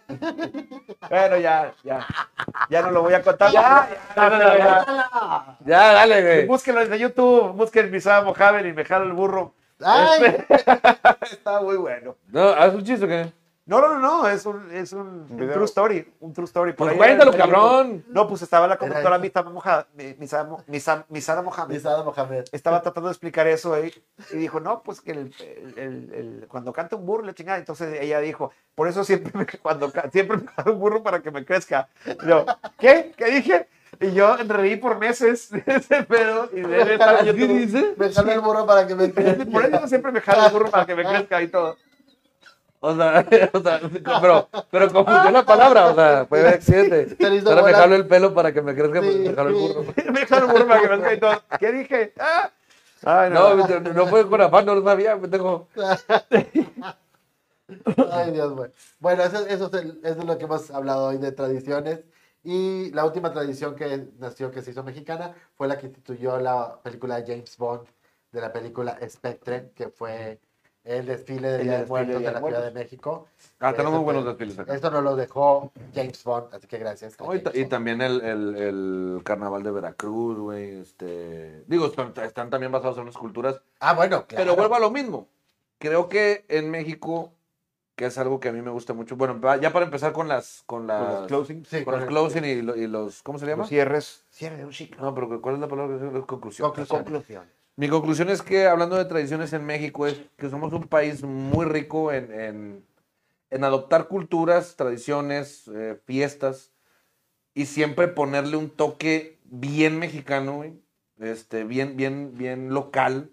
Bueno, ya, ya. Ya no lo voy a contar. Ya, ya, ya, ya. Ya, dale, güey. Búsquenlo en YouTube, busquen Misada Mojave y me jalo el burro. Ay, Está muy bueno. No, haz un chiste, o ¿qué? No, no, no, no, es un, es un, un Video. true story. Un true story. Por Pues ahí cuéntalo, era el- cabrón. No, pues estaba la Era conductora Misada Mojave. Misada Mo- Misa- Misada Mojave. Misada Mohamed. Estaba tratando de explicar eso ahí, y dijo, no, pues que el, el- el- el- cuando canta un burro, la chingada. Entonces ella dijo, por eso siempre me, [LAUGHS] cuando, ca- siempre me jalo un burro para que me crezca. Yo, ¿qué? ¿Qué dije? Y yo reí por meses [LAUGHS] de ese pedo y [LAUGHS] de estar ¿Qué en YouTube. Ah, dice? Me salió el burro para que me Por [LAUGHS] eso siempre me jalo el burro para que me crezca y todo. [LAUGHS] O sea, [LAUGHS] o sea, pero, pero confundió la palabra, o sea, fue un accidente. Se le hizo Ahora me bola. jalo el pelo para que me crezca, pues, Sí, me jalo el sí. burro. Me jalo el burro para que me crezca y todo. ¿Qué dije? Ah. Ay, No, no. no, no fue con afán, no lo sabía, me tengo... Ay, Dios, güey. Bueno, eso, eso es, el- eso es lo que hemos hablado hoy de tradiciones. Y la última tradición que nació, que se hizo mexicana, fue la que instituyó la película de James Bond, de la película Spectre, que fue el desfile de El Día de desfile de Muertos de Día de la Ciudad de México. Ah, Eso tenemos fue- buenos desfiles acá. Esto nos lo dejó James Bond, así que gracias. a No, y, ta- James y Bond. también el, el- el carnaval de Veracruz, güey. Este, digo, están, están también basados en las culturas. Ah, bueno, claro. Pero vuelvo a lo mismo. Creo que en México, que es algo que a mí me gusta mucho. Bueno, va- ya para empezar con las. Con, las, Con los closing, Sí, con los correcto. closing y, lo- y los. ¿Cómo se llama? los cierres. Cierre de un chico. No, pero ¿cuál es la palabra? que- Conclusión. Conclusión. Mi conclusión es que, hablando de tradiciones en México, es que somos un país muy rico en, en- en adoptar culturas, tradiciones, eh, fiestas, y siempre ponerle un toque bien mexicano, güey, este, bien, bien, bien local,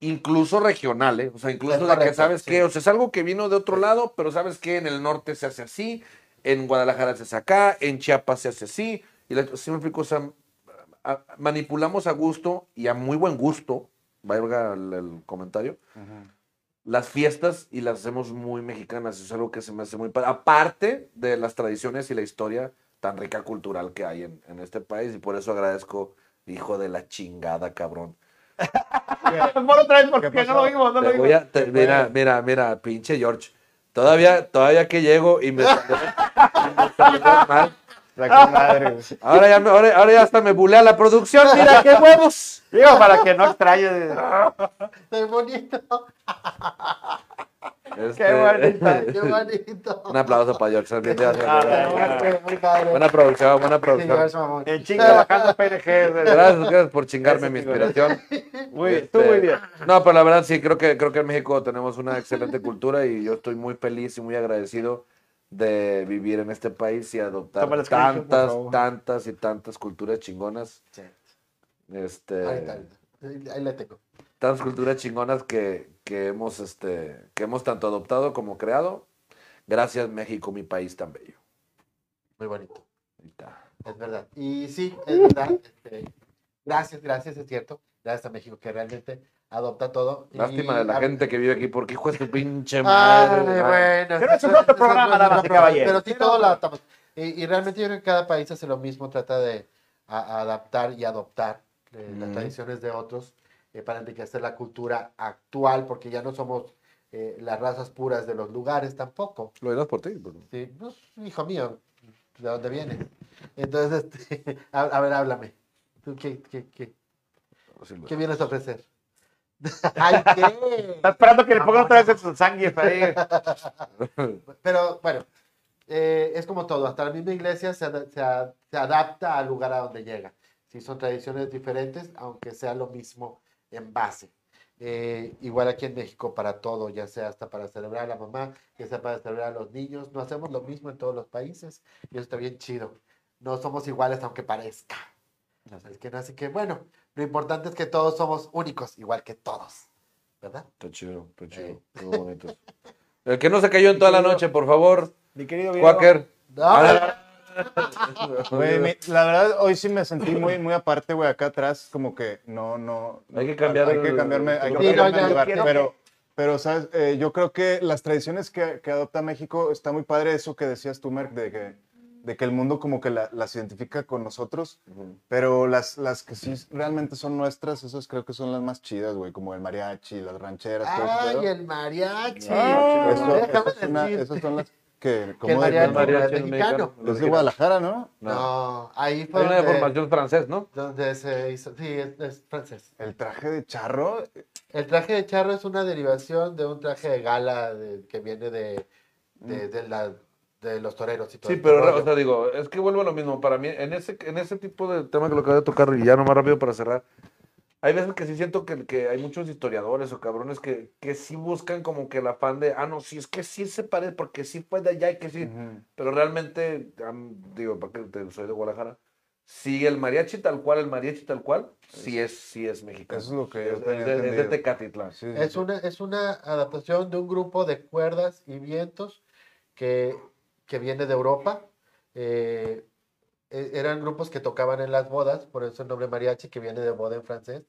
incluso regional, ¿eh? O sea, incluso Es de que correcto, sabes sí. que, o sea, es algo que vino de otro lado, pero sabes que en el norte se hace así, en Guadalajara se hace acá, en Chiapas se hace así, y la, sí me explico, o sea, a- manipulamos a gusto y a muy buen gusto, valga el, el comentario, las fiestas y las hacemos muy mexicanas. Eso es algo que se me hace muy... pa- Aparte de las tradiciones y la historia tan rica cultural que hay en, en este país y por eso agradezco, hijo de la chingada, cabrón. Moro trae porque ¿Qué no lo pasó? vimos, no lo Te voy vimos. a- te- mira, mira, mira, pinche George. Todavía, todavía que llego y me... me salió mal. La que madre, güey. Ahora ya, me- ahora, ahora ya hasta me bulea la producción, mira qué huevos. Digo, para que no extrañe. [LAUGHS] Qué bonito, Este, bonita, [LAUGHS] qué bonito. Un aplauso para George. bien, gracias. Ah, Gracias. bueno. Muy padre. Buena producción, buena Sí, producción. George, mamón. En [LAUGHS] chinga bajando PNG. Gracias, gracias por Gracias, chingarme mi chingón. inspiración. Muy bien, Este, tú muy bien. No, pero la verdad sí, creo que, creo que en México tenemos una excelente cultura y yo estoy muy feliz y muy agradecido de vivir en este país y adoptar Toma la screenshot, por tantas, favor. tantas y tantas culturas chingonas. Sí. Este, Ahorita, ahorita. Ahí la tengo. tantas culturas chingonas que, que hemos, este, que hemos tanto adoptado como creado. Gracias México, mi país tan bello. Muy bonito. Ahí está. Es verdad. Y sí, es verdad. este, gracias, gracias, es cierto. Gracias a México que realmente adopta todo. y- Lástima de la gente que vive aquí porque hijo de su pinche Ay, madre. bueno. Pero eso es otro programa, otro damas y programa, caballeros. Pero sí, todo lo adaptamos. Y, y realmente yo creo que cada país hace lo mismo, trata de a- adaptar y adoptar eh, las Ujú. tradiciones de otros eh, para enriquecer la cultura actual, porque ya no somos eh, las razas puras de los lugares tampoco. Este, Lo dirás por ti. pero- Sí, pues, hijo mío, ¿de dónde vienes? Entonces, este, [LAUGHS] a, a ver, háblame. ¿Tú qué, qué, qué, qué vienes a ofrecer? [LAUGHS] Ay, qué. Está esperando que le pongan otra vez el sangre para ir. Pero bueno, eh, es como todo, hasta la misma iglesia se, ad- se ad- se adapta al lugar a donde llega. Si son tradiciones diferentes, aunque sea lo mismo en base. Eh, igual aquí en México para todo, ya sea hasta para celebrar a la mamá, ya sea para celebrar a los niños, no hacemos lo mismo en todos los países y eso está bien chido. No somos iguales aunque parezca. Así que, así que bueno, lo importante es que todos somos únicos, igual que todos, ¿verdad? Está chido, está chido. chido. Muy bonito. [LAUGHS] El que no se cayó en toda la noche, por favor. Mi querido Diego, Quaker. No, [LAUGHS] Güey, mi- la verdad, hoy sí me sentí muy, muy aparte, güey, acá atrás, como que no, no. Hay que cambiar Hay que el- cambiarme, hay que Sí, no, cambiarme ya, de lugar. quiero Pero, pero, ¿sabes? Eh, yo creo que las tradiciones que, que adopta México, está muy padre eso que decías tú, Mark, de que, de que el mundo como que la- las identifica con nosotros, pero las, las que sí realmente son nuestras, esas creo que son las más chidas, güey, como el mariachi, las rancheras, todo ese Ay, pedo. el mariachi. Ah, Déjame Eso- esas son una- decirte esas son las que, que el como de- mariachi, mariachi no es es mexicano. mexicano. es de Guadalajara, ¿no? No. No, ahí fue Hay una donde, deformación francés, ¿no? donde se hizo. Sí, es, es francés. El traje de charro, El traje de charro es una derivación de un traje de gala de- que viene de, de, de la- de los toreros y todo Sí, ese pero rollo. o sea, digo, es que vuelvo a lo mismo. Para mí, en ese, en ese tipo de tema que lo acabo de tocar, y ya nomás rápido para cerrar, hay veces que sí siento que, que hay muchos historiadores o cabrones que, que sí buscan como que el afán de, ah, no, sí, es que sí se parece, porque sí fue de allá y que sí. Ujú. Pero realmente, am, digo, porque te- soy de Guadalajara, sí, el mariachi tal cual, el mariachi tal cual, sí es, sí es mexicano. Eso es lo que yo es, tenía es de- es de entendido. Tecatitlán. Sí, sí, Es sí. una, es una adaptación de un grupo de cuerdas y vientos que, que viene de Europa. Eh, e- eran grupos que tocaban en las bodas, por eso el nombre mariachi, que viene de boda en francés.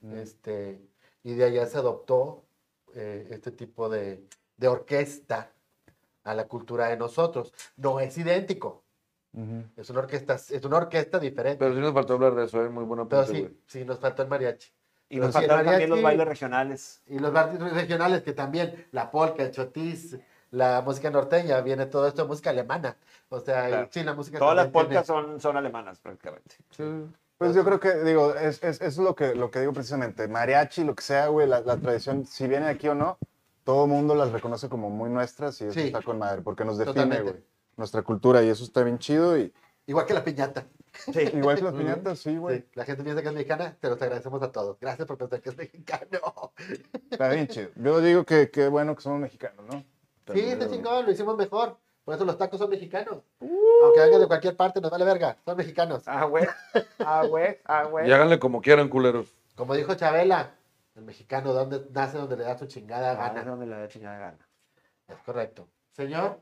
Mm. Este, y de allá se adoptó eh, este tipo de, de orquesta a la cultura de nosotros. No es idéntico, Ujú. es una orquesta, es una orquesta diferente. Pero sí nos faltó hablar de eso, es muy buena Pero pregunta, sí, sí, nos faltó el mariachi. Y nos Pero sí, el faltaron también mariachi- los bailes regionales. y los barrios regionales que también, la polka, el chotis, la música norteña, viene todo esto de música alemana. O sea, y Claro. sí, la música Todas las también tiene- podcasts son, son alemanas prácticamente. Pues yo creo que, digo, es, es, eso es lo que, lo que digo precisamente. Mariachi, lo que sea, güey, la, la tradición, si viene aquí o no, todo mundo las reconoce como muy nuestras y eso Sí. está con madre, porque nos define, Totalmente. güey. Nuestra cultura y eso está bien chido. Y, Igual que la piñata. Sí. igual que las piñatas, sí, güey. Sí, la gente piensa que es mexicana, te los agradecemos a todos. Gracias por pensar que es mexicano. Está bien chido. Yo digo que qué bueno que somos mexicanos, ¿no? Sí, este chingón, lo hicimos mejor. Por eso los tacos son mexicanos. Aunque vengan de cualquier parte, nos vale verga. Son mexicanos. Ah, güey. Ah, güey. Ah, Pues. Y güey. háganle como quieran, culeros. Como dijo Chabela, el mexicano donde nace donde le da su chingada Ah, es gana. donde la da chingada gana. Es correcto. Señor,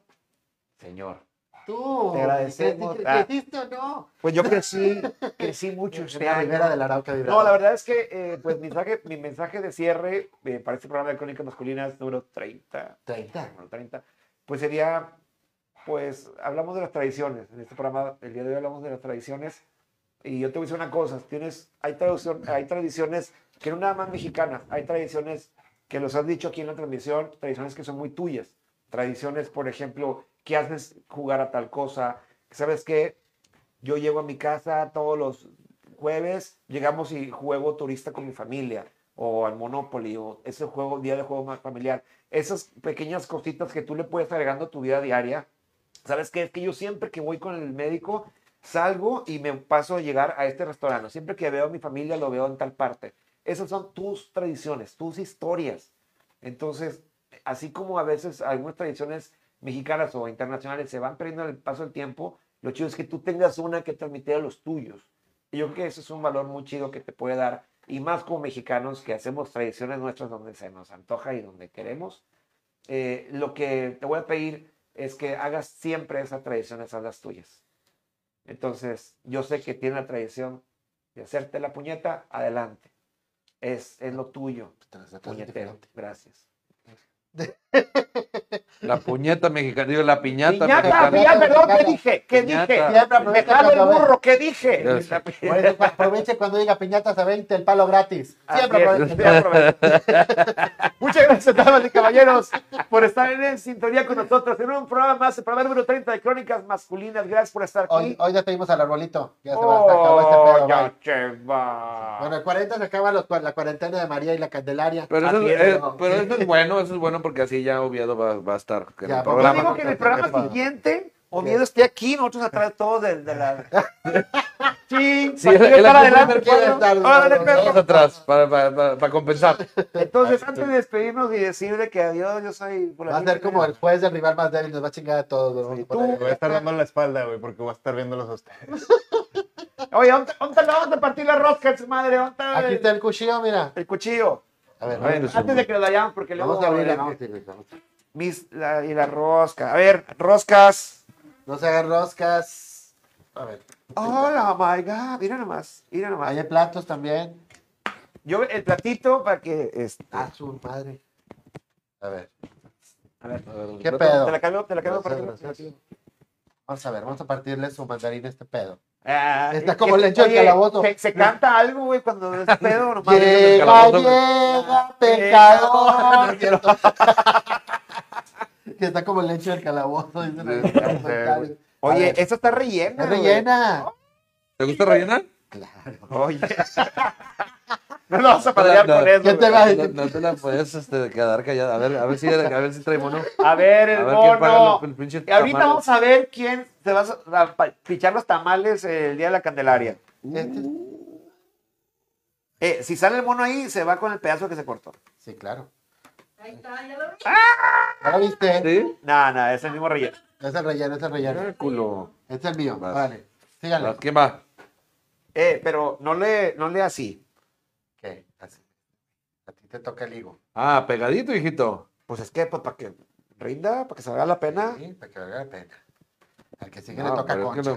Señor. tú. Te agradecemos. ¿Qué, Ah. hiciste o no? Pues yo crecí, crecí mucho este Una año. Rivera de la Arauca No, Vibradora. la verdad es que eh, pues mi mensaje, mi mensaje de cierre eh, para este programa de Crónicas Masculinas número 30, 30. número 30, pues sería, pues hablamos de las tradiciones. En este programa, el día de hoy hablamos de las tradiciones. Y yo te voy a decir una cosa, tienes, hay, traducción, hay tradiciones que no nada más mexicanas, hay tradiciones que los has dicho aquí en la transmisión, tradiciones que son muy tuyas. Tradiciones, por ejemplo, que haces jugar a tal cosa. ¿Sabes qué? Yo llego a mi casa todos los jueves, llegamos y juego turista con mi familia, o al Monopoly, o ese juego, día de juego más familiar. Esas pequeñas cositas que tú le puedes agregando a tu vida diaria. ¿Sabes qué? Es que yo siempre que voy con el médico, salgo y me paso a llegar a este restaurante. Siempre que veo a mi familia, lo veo en tal parte. Esas son tus tradiciones, tus historias. Entonces, así como a veces algunas tradiciones mexicanas o internacionales se van perdiendo en el paso del tiempo, lo chido es que tú tengas una que transmitir a los tuyos. Y yo creo que eso es un valor muy chido que te puede dar, y más como mexicanos que hacemos tradiciones nuestras donde se nos antoja y donde queremos. Eh, lo que te voy a pedir es que hagas siempre esas tradiciones a las tuyas. Entonces, yo sé que tiene la tradición de hacerte la puñeta, adelante. Es, es lo tuyo, Entonces, entonces, puñetero. diferente. Gracias. La puñeta mexicana, digo, la piñata Piñata, mexicana. piñata, perdón, ¿qué Piñata. dije? ¿Qué Piñata. dije? Siempre Me aprovecha jalo el cuando ve- burro, ¿qué dije? Ya sé. Por eso, cu- aproveche cuando diga piñatas a 20, el palo gratis. Siempre Así es, aproveche. siempre aprovecho. [LAUGHS] Muchas gracias, damas y caballeros, por estar en sintonía con nosotros en un programa más, el programa número 30 de Crónicas Masculinas. Gracias por estar aquí. Hoy, hoy ya pedimos al arbolito. Ya se va, se acabó este oh, pedo. ya bye. se va. Bueno, el 40 se acaba los cua- la cuarentena de María y la Candelaria. Pero, eso, Así es, es, eh, no. pero eso es bueno, eso es bueno porque así ya Oviedo va, va a estar en Ya, el porque Yo programa. digo que en el programa siguiente, Oviedo esté aquí, nosotros atrás todos de, [LAUGHS] de la. Sí, Sí, él- él estar es el adelante. primer que Pedro. estar, no, Órale, no, Pedro. Vamos atrás para, para- para- para compensar. Entonces, antes de despedirnos y decirle que adiós, yo soy. por Va a aquí, ser como el juez del rival más débil, nos va a chingar a todos. nos vamos a poner- Me voy a estar dando la espalda, güey, porque voy a estar viéndolos a ustedes. Oye, ¿dónde, dónde le vamos a partir la rosca, su madre? ¿Dónde está Aquí el, está el cuchillo, mira. el cuchillo? A ver, A ver, Antes de que lo vayamos, porque luego eh, vamos a abrir. vamos a- la- Mis, la, y la rosca. A ver, roscas. No se hagan roscas. A ver. Hola, my God. Mira nomás, mira nomás. Ahí hay platos también. Yo, el platito para que. este, Ah, su madre. A ver. a ver, ¿Qué Plato- pedo? ah, te la cambio, te la cambio para que Gracias, gracias. Vamos a ver, vamos a partirle su mandarín a este pedo. Ah, Está eh, como eh, el ancho del oye, calabozo. Se, se canta algo, güey, cuando [LAUGHS] es pedo, nomás. Llega, calabozo, güey. Ah, llega, pecador. [LAUGHS] pecador. No es cierto. [LAUGHS] Que está como el lecho del calabozo. dicen en los Ya sé, comentarios. güey. A Oye, eh, ver, esta está rellena. es güey. rellena. ¿Te gusta rellenar? Oye. no lo vas a pelear No, no. con eso. ¿Quién te güey. va? No, no te la puedes este, quedar callada. A ver, a ver si, a ver si trae mono. A ver, el A ver quién paga mono. el- el pinche Y ahorita tamal. vamos a ver quién te vas a pa- pichar los tamales el día de la Candelaria. Este- Eh, si sale el mono ahí, se va con el pedazo que se cortó. ¡Ah! Sí, claro. Ahí está, ya lo vi. ¿Ya lo viste? ¿Sí? No, no, es el mismo relleno. Es el relleno, es el relleno. Ah, culo. Este es el mío. Vas. Vale. Síganle. Ah, ¿Quién va? Eh, pero no le, no le así. Ok, así. A ti te toca el higo. Ah, pegadito, hijito. Pues es que, pues, para que rinda, para que salga la pena. Sí, para que valga la pena. Al que sigue No, le toca pero es que concha.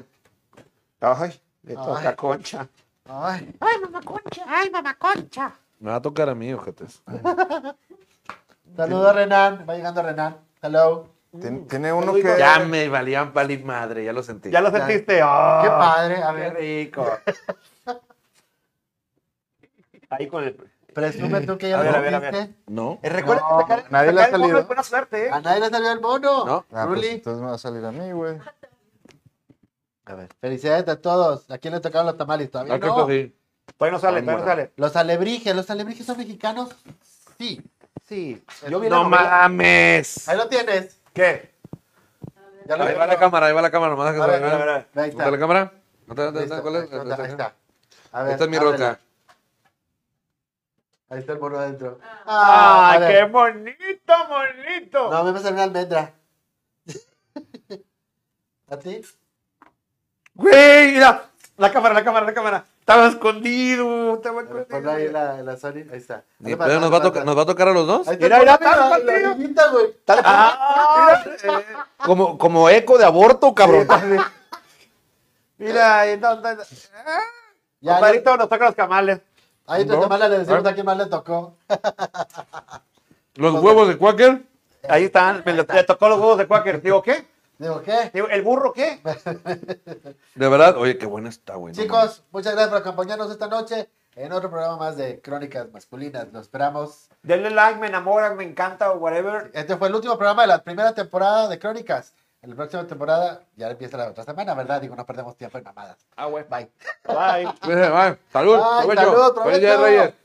no. Ay, le Ay. toca concha. Ay, Me va a tocar a mí, ojetes. saludos Renan, va llegando Renan. Hello. Tien- tiene uno Uy, que. Ya me valían valir madre, ya lo sentí. Ya lo Ya. sentiste. Ah, Qué padre, a Qué ver, rico. Ahí con el. presume tú que ya A ver, a lo ver, a ver. viste. ¿No? Eh, recuerda que sacar, nadie le sacar ha el bono salido. es buena suerte, ¿eh? A nadie le salió el bono. No. Ah, pues, Ruli. entonces me va a salir a mí, güey. A ver, felicidades a todos. ¿A quién le tocaron los tamales? Todavía Ah, no. creo que sí. Todavía no sale, Ah, todavía no bueno. sale. Los alebrijes, ¿los alebrijes son mexicanos? Sí. Sí. Yo vi la No novela. mames. Ahí lo tienes. ¿Qué? Ya lo Ahí va la tengo. cámara, ahí va la cámara. nomás que A ver, se a vea. ver, a ver. Ahí ¿Está está. la cámara? ¿No está- Ahí no está- está, ¿Cuál es? ahí está, ahí está. A ver, Esta es mi ábrela. roca. Ahí está el bono adentro. Ah, ¡Ay, a qué ver. bonito, bonito! No, me va a salir una almendra. [LAUGHS] ¿A ti? Güey, mira, la cámara, la cámara, la cámara. Estaba escondido, estaba A ver, Ponlo escondido. ahí en la, en la Sony. Ahí está. Ni pedo, nos va a tocar- ¿Nos va a tocar a los dos? Ahí Mira, el mira, bono, está la- el partido. la orillita, güey. Ah, mira, eh, Como, como eco de aborto, cabrón. mira, ahí no, no, no. Ya, Compadrito, nos toca los camales. Ahí entre ¿No? semana le decimos Ah. a quién más le tocó. Los huevos de Quaker. Ahí están, me le, le tocó los huevos de Quaker. Digo, ¿qué? Digo, ¿qué? Digo, ¿el burro qué? De verdad, oye, qué buena está, güey. no mames. Chicos, muchas gracias por acompañarnos esta noche en otro programa más de Crónicas Masculinas. Los esperamos. Denle like, me enamoran, me encanta o whatever. Este fue el último programa de la primera temporada de Crónicas. En la próxima temporada ya empieza la otra semana, ¿verdad? Digo, no perdemos tiempo en mamadas. Ah, güey. Bye. Bye. Bye, Salud, Ay, provecho. salud, Feliz día de provecho. Reyes.